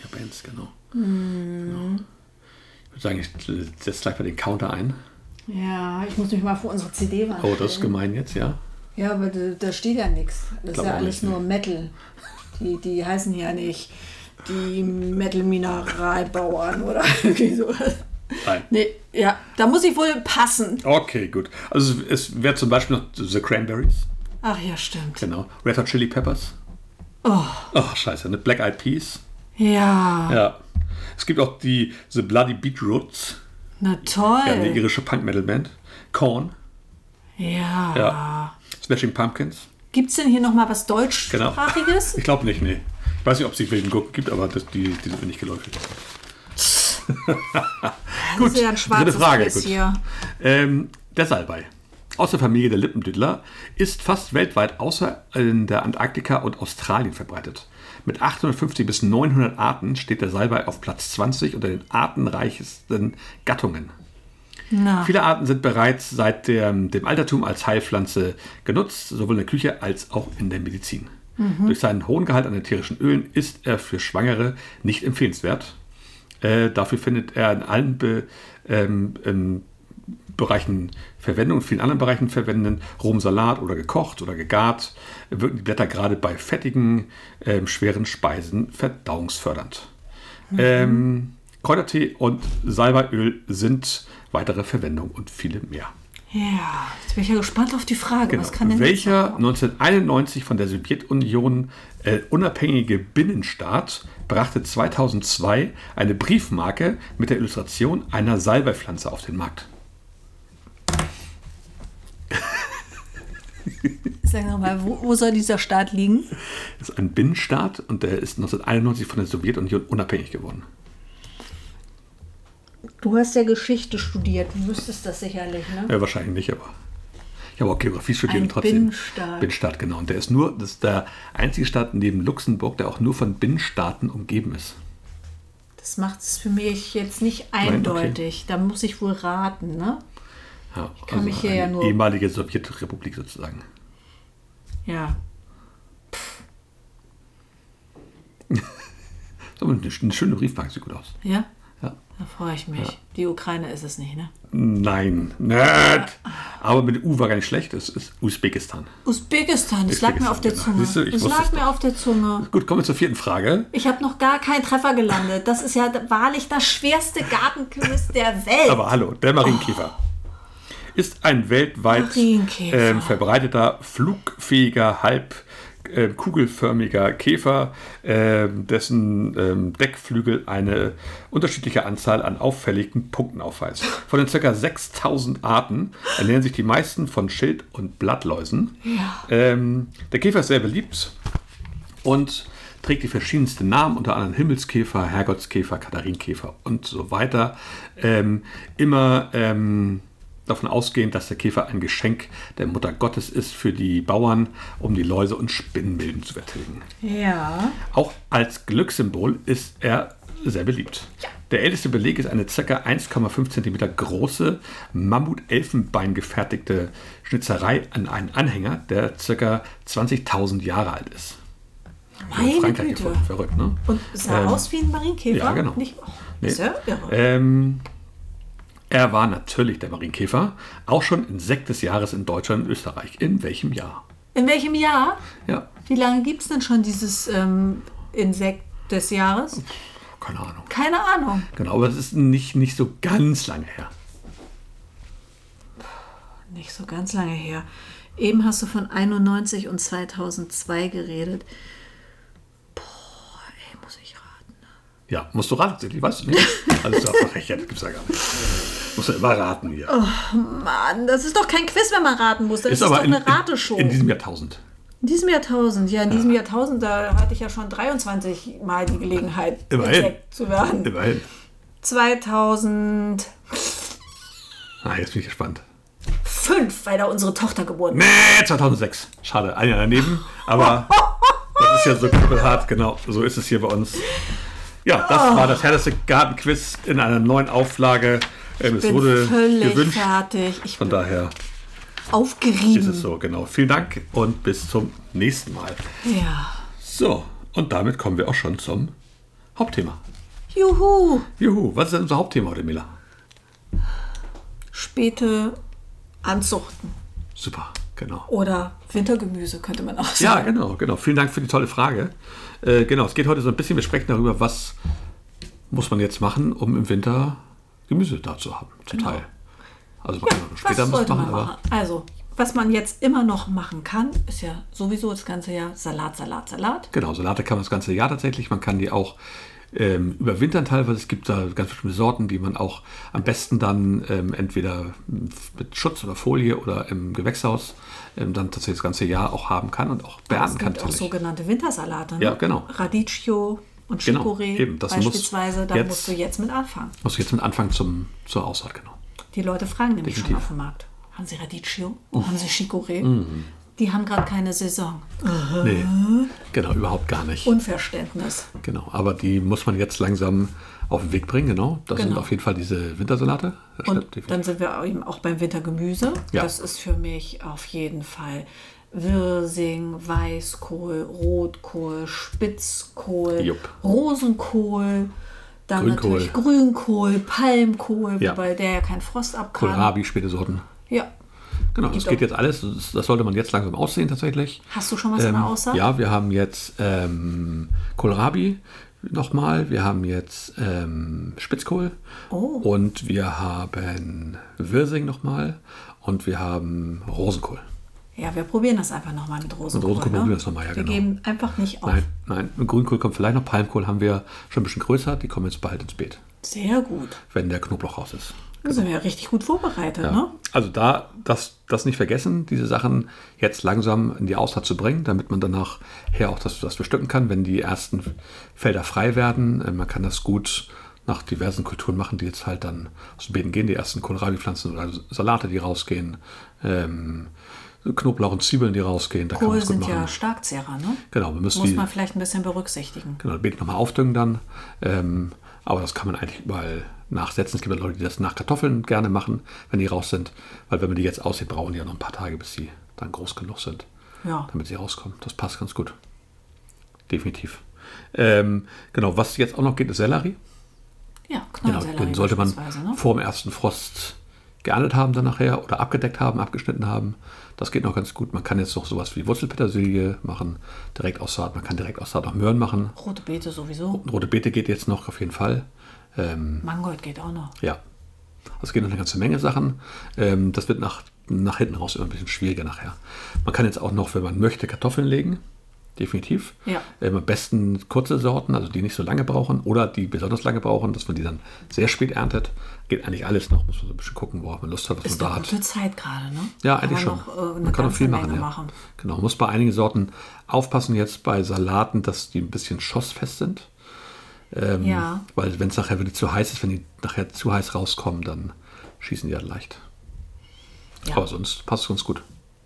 [SPEAKER 2] Ja, Bands, genau. genau.
[SPEAKER 1] Hm.
[SPEAKER 2] Ich würde sagen, ich setze gleich mal den Counter ein.
[SPEAKER 1] Ja, ich muss mich mal vor unsere CD warnen.
[SPEAKER 2] Oh, das ist gemein jetzt, ja.
[SPEAKER 1] Ja, aber da, da steht ja nichts. Das ist
[SPEAKER 2] Glaub
[SPEAKER 1] ja
[SPEAKER 2] auch
[SPEAKER 1] alles
[SPEAKER 2] nicht,
[SPEAKER 1] nur Metal. Die, die heißen ja nicht die Metal-Mineralbauern oder irgendwie sowas.
[SPEAKER 2] Nein.
[SPEAKER 1] Nee, ja, da muss ich wohl passen.
[SPEAKER 2] Okay, gut. Also es, es wäre zum Beispiel noch The Cranberries,
[SPEAKER 1] Ach ja, stimmt.
[SPEAKER 2] genau. Red Hot Chili Peppers.
[SPEAKER 1] Oh,
[SPEAKER 2] Ach, scheiße, ne? Black Eyed Peas.
[SPEAKER 1] ja.
[SPEAKER 2] Ja. Es gibt auch die The Bloody Beetroots,
[SPEAKER 1] Na toll.
[SPEAKER 2] ja, eine irische Punk-Metal-Band. Korn,
[SPEAKER 1] Ja. Ah.
[SPEAKER 2] Ja. Smashing Pumpkins.
[SPEAKER 1] Gibt es denn hier nochmal was
[SPEAKER 2] Genau.
[SPEAKER 1] deutschsprachiges?
[SPEAKER 2] Ich glaube nicht, nee. Ich weiß nicht, ob es die wilden Gurken gibt, aber das, die, die sind mir nicht geläufig.
[SPEAKER 1] Gut, das ist ja ein schwarzes Quiz
[SPEAKER 2] gut.
[SPEAKER 1] hier.
[SPEAKER 2] Ähm, der Salbei. Aus der Familie der Lippendüdler ist fast weltweit außer in der Antarktika und Australien verbreitet. Mit 850 bis 900 Arten steht der Salbei auf Platz 20 unter den artenreichsten Gattungen.
[SPEAKER 1] Na,
[SPEAKER 2] Viele Arten sind bereits seit dem, dem Altertum als Heilpflanze genutzt, sowohl in der Küche als auch in der Medizin. Durch seinen hohen Gehalt an ätherischen Ölen ist er für Schwangere nicht empfehlenswert. Äh, dafür findet er in allen Be ähm, ähm, Bereichen Verwendung, in vielen anderen Bereichen verwenden, rohem Salat oder gekocht oder gegart, wirken die Blätter gerade bei fettigen, ähm, schweren Speisen verdauungsfördernd.
[SPEAKER 1] Mhm.
[SPEAKER 2] Ähm, Kräutertee und Salbeiöl sind weitere Verwendung und viele mehr.
[SPEAKER 1] ja, jetzt bin ich ja gespannt auf die Frage.
[SPEAKER 2] Genau.
[SPEAKER 1] Was kann denn
[SPEAKER 2] Welcher 1991 von der Sowjetunion äh, unabhängige Binnenstaat brachte 2002 eine Briefmarke mit der Illustration einer Salbeipflanze auf den Markt?
[SPEAKER 1] Sagen wir mal, wo, wo soll dieser Staat liegen?
[SPEAKER 2] Das ist ein Binnenstaat und der ist 1991 von der Sowjetunion unabhängig geworden.
[SPEAKER 1] Du hast ja Geschichte studiert, du wüsstest das sicherlich, ne?
[SPEAKER 2] Ja, wahrscheinlich nicht, aber ich habe auch Geografie studiert
[SPEAKER 1] Ein
[SPEAKER 2] und trotzdem.
[SPEAKER 1] Binnenstaat.
[SPEAKER 2] Binnenstaat, genau. Und der ist nur, das ist der einzige Staat neben Luxemburg, der auch nur von Binnenstaaten umgeben ist.
[SPEAKER 1] Das macht es für mich jetzt nicht
[SPEAKER 2] okay.
[SPEAKER 1] eindeutig. Da muss ich wohl raten, ne?
[SPEAKER 2] Ja, also
[SPEAKER 1] kann mich hier
[SPEAKER 2] eine
[SPEAKER 1] ja nur-
[SPEAKER 2] ehemalige Sowjetrepublik sozusagen.
[SPEAKER 1] Ja.
[SPEAKER 2] Ist aber eine, eine schöne Briefmarke, sieht gut aus.
[SPEAKER 1] Ja?
[SPEAKER 2] Ja.
[SPEAKER 1] Da freue ich mich. Die Ukraine ist es nicht, ne?
[SPEAKER 2] Nein, nerd. Aber mit U war gar nicht schlecht, es ist Usbekistan.
[SPEAKER 1] Usbekistan, das lag mir auf der
[SPEAKER 2] Usbekistan,
[SPEAKER 1] Zunge.
[SPEAKER 2] genau. Siehst du, ich
[SPEAKER 1] Das
[SPEAKER 2] wusste
[SPEAKER 1] lag
[SPEAKER 2] es
[SPEAKER 1] mir auf der Zunge.
[SPEAKER 2] Gut, kommen wir zur vierten Frage.
[SPEAKER 1] Ich habe noch gar keinen Treffer gelandet. Das ist ja wahrlich das schwerste Gartenquiz der Welt.
[SPEAKER 2] Aber hallo, der Marienkäfer ist ein weltweit
[SPEAKER 1] Marienkäfer.
[SPEAKER 2] ähm, verbreiteter, flugfähiger, halb äh, kugelförmiger Käfer, ähm, dessen ähm, Deckflügel eine unterschiedliche Anzahl an auffälligen Punkten aufweist. Von den ca. 6000 Arten ernähren sich die meisten von Schild- und Blattläusen. Ähm, der Käfer ist sehr beliebt und trägt die verschiedensten Namen, unter anderem Himmelskäfer, Herrgottskäfer, Katharinkäfer und so weiter. Ähm, immer ähm, davon ausgehend, dass der Käfer ein Geschenk der Mutter Gottes ist für die Bauern, um die Läuse und Spinnmilben zu vertilgen.
[SPEAKER 1] ja.
[SPEAKER 2] Auch als Glückssymbol ist er sehr beliebt. Der älteste Beleg ist eine ca. 1,5 cm große Mammut-Elfenbein gefertigte Schnitzerei an einen Anhänger, der ca. 20.000 Jahre alt ist. Also
[SPEAKER 1] Meine
[SPEAKER 2] in Frankreich
[SPEAKER 1] Güte.
[SPEAKER 2] gefunden. Verrückt, ne?
[SPEAKER 1] Und sah
[SPEAKER 2] Ähm,
[SPEAKER 1] aus wie ein Marienkäfer.
[SPEAKER 2] ja, genau.
[SPEAKER 1] Nicht, oh,
[SPEAKER 2] Nee.
[SPEAKER 1] Ist ja irre.
[SPEAKER 2] Ähm, er war natürlich der Marienkäfer, auch schon Insekt des Jahres in Deutschland und Österreich. In welchem Jahr?
[SPEAKER 1] In welchem Jahr?
[SPEAKER 2] Ja,
[SPEAKER 1] Wie lange gibt es denn schon dieses ähm, Insekt des Jahres?
[SPEAKER 2] keine Ahnung.
[SPEAKER 1] Keine Ahnung.
[SPEAKER 2] Genau, aber es ist nicht, nicht so ganz lange her.
[SPEAKER 1] Nicht so ganz lange her. Eben hast du von 91 und 2002 geredet. Boah, ey, muss ich raten.
[SPEAKER 2] Ja, musst du raten, die weißt du nicht. Also ist ja verrechnet, gibt's ja gar nicht. Musst du immer raten hier.
[SPEAKER 1] Mann, das ist doch kein Quiz, wenn man raten muss. Das ist, doch
[SPEAKER 2] in,
[SPEAKER 1] eine Rateshow.
[SPEAKER 2] in, in diesem Jahrtausend.
[SPEAKER 1] In diesem Jahrtausend, ja, in diesem Jahrtausend, da hatte ich ja schon 23 Mal die Gelegenheit,
[SPEAKER 2] Immerhin.
[SPEAKER 1] Insekt zu werden.
[SPEAKER 2] Immerhin.
[SPEAKER 1] 2005,
[SPEAKER 2] Ah, jetzt bin ich gespannt.
[SPEAKER 1] weil da unsere Tochter geboren
[SPEAKER 2] Nee, 2006. Schade, ein Jahr daneben. Aber das ist ja so knüppelhart, genau. So ist es hier bei uns. Ja,
[SPEAKER 1] Ah.
[SPEAKER 2] das war das härteste Gartenquiz in einer neuen Auflage. Ähm, es
[SPEAKER 1] bin
[SPEAKER 2] wurde
[SPEAKER 1] völlig
[SPEAKER 2] gewünscht.
[SPEAKER 1] fertig. Ich
[SPEAKER 2] Von
[SPEAKER 1] bin
[SPEAKER 2] daher ist
[SPEAKER 1] aufgerieben.
[SPEAKER 2] es so, genau. Vielen Dank und bis zum nächsten Mal.
[SPEAKER 1] Ja.
[SPEAKER 2] So, und damit kommen wir auch schon zum Hauptthema.
[SPEAKER 1] Juhu.
[SPEAKER 2] Juhu, was ist denn unser Hauptthema heute, Mila?
[SPEAKER 1] Späte Anzuchten
[SPEAKER 2] Super, genau.
[SPEAKER 1] oder Wintergemüse könnte man auch sagen.
[SPEAKER 2] Ja, genau, genau. Vielen Dank für die tolle Frage. Äh, genau, es geht heute so ein bisschen, wir sprechen darüber, was muss man jetzt machen, um im Winter Gemüse da zu haben, zum Teil. Also man kann auch später
[SPEAKER 1] Genau. was
[SPEAKER 2] was
[SPEAKER 1] sollte
[SPEAKER 2] machen,
[SPEAKER 1] man
[SPEAKER 2] aber
[SPEAKER 1] machen? Also, was man jetzt immer noch machen kann, ist ja sowieso das ganze Jahr Salat, Salat, Salat.
[SPEAKER 2] genau, Salate kann man das ganze Jahr tatsächlich, man kann die auch ähm, überwintern teilweise. Es gibt da ganz bestimmte Sorten, die man auch am besten dann ähm, entweder mit Schutz oder Folie oder im Gewächshaus ähm, dann tatsächlich das ganze Jahr auch haben kann und auch
[SPEAKER 1] Es
[SPEAKER 2] beernten kann.
[SPEAKER 1] gibt auch
[SPEAKER 2] natürlich.
[SPEAKER 1] sogenannte Wintersalate. Ne?
[SPEAKER 2] Ja, genau.
[SPEAKER 1] Radicchio und
[SPEAKER 2] Genau,
[SPEAKER 1] Chicorée
[SPEAKER 2] eben, das muss
[SPEAKER 1] beispielsweise. Da
[SPEAKER 2] jetzt-
[SPEAKER 1] musst du jetzt mit anfangen.
[SPEAKER 2] Muss ich jetzt mit Anfang zum, zur Aussaat, genau.
[SPEAKER 1] Die Leute fragen nämlich schon
[SPEAKER 2] Definitiv. Oh. Mhm.
[SPEAKER 1] auf dem Markt. Haben sie Radicchio? Haben sie Chicorée? Die haben gerade keine Saison. Ah.
[SPEAKER 2] Nee, genau, überhaupt gar nicht.
[SPEAKER 1] Unverständnis.
[SPEAKER 2] genau, aber die muss man jetzt langsam auf den Weg bringen, genau. Das sind
[SPEAKER 1] Genau.
[SPEAKER 2] auf jeden Fall diese Wintersalate. äh, Das stimmt,
[SPEAKER 1] Und
[SPEAKER 2] definitiv.
[SPEAKER 1] dann sind wir eben auch beim Wintergemüse.
[SPEAKER 2] Ja.
[SPEAKER 1] Das ist für mich auf jeden Fall Wirsing, Weißkohl, Rotkohl, Spitzkohl,
[SPEAKER 2] Jupp.
[SPEAKER 1] Rosenkohl, dann
[SPEAKER 2] Grünkohl.
[SPEAKER 1] natürlich Grünkohl, Palmkohl,
[SPEAKER 2] Ja.
[SPEAKER 1] wobei der ja keinen Frost abkam.
[SPEAKER 2] Kohlrabi, späte Sorten.
[SPEAKER 1] Ja.
[SPEAKER 2] Genau, das
[SPEAKER 1] auch-
[SPEAKER 2] geht jetzt alles. Das das sollte man jetzt langsam aussehen tatsächlich.
[SPEAKER 1] Hast du schon was in
[SPEAKER 2] ähm,
[SPEAKER 1] der Aussaat?
[SPEAKER 2] Ja, wir haben jetzt ähm, Kohlrabi nochmal. Wir haben jetzt ähm, Spitzkohl.
[SPEAKER 1] Oh.
[SPEAKER 2] Und wir haben Wirsing nochmal. Und wir haben Rosenkohl.
[SPEAKER 1] Ja, wir probieren das einfach nochmal mit Rosenkohl.
[SPEAKER 2] Rosenkohl
[SPEAKER 1] ne?
[SPEAKER 2] probieren wir das noch mal, ja,
[SPEAKER 1] Wir
[SPEAKER 2] genau.
[SPEAKER 1] geben einfach nicht auf.
[SPEAKER 2] Nein, nein. Grünkohl kommt vielleicht noch. Palmkohl haben wir schon ein bisschen größer. Die kommen jetzt bald ins Beet,
[SPEAKER 1] Sehr gut.
[SPEAKER 2] wenn der Knoblauch raus ist.
[SPEAKER 1] Dann sind wir ja richtig gut vorbereitet, ne?
[SPEAKER 2] Also da das, das nicht vergessen, diese Sachen jetzt langsam in die Aussaat zu bringen, damit man danach her auch das, das bestücken kann, wenn die ersten Felder frei werden. Äh, Man kann das gut nach diversen Kulturen machen, die jetzt halt dann aus den Beeten gehen, die ersten Kohlrabi-Pflanzen oder Salate, die rausgehen, ähm, Knoblauch und Zwiebeln, die rausgehen. Da
[SPEAKER 1] Kohl
[SPEAKER 2] das gut
[SPEAKER 1] sind ja
[SPEAKER 2] machen.
[SPEAKER 1] Starkzehrer, ne?
[SPEAKER 2] Genau, wir müssen
[SPEAKER 1] Muss
[SPEAKER 2] die,
[SPEAKER 1] man vielleicht ein bisschen berücksichtigen.
[SPEAKER 2] Genau, das Beet nochmal aufdüngen dann. Ähm, aber das kann man eigentlich überall nachsetzen. Es gibt ja Leute, die das nach Kartoffeln gerne machen, wenn die raus sind. Weil wenn man die jetzt aussieht, brauchen die ja noch ein paar Tage, bis sie dann groß genug sind,
[SPEAKER 1] Ja.
[SPEAKER 2] damit sie rauskommen. Das passt ganz gut. Definitiv. Ähm, genau, was jetzt auch noch geht, ist Sellerie.
[SPEAKER 1] Ja,
[SPEAKER 2] Genau,
[SPEAKER 1] Knollensellerie
[SPEAKER 2] den sollte man
[SPEAKER 1] Ah, beispielsweise, ne?
[SPEAKER 2] vor dem ersten Frost geerntet haben dann nachher oder abgedeckt haben, abgeschnitten haben. Das geht noch ganz gut. Man kann jetzt noch sowas wie Wurzelpetersilie machen, direkt aussaat. Man kann direkt aussaat auch Möhren machen.
[SPEAKER 1] Rote Beete sowieso.
[SPEAKER 2] Rote Beete geht jetzt noch auf jeden Fall. Ähm,
[SPEAKER 1] Mangold geht auch noch.
[SPEAKER 2] ja, also es geht noch eine ganze Menge Sachen. Ähm, das wird nach, nach hinten raus immer ein bisschen schwieriger nachher. Man kann jetzt auch noch, wenn man möchte, Kartoffeln legen. Definitiv.
[SPEAKER 1] Ja.
[SPEAKER 2] Ähm, am besten kurze Sorten, also die nicht so lange brauchen oder die besonders lange brauchen, dass man die dann sehr spät erntet. Geht eigentlich alles noch. Muss man so ein bisschen gucken, worauf man Lust hat, was
[SPEAKER 1] Ist
[SPEAKER 2] man
[SPEAKER 1] eine
[SPEAKER 2] da hat.
[SPEAKER 1] gute Zeit gerade, ne?
[SPEAKER 2] Ja,
[SPEAKER 1] Kann
[SPEAKER 2] eigentlich schon.
[SPEAKER 1] man Noch, äh, eine
[SPEAKER 2] man kann auch
[SPEAKER 1] ganze
[SPEAKER 2] viel machen,
[SPEAKER 1] Menge
[SPEAKER 2] ja.
[SPEAKER 1] machen.
[SPEAKER 2] Genau, muss bei einigen Sorten aufpassen jetzt bei Salaten, dass die ein bisschen schossfest sind. Ähm,
[SPEAKER 1] Ja.
[SPEAKER 2] Weil wenn es nachher wieder zu heiß ist, wenn die nachher zu heiß rauskommen, dann schießen die ja leicht.
[SPEAKER 1] Ja.
[SPEAKER 2] Aber sonst passt es ganz gut.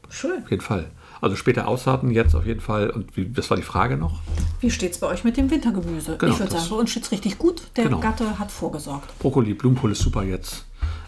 [SPEAKER 1] Schön.
[SPEAKER 2] Auf jeden Fall. Also später aussaaten, jetzt auf jeden Fall. Und wie, das war die Frage noch.
[SPEAKER 1] Wie steht's bei euch mit dem Wintergemüse?
[SPEAKER 2] Genau,
[SPEAKER 1] ich würde
[SPEAKER 2] das-
[SPEAKER 1] sagen, bei uns steht's richtig gut. Der
[SPEAKER 2] Genau.
[SPEAKER 1] Gatte hat vorgesorgt.
[SPEAKER 2] Brokkoli, Blumenkohl ist super jetzt.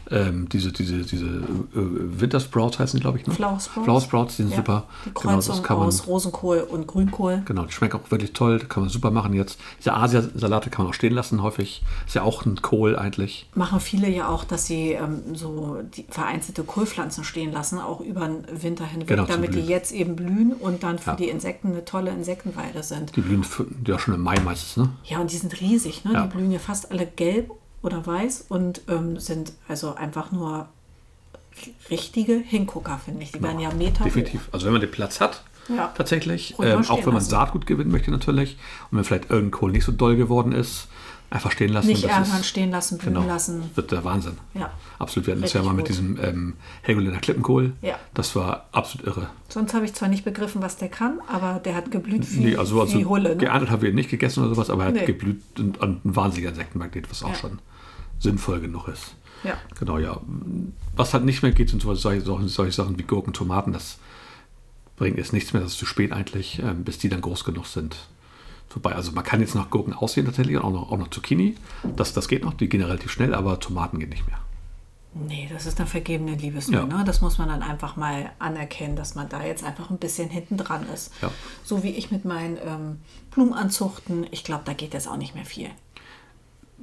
[SPEAKER 2] Ähm, diese diese, diese äh, Wintersprouts heißen die, glaube ich, ne?
[SPEAKER 1] Flowersprouts.
[SPEAKER 2] Flowersprouts, die sind
[SPEAKER 1] Ja,
[SPEAKER 2] super.
[SPEAKER 1] Die
[SPEAKER 2] Genau,
[SPEAKER 1] Kreuzung
[SPEAKER 2] das kann man,
[SPEAKER 1] aus Rosenkohl und Grünkohl.
[SPEAKER 2] Genau, die schmeckt auch wirklich toll, kann man super machen jetzt. Diese Asiasalate kann man auch stehen lassen, häufig. Ist ja auch ein Kohl eigentlich.
[SPEAKER 1] Machen viele ja auch, dass sie ähm, so die vereinzelte Kohlpflanzen stehen lassen, auch über den Winter hinweg,
[SPEAKER 2] Genau, zum
[SPEAKER 1] damit die
[SPEAKER 2] Blühen.
[SPEAKER 1] jetzt eben blühen und dann für
[SPEAKER 2] Ja.
[SPEAKER 1] die Insekten eine tolle Insektenweide sind.
[SPEAKER 2] Die blühen f- ja schon im Mai meistens, ne?
[SPEAKER 1] Ja, und die sind riesig. Ne?
[SPEAKER 2] Ja.
[SPEAKER 1] Die blühen ja fast alle gelb oder weiß und ähm, sind also einfach nur richtige Hingucker, finde ich. Die werden ja Meter hoch.
[SPEAKER 2] Genau. Definitiv. Also wenn man den Platz hat,
[SPEAKER 1] Ja.
[SPEAKER 2] tatsächlich.
[SPEAKER 1] Ruhig mal
[SPEAKER 2] Ähm,
[SPEAKER 1] stehen
[SPEAKER 2] auch wenn man
[SPEAKER 1] lassen.
[SPEAKER 2] Saatgut gewinnen möchte natürlich. Und wenn vielleicht irgendein Kohl nicht so doll geworden ist, einfach stehen lassen.
[SPEAKER 1] Nicht
[SPEAKER 2] das
[SPEAKER 1] ärgern,
[SPEAKER 2] ist-
[SPEAKER 1] stehen lassen, blühen
[SPEAKER 2] Genau,
[SPEAKER 1] lassen.
[SPEAKER 2] wird der Wahnsinn.
[SPEAKER 1] Ja.
[SPEAKER 2] Absolut. Wir hatten das ja
[SPEAKER 1] Richtig
[SPEAKER 2] mal mit
[SPEAKER 1] gut.
[SPEAKER 2] diesem ähm, Helgoländer Klippenkohl.
[SPEAKER 1] Ja.
[SPEAKER 2] Das war absolut irre.
[SPEAKER 1] Sonst habe ich zwar nicht begriffen, was der kann, aber der hat geblüht wie,
[SPEAKER 2] Nee, also, also
[SPEAKER 1] wie Hulle. Ne?
[SPEAKER 2] geerntet haben wir ihn nicht gegessen oder sowas, aber er hat
[SPEAKER 1] Nee.
[SPEAKER 2] geblüht und, und ein wahnsinniger Insektenmagnet, was auch
[SPEAKER 1] Ja.
[SPEAKER 2] schon sinnvoll genug ist.
[SPEAKER 1] Ja.
[SPEAKER 2] Genau, ja. Was halt nicht mehr geht, sind sowas- solche, solche, solche Sachen wie Gurken, Tomaten, das bringt jetzt nichts mehr, das ist zu spät eigentlich, ähm, bis die dann groß genug sind. Vorbei. Also man kann jetzt noch Gurken aussehen tatsächlich, und auch noch, auch noch Zucchini. Das, das geht noch, die gehen relativ schnell, aber Tomaten gehen nicht mehr.
[SPEAKER 1] Nee, das ist dann vergebene Liebesmühe.
[SPEAKER 2] Ja.
[SPEAKER 1] Ne? Das muss man dann einfach mal anerkennen, dass man da jetzt einfach ein bisschen hinten dran ist.
[SPEAKER 2] Ja.
[SPEAKER 1] So wie ich mit meinen ähm, Blumenanzuchten. Ich glaube, da geht jetzt auch nicht mehr viel.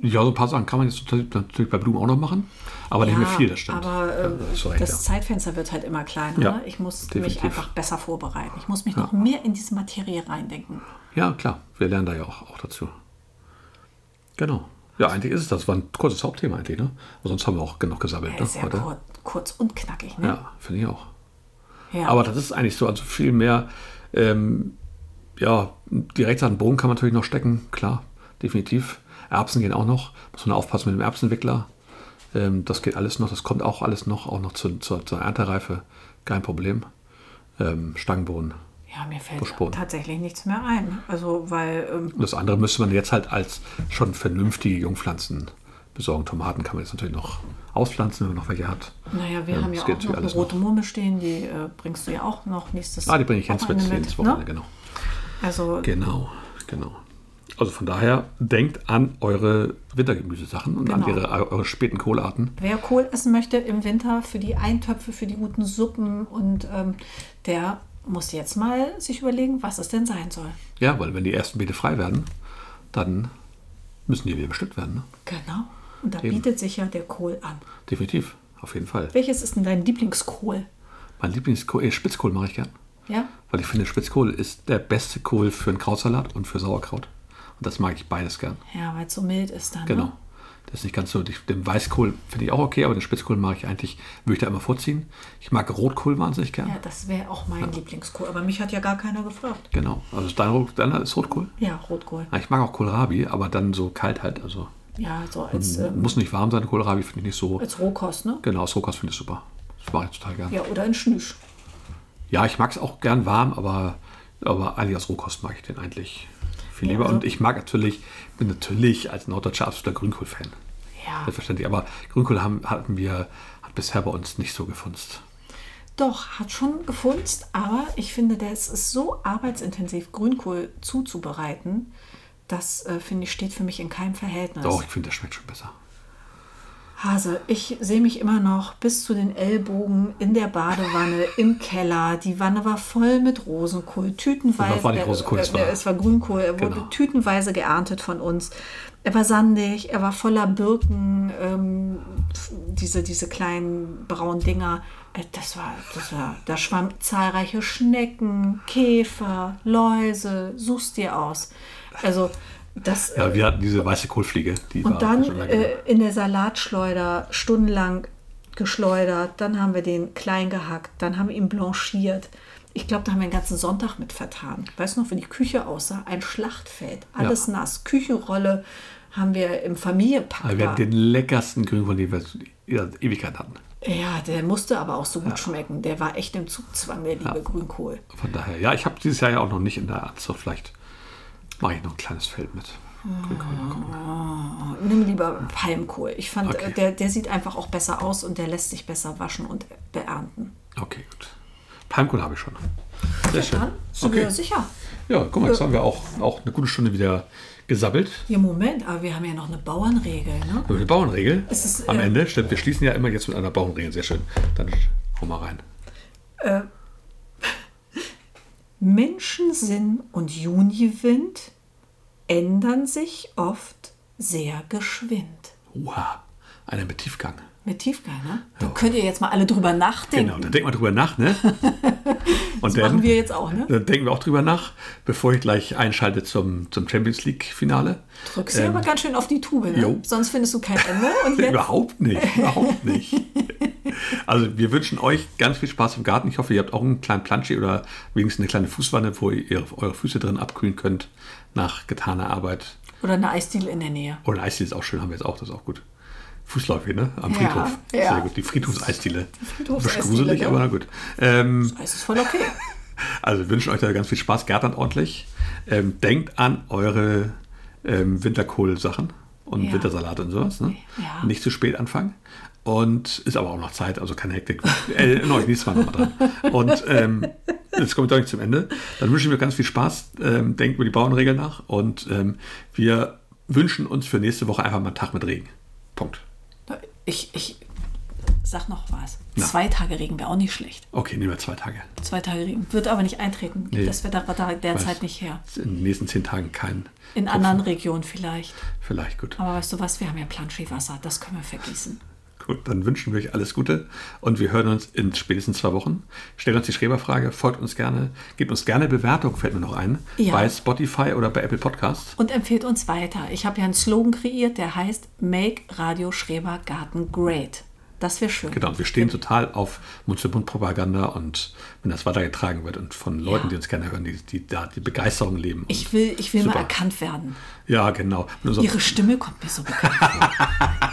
[SPEAKER 2] Ja, so ein paar Sachen kann man jetzt natürlich bei Blumen auch noch machen, aber nicht mehr viel, das stimmt.
[SPEAKER 1] Aber
[SPEAKER 2] Ja,
[SPEAKER 1] ähm,
[SPEAKER 2] da hast du recht,
[SPEAKER 1] das
[SPEAKER 2] ja.
[SPEAKER 1] Zeitfenster wird halt immer kleiner.
[SPEAKER 2] Ja,
[SPEAKER 1] ne? Ich muss
[SPEAKER 2] definitiv.
[SPEAKER 1] mich einfach besser vorbereiten. Ich muss mich noch mehr in diese Materie reindenken.
[SPEAKER 2] Ja, klar. Wir lernen da ja auch, auch dazu. Genau. Ja,
[SPEAKER 1] Also
[SPEAKER 2] eigentlich ist es das. War ein kurzes Hauptthema eigentlich, ne? Aber sonst haben wir auch genug gesammelt,
[SPEAKER 1] Ja,
[SPEAKER 2] ne?
[SPEAKER 1] ist ja
[SPEAKER 2] heute.
[SPEAKER 1] kurz, kurz und knackig. Ne?
[SPEAKER 2] Ja, finde ich auch.
[SPEAKER 1] Ja.
[SPEAKER 2] Aber das ist eigentlich so, also viel mehr, ähm, ja, direkt an den Boden kann man natürlich noch stecken, klar, definitiv. Erbsen gehen auch noch. Muss man aufpassen mit dem Erbsenwickler. Ähm, das geht alles noch, das kommt auch alles noch, auch noch zu, zur, zur Erntereife. Kein Problem. Ähm, Stangenbohnen.
[SPEAKER 1] ja, mir fällt
[SPEAKER 2] Buschboden.
[SPEAKER 1] tatsächlich nichts mehr ein. Also, weil ähm,
[SPEAKER 2] Und Das andere müsste man jetzt halt als schon vernünftige Jungpflanzen besorgen. Tomaten kann man jetzt natürlich noch auspflanzen, wenn man noch welche hat.
[SPEAKER 1] Naja, wir
[SPEAKER 2] Ähm,
[SPEAKER 1] haben
[SPEAKER 2] das
[SPEAKER 1] ja auch
[SPEAKER 2] geht natürlich
[SPEAKER 1] noch eine
[SPEAKER 2] alles
[SPEAKER 1] rote Murmel stehen, die äh, bringst du ja auch noch nächstes
[SPEAKER 2] Ah, die bringe ich jetzt mit
[SPEAKER 1] Wochenende mit,
[SPEAKER 2] ins Wochenende,
[SPEAKER 1] ne?
[SPEAKER 2] genau.
[SPEAKER 1] Also
[SPEAKER 2] Genau, genau. Also von daher, denkt an eure Wintergemüsesachen und an
[SPEAKER 1] Genau.
[SPEAKER 2] ihre, eure späten Kohlarten.
[SPEAKER 1] wer Kohl essen möchte im Winter für die Eintöpfe, für die guten Suppen und ähm, der muss jetzt mal sich überlegen, was es denn sein soll.
[SPEAKER 2] Ja, weil wenn die ersten Beete frei werden, dann müssen die wieder bestückt werden. Ne?
[SPEAKER 1] Genau. Und da
[SPEAKER 2] Eben.
[SPEAKER 1] bietet sich ja der Kohl an.
[SPEAKER 2] Definitiv, auf jeden Fall.
[SPEAKER 1] Welches ist denn dein Lieblingskohl?
[SPEAKER 2] Mein Lieblingskohl, äh, Spitzkohl mache ich gern.
[SPEAKER 1] Ja?
[SPEAKER 2] Weil ich finde, Spitzkohl ist der beste Kohl für einen Krautsalat und für Sauerkraut. Und das mag ich beides gern.
[SPEAKER 1] Ja, weil es so mild ist dann.
[SPEAKER 2] Genau.
[SPEAKER 1] Ne?
[SPEAKER 2] Das ist nicht ganz so. ich- Den Weißkohl finde ich auch okay, aber den Spitzkohl mag ich eigentlich, würde ich da immer vorziehen. Ich mag Rotkohl wahnsinnig gern.
[SPEAKER 1] Ja, das wäre auch mein Lieblingskohl. Aber mich hat ja gar keiner gefragt.
[SPEAKER 2] Genau. Also dein, Rot- deiner ist Rotkohl.
[SPEAKER 1] Ja, Rotkohl.
[SPEAKER 2] Ja, Ah, Ich mag auch Kohlrabi, aber dann so kalt halt. Also
[SPEAKER 1] Ja, so als, ähm,
[SPEAKER 2] muss nicht warm sein. Kohlrabi finde ich nicht so.
[SPEAKER 1] als Rohkost, ne?
[SPEAKER 2] Genau, Sokas finde ich super. Das mag ich total gern. Ja,
[SPEAKER 1] Ja, oder in Schnüsch.
[SPEAKER 2] ich mag es auch gern warm, aber, aber alias Rohkost mag ich den eigentlich viel lieber.
[SPEAKER 1] also-
[SPEAKER 2] Und ich mag natürlich, bin natürlich als norddeutscher absoluter Grünkohl-Fan.
[SPEAKER 1] Ja.
[SPEAKER 2] Selbstverständlich. Aber Grünkohl haben, hatten wir, hat bisher bei uns nicht so gefunzt.
[SPEAKER 1] Doch, hat schon gefunzt, aber ich finde, das ist so arbeitsintensiv, Grünkohl zuzubereiten. Das, äh, finde ich, steht für mich in keinem Verhältnis.
[SPEAKER 2] Doch, ich finde, das schmeckt schon besser.
[SPEAKER 1] Hase, ich sehe mich immer noch bis zu den Ellbogen in der Badewanne, im Keller. Die Wanne war voll mit Rosenkohl, tütenweise.
[SPEAKER 2] Das Genau, war nicht Rosenkohl,
[SPEAKER 1] äh,
[SPEAKER 2] das war-
[SPEAKER 1] äh, es war Grünkohl. Er wurde
[SPEAKER 2] Genau.
[SPEAKER 1] tütenweise geerntet von uns. Er war sandig, er war voller Birken, ähm, diese, diese kleinen braunen Dinger. Äh, Das war, das war, da schwammen zahlreiche Schnecken, Käfer, Läuse, such's dir aus. Also, das äh,
[SPEAKER 2] Ja, wir hatten diese weiße Kohlfliege. Die war
[SPEAKER 1] und
[SPEAKER 2] schon
[SPEAKER 1] dann
[SPEAKER 2] lange
[SPEAKER 1] äh, in der Salatschleuder stundenlang geschleudert. Dann haben wir den klein gehackt. Dann haben wir ihn blanchiert. Ich glaube, da haben wir den ganzen Sonntag mit vertan. Weißt du noch, wie die Küche aussah? Ein Schlachtfeld. Alles nass. Küchenrolle haben wir im
[SPEAKER 2] Aber
[SPEAKER 1] Familienpack.
[SPEAKER 2] wir hatten den leckersten Grünkohl, den wir seit Ewigkeit hatten.
[SPEAKER 1] Ja, der musste aber auch so gut schmecken. Der war echt im Zugzwang, der liebe Grünkohl.
[SPEAKER 2] Von daher, ja, ich habe dieses Jahr ja auch noch nicht in der Art, so vielleicht mache ich noch ein kleines Feld mit. Grünkohl, mal gucken.
[SPEAKER 1] Nimm lieber Palmkohl. Ich fand, äh,
[SPEAKER 2] Okay.
[SPEAKER 1] der, der sieht einfach auch besser aus und der lässt sich besser waschen und beernten.
[SPEAKER 2] Okay, gut. Palmkohl habe ich schon. Sehr schön.
[SPEAKER 1] Dann sind
[SPEAKER 2] Okay.
[SPEAKER 1] wir sicher.
[SPEAKER 2] Ja, guck mal, jetzt haben wir auch, auch eine gute Stunde wieder gesabbelt.
[SPEAKER 1] Ja, Moment, aber wir haben ja noch eine Bauernregel, ne?
[SPEAKER 2] Über die Bauernregel.
[SPEAKER 1] Es ist,
[SPEAKER 2] Am
[SPEAKER 1] äh,
[SPEAKER 2] Ende, stimmt, wir schließen ja immer jetzt mit einer Bauernregel. Sehr schön. Dann hau mal rein.
[SPEAKER 1] Menschensinn und Juniwind ändern sich oft sehr geschwind.
[SPEAKER 2] Wow, einer mit Tiefgang.
[SPEAKER 1] Mit Tiefgang, ne? Da
[SPEAKER 2] Ja.
[SPEAKER 1] könnt ihr jetzt mal alle drüber nachdenken.
[SPEAKER 2] Genau, dann denk mal drüber nach, ne? Und
[SPEAKER 1] Das machen wir jetzt auch, ne?
[SPEAKER 2] Dann denken wir auch drüber nach, bevor ich gleich einschalte zum, zum Champions League-Finale.
[SPEAKER 1] Drückst dir aber ganz schön auf die Tube, ne?
[SPEAKER 2] ähm, jo.
[SPEAKER 1] Sonst findest du kein Ende. Und jetzt,
[SPEAKER 2] Überhaupt nicht, überhaupt nicht. Also wir wünschen euch ganz viel Spaß im Garten. Ich hoffe, ihr habt auch einen kleinen Planschi oder wenigstens eine kleine Fußwanne, wo ihr eure Füße drin abkühlen könnt nach getaner Arbeit.
[SPEAKER 1] oder eine Eisdiele in der Nähe.
[SPEAKER 2] Oh, eine Eisdiele ist auch schön, haben wir jetzt auch, das ist auch gut. Fußläufig, ne? Am
[SPEAKER 1] Ja,
[SPEAKER 2] Friedhof.
[SPEAKER 1] ja.
[SPEAKER 2] Sehr gut, die Friedhofseisdiele.
[SPEAKER 1] Friedhofseisdiele,
[SPEAKER 2] Bisschen gruselig,
[SPEAKER 1] ne?
[SPEAKER 2] aber na gut. Ähm,
[SPEAKER 1] Das ist voll okay.
[SPEAKER 2] also wir wünschen euch da ganz viel Spaß, gärtnert ordentlich. Ähm, denkt an eure ähm, Winterkohlsachen und
[SPEAKER 1] Ja.
[SPEAKER 2] Wintersalate und sowas. Ne?
[SPEAKER 1] Ja.
[SPEAKER 2] Nicht zu spät anfangen. Und ist aber auch noch Zeit, also keine Hektik. Äh, Erinnert euch nächstes Mal nochmal dran. Und ähm, jetzt kommt euch zum Ende. Dann wünschen wir ganz viel Spaß. Ähm, denkt über die Bauernregeln nach. Und ähm, wir wünschen uns für nächste Woche einfach mal einen Tag mit Regen. Punkt.
[SPEAKER 1] Ich, ich sag noch was.
[SPEAKER 2] Na.
[SPEAKER 1] Zwei Tage Regen wäre auch nicht schlecht.
[SPEAKER 2] Okay, nehmen wir zwei Tage.
[SPEAKER 1] Zwei Tage Regen. Wird aber nicht eintreten.
[SPEAKER 2] Nee.
[SPEAKER 1] Das Wetter war da derzeit halt nicht her.
[SPEAKER 2] In den nächsten zehn Tagen kein.
[SPEAKER 1] In anderen Regionen vielleicht.
[SPEAKER 2] Vielleicht gut.
[SPEAKER 1] Aber weißt du was, wir haben ja Planschewasser, das können wir vergießen.
[SPEAKER 2] Gut, dann wünschen wir euch alles Gute und wir hören uns in spätestens zwei Wochen. Stellt uns die Schreberfrage, folgt uns gerne, gebt uns gerne Bewertung, fällt mir noch ein,
[SPEAKER 1] Ja.
[SPEAKER 2] bei Spotify oder bei Apple Podcast.
[SPEAKER 1] Und empfehlt uns weiter. Ich habe ja einen Slogan kreiert, der heißt Make Radio Schreber Garten Great. Das wäre schön.
[SPEAKER 2] Genau, und wir stehen total auf Mund-zu-Mund-Propaganda und wenn das weitergetragen wird und von Leuten,
[SPEAKER 1] Ja.
[SPEAKER 2] die uns gerne hören, die, die da die Begeisterung leben.
[SPEAKER 1] Ich will, ich will mal
[SPEAKER 2] Super.
[SPEAKER 1] erkannt werden.
[SPEAKER 2] ja, genau. Mit unserem-
[SPEAKER 1] Ihre Stimme kommt mir so bekannt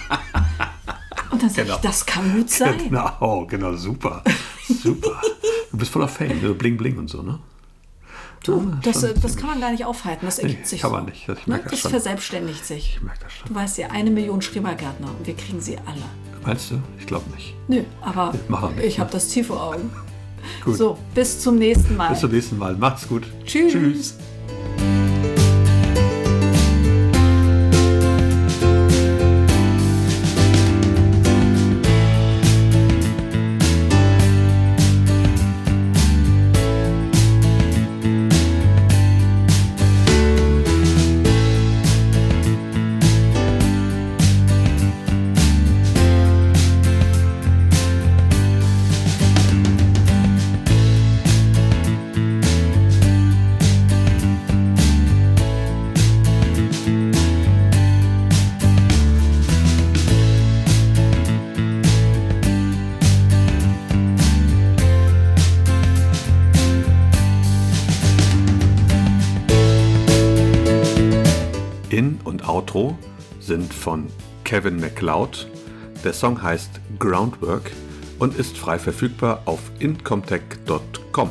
[SPEAKER 1] vor. Und dann sage
[SPEAKER 2] Genau.
[SPEAKER 1] ich, das kann gut sein.
[SPEAKER 2] Genau, genau, super. Super. du bist voller Fame, so bling bling und so, ne? Ah,
[SPEAKER 1] Du, das,
[SPEAKER 2] schon
[SPEAKER 1] äh, das kann man gar nicht aufhalten, das ergibt sich
[SPEAKER 2] kann
[SPEAKER 1] so.
[SPEAKER 2] man nicht, ich merk
[SPEAKER 1] Ne?
[SPEAKER 2] das
[SPEAKER 1] Das
[SPEAKER 2] schon.
[SPEAKER 1] verselbstständigt sich.
[SPEAKER 2] Ich merke das schon.
[SPEAKER 1] Du weißt ja, eine Million Schrebergärtner und wir kriegen sie alle.
[SPEAKER 2] Meinst du? Ich glaube nicht.
[SPEAKER 1] Nö, aber
[SPEAKER 2] machen wir nicht, ne?
[SPEAKER 1] ich habe das Ziel vor Augen.
[SPEAKER 2] Gut.
[SPEAKER 1] So, bis zum nächsten Mal.
[SPEAKER 2] Bis zum nächsten Mal. Macht's gut.
[SPEAKER 1] Tschüss.
[SPEAKER 2] Tschüss. In- und Outro sind von Kevin MacLeod. Der Song heißt Groundwork und ist frei verfügbar auf incomtech.com.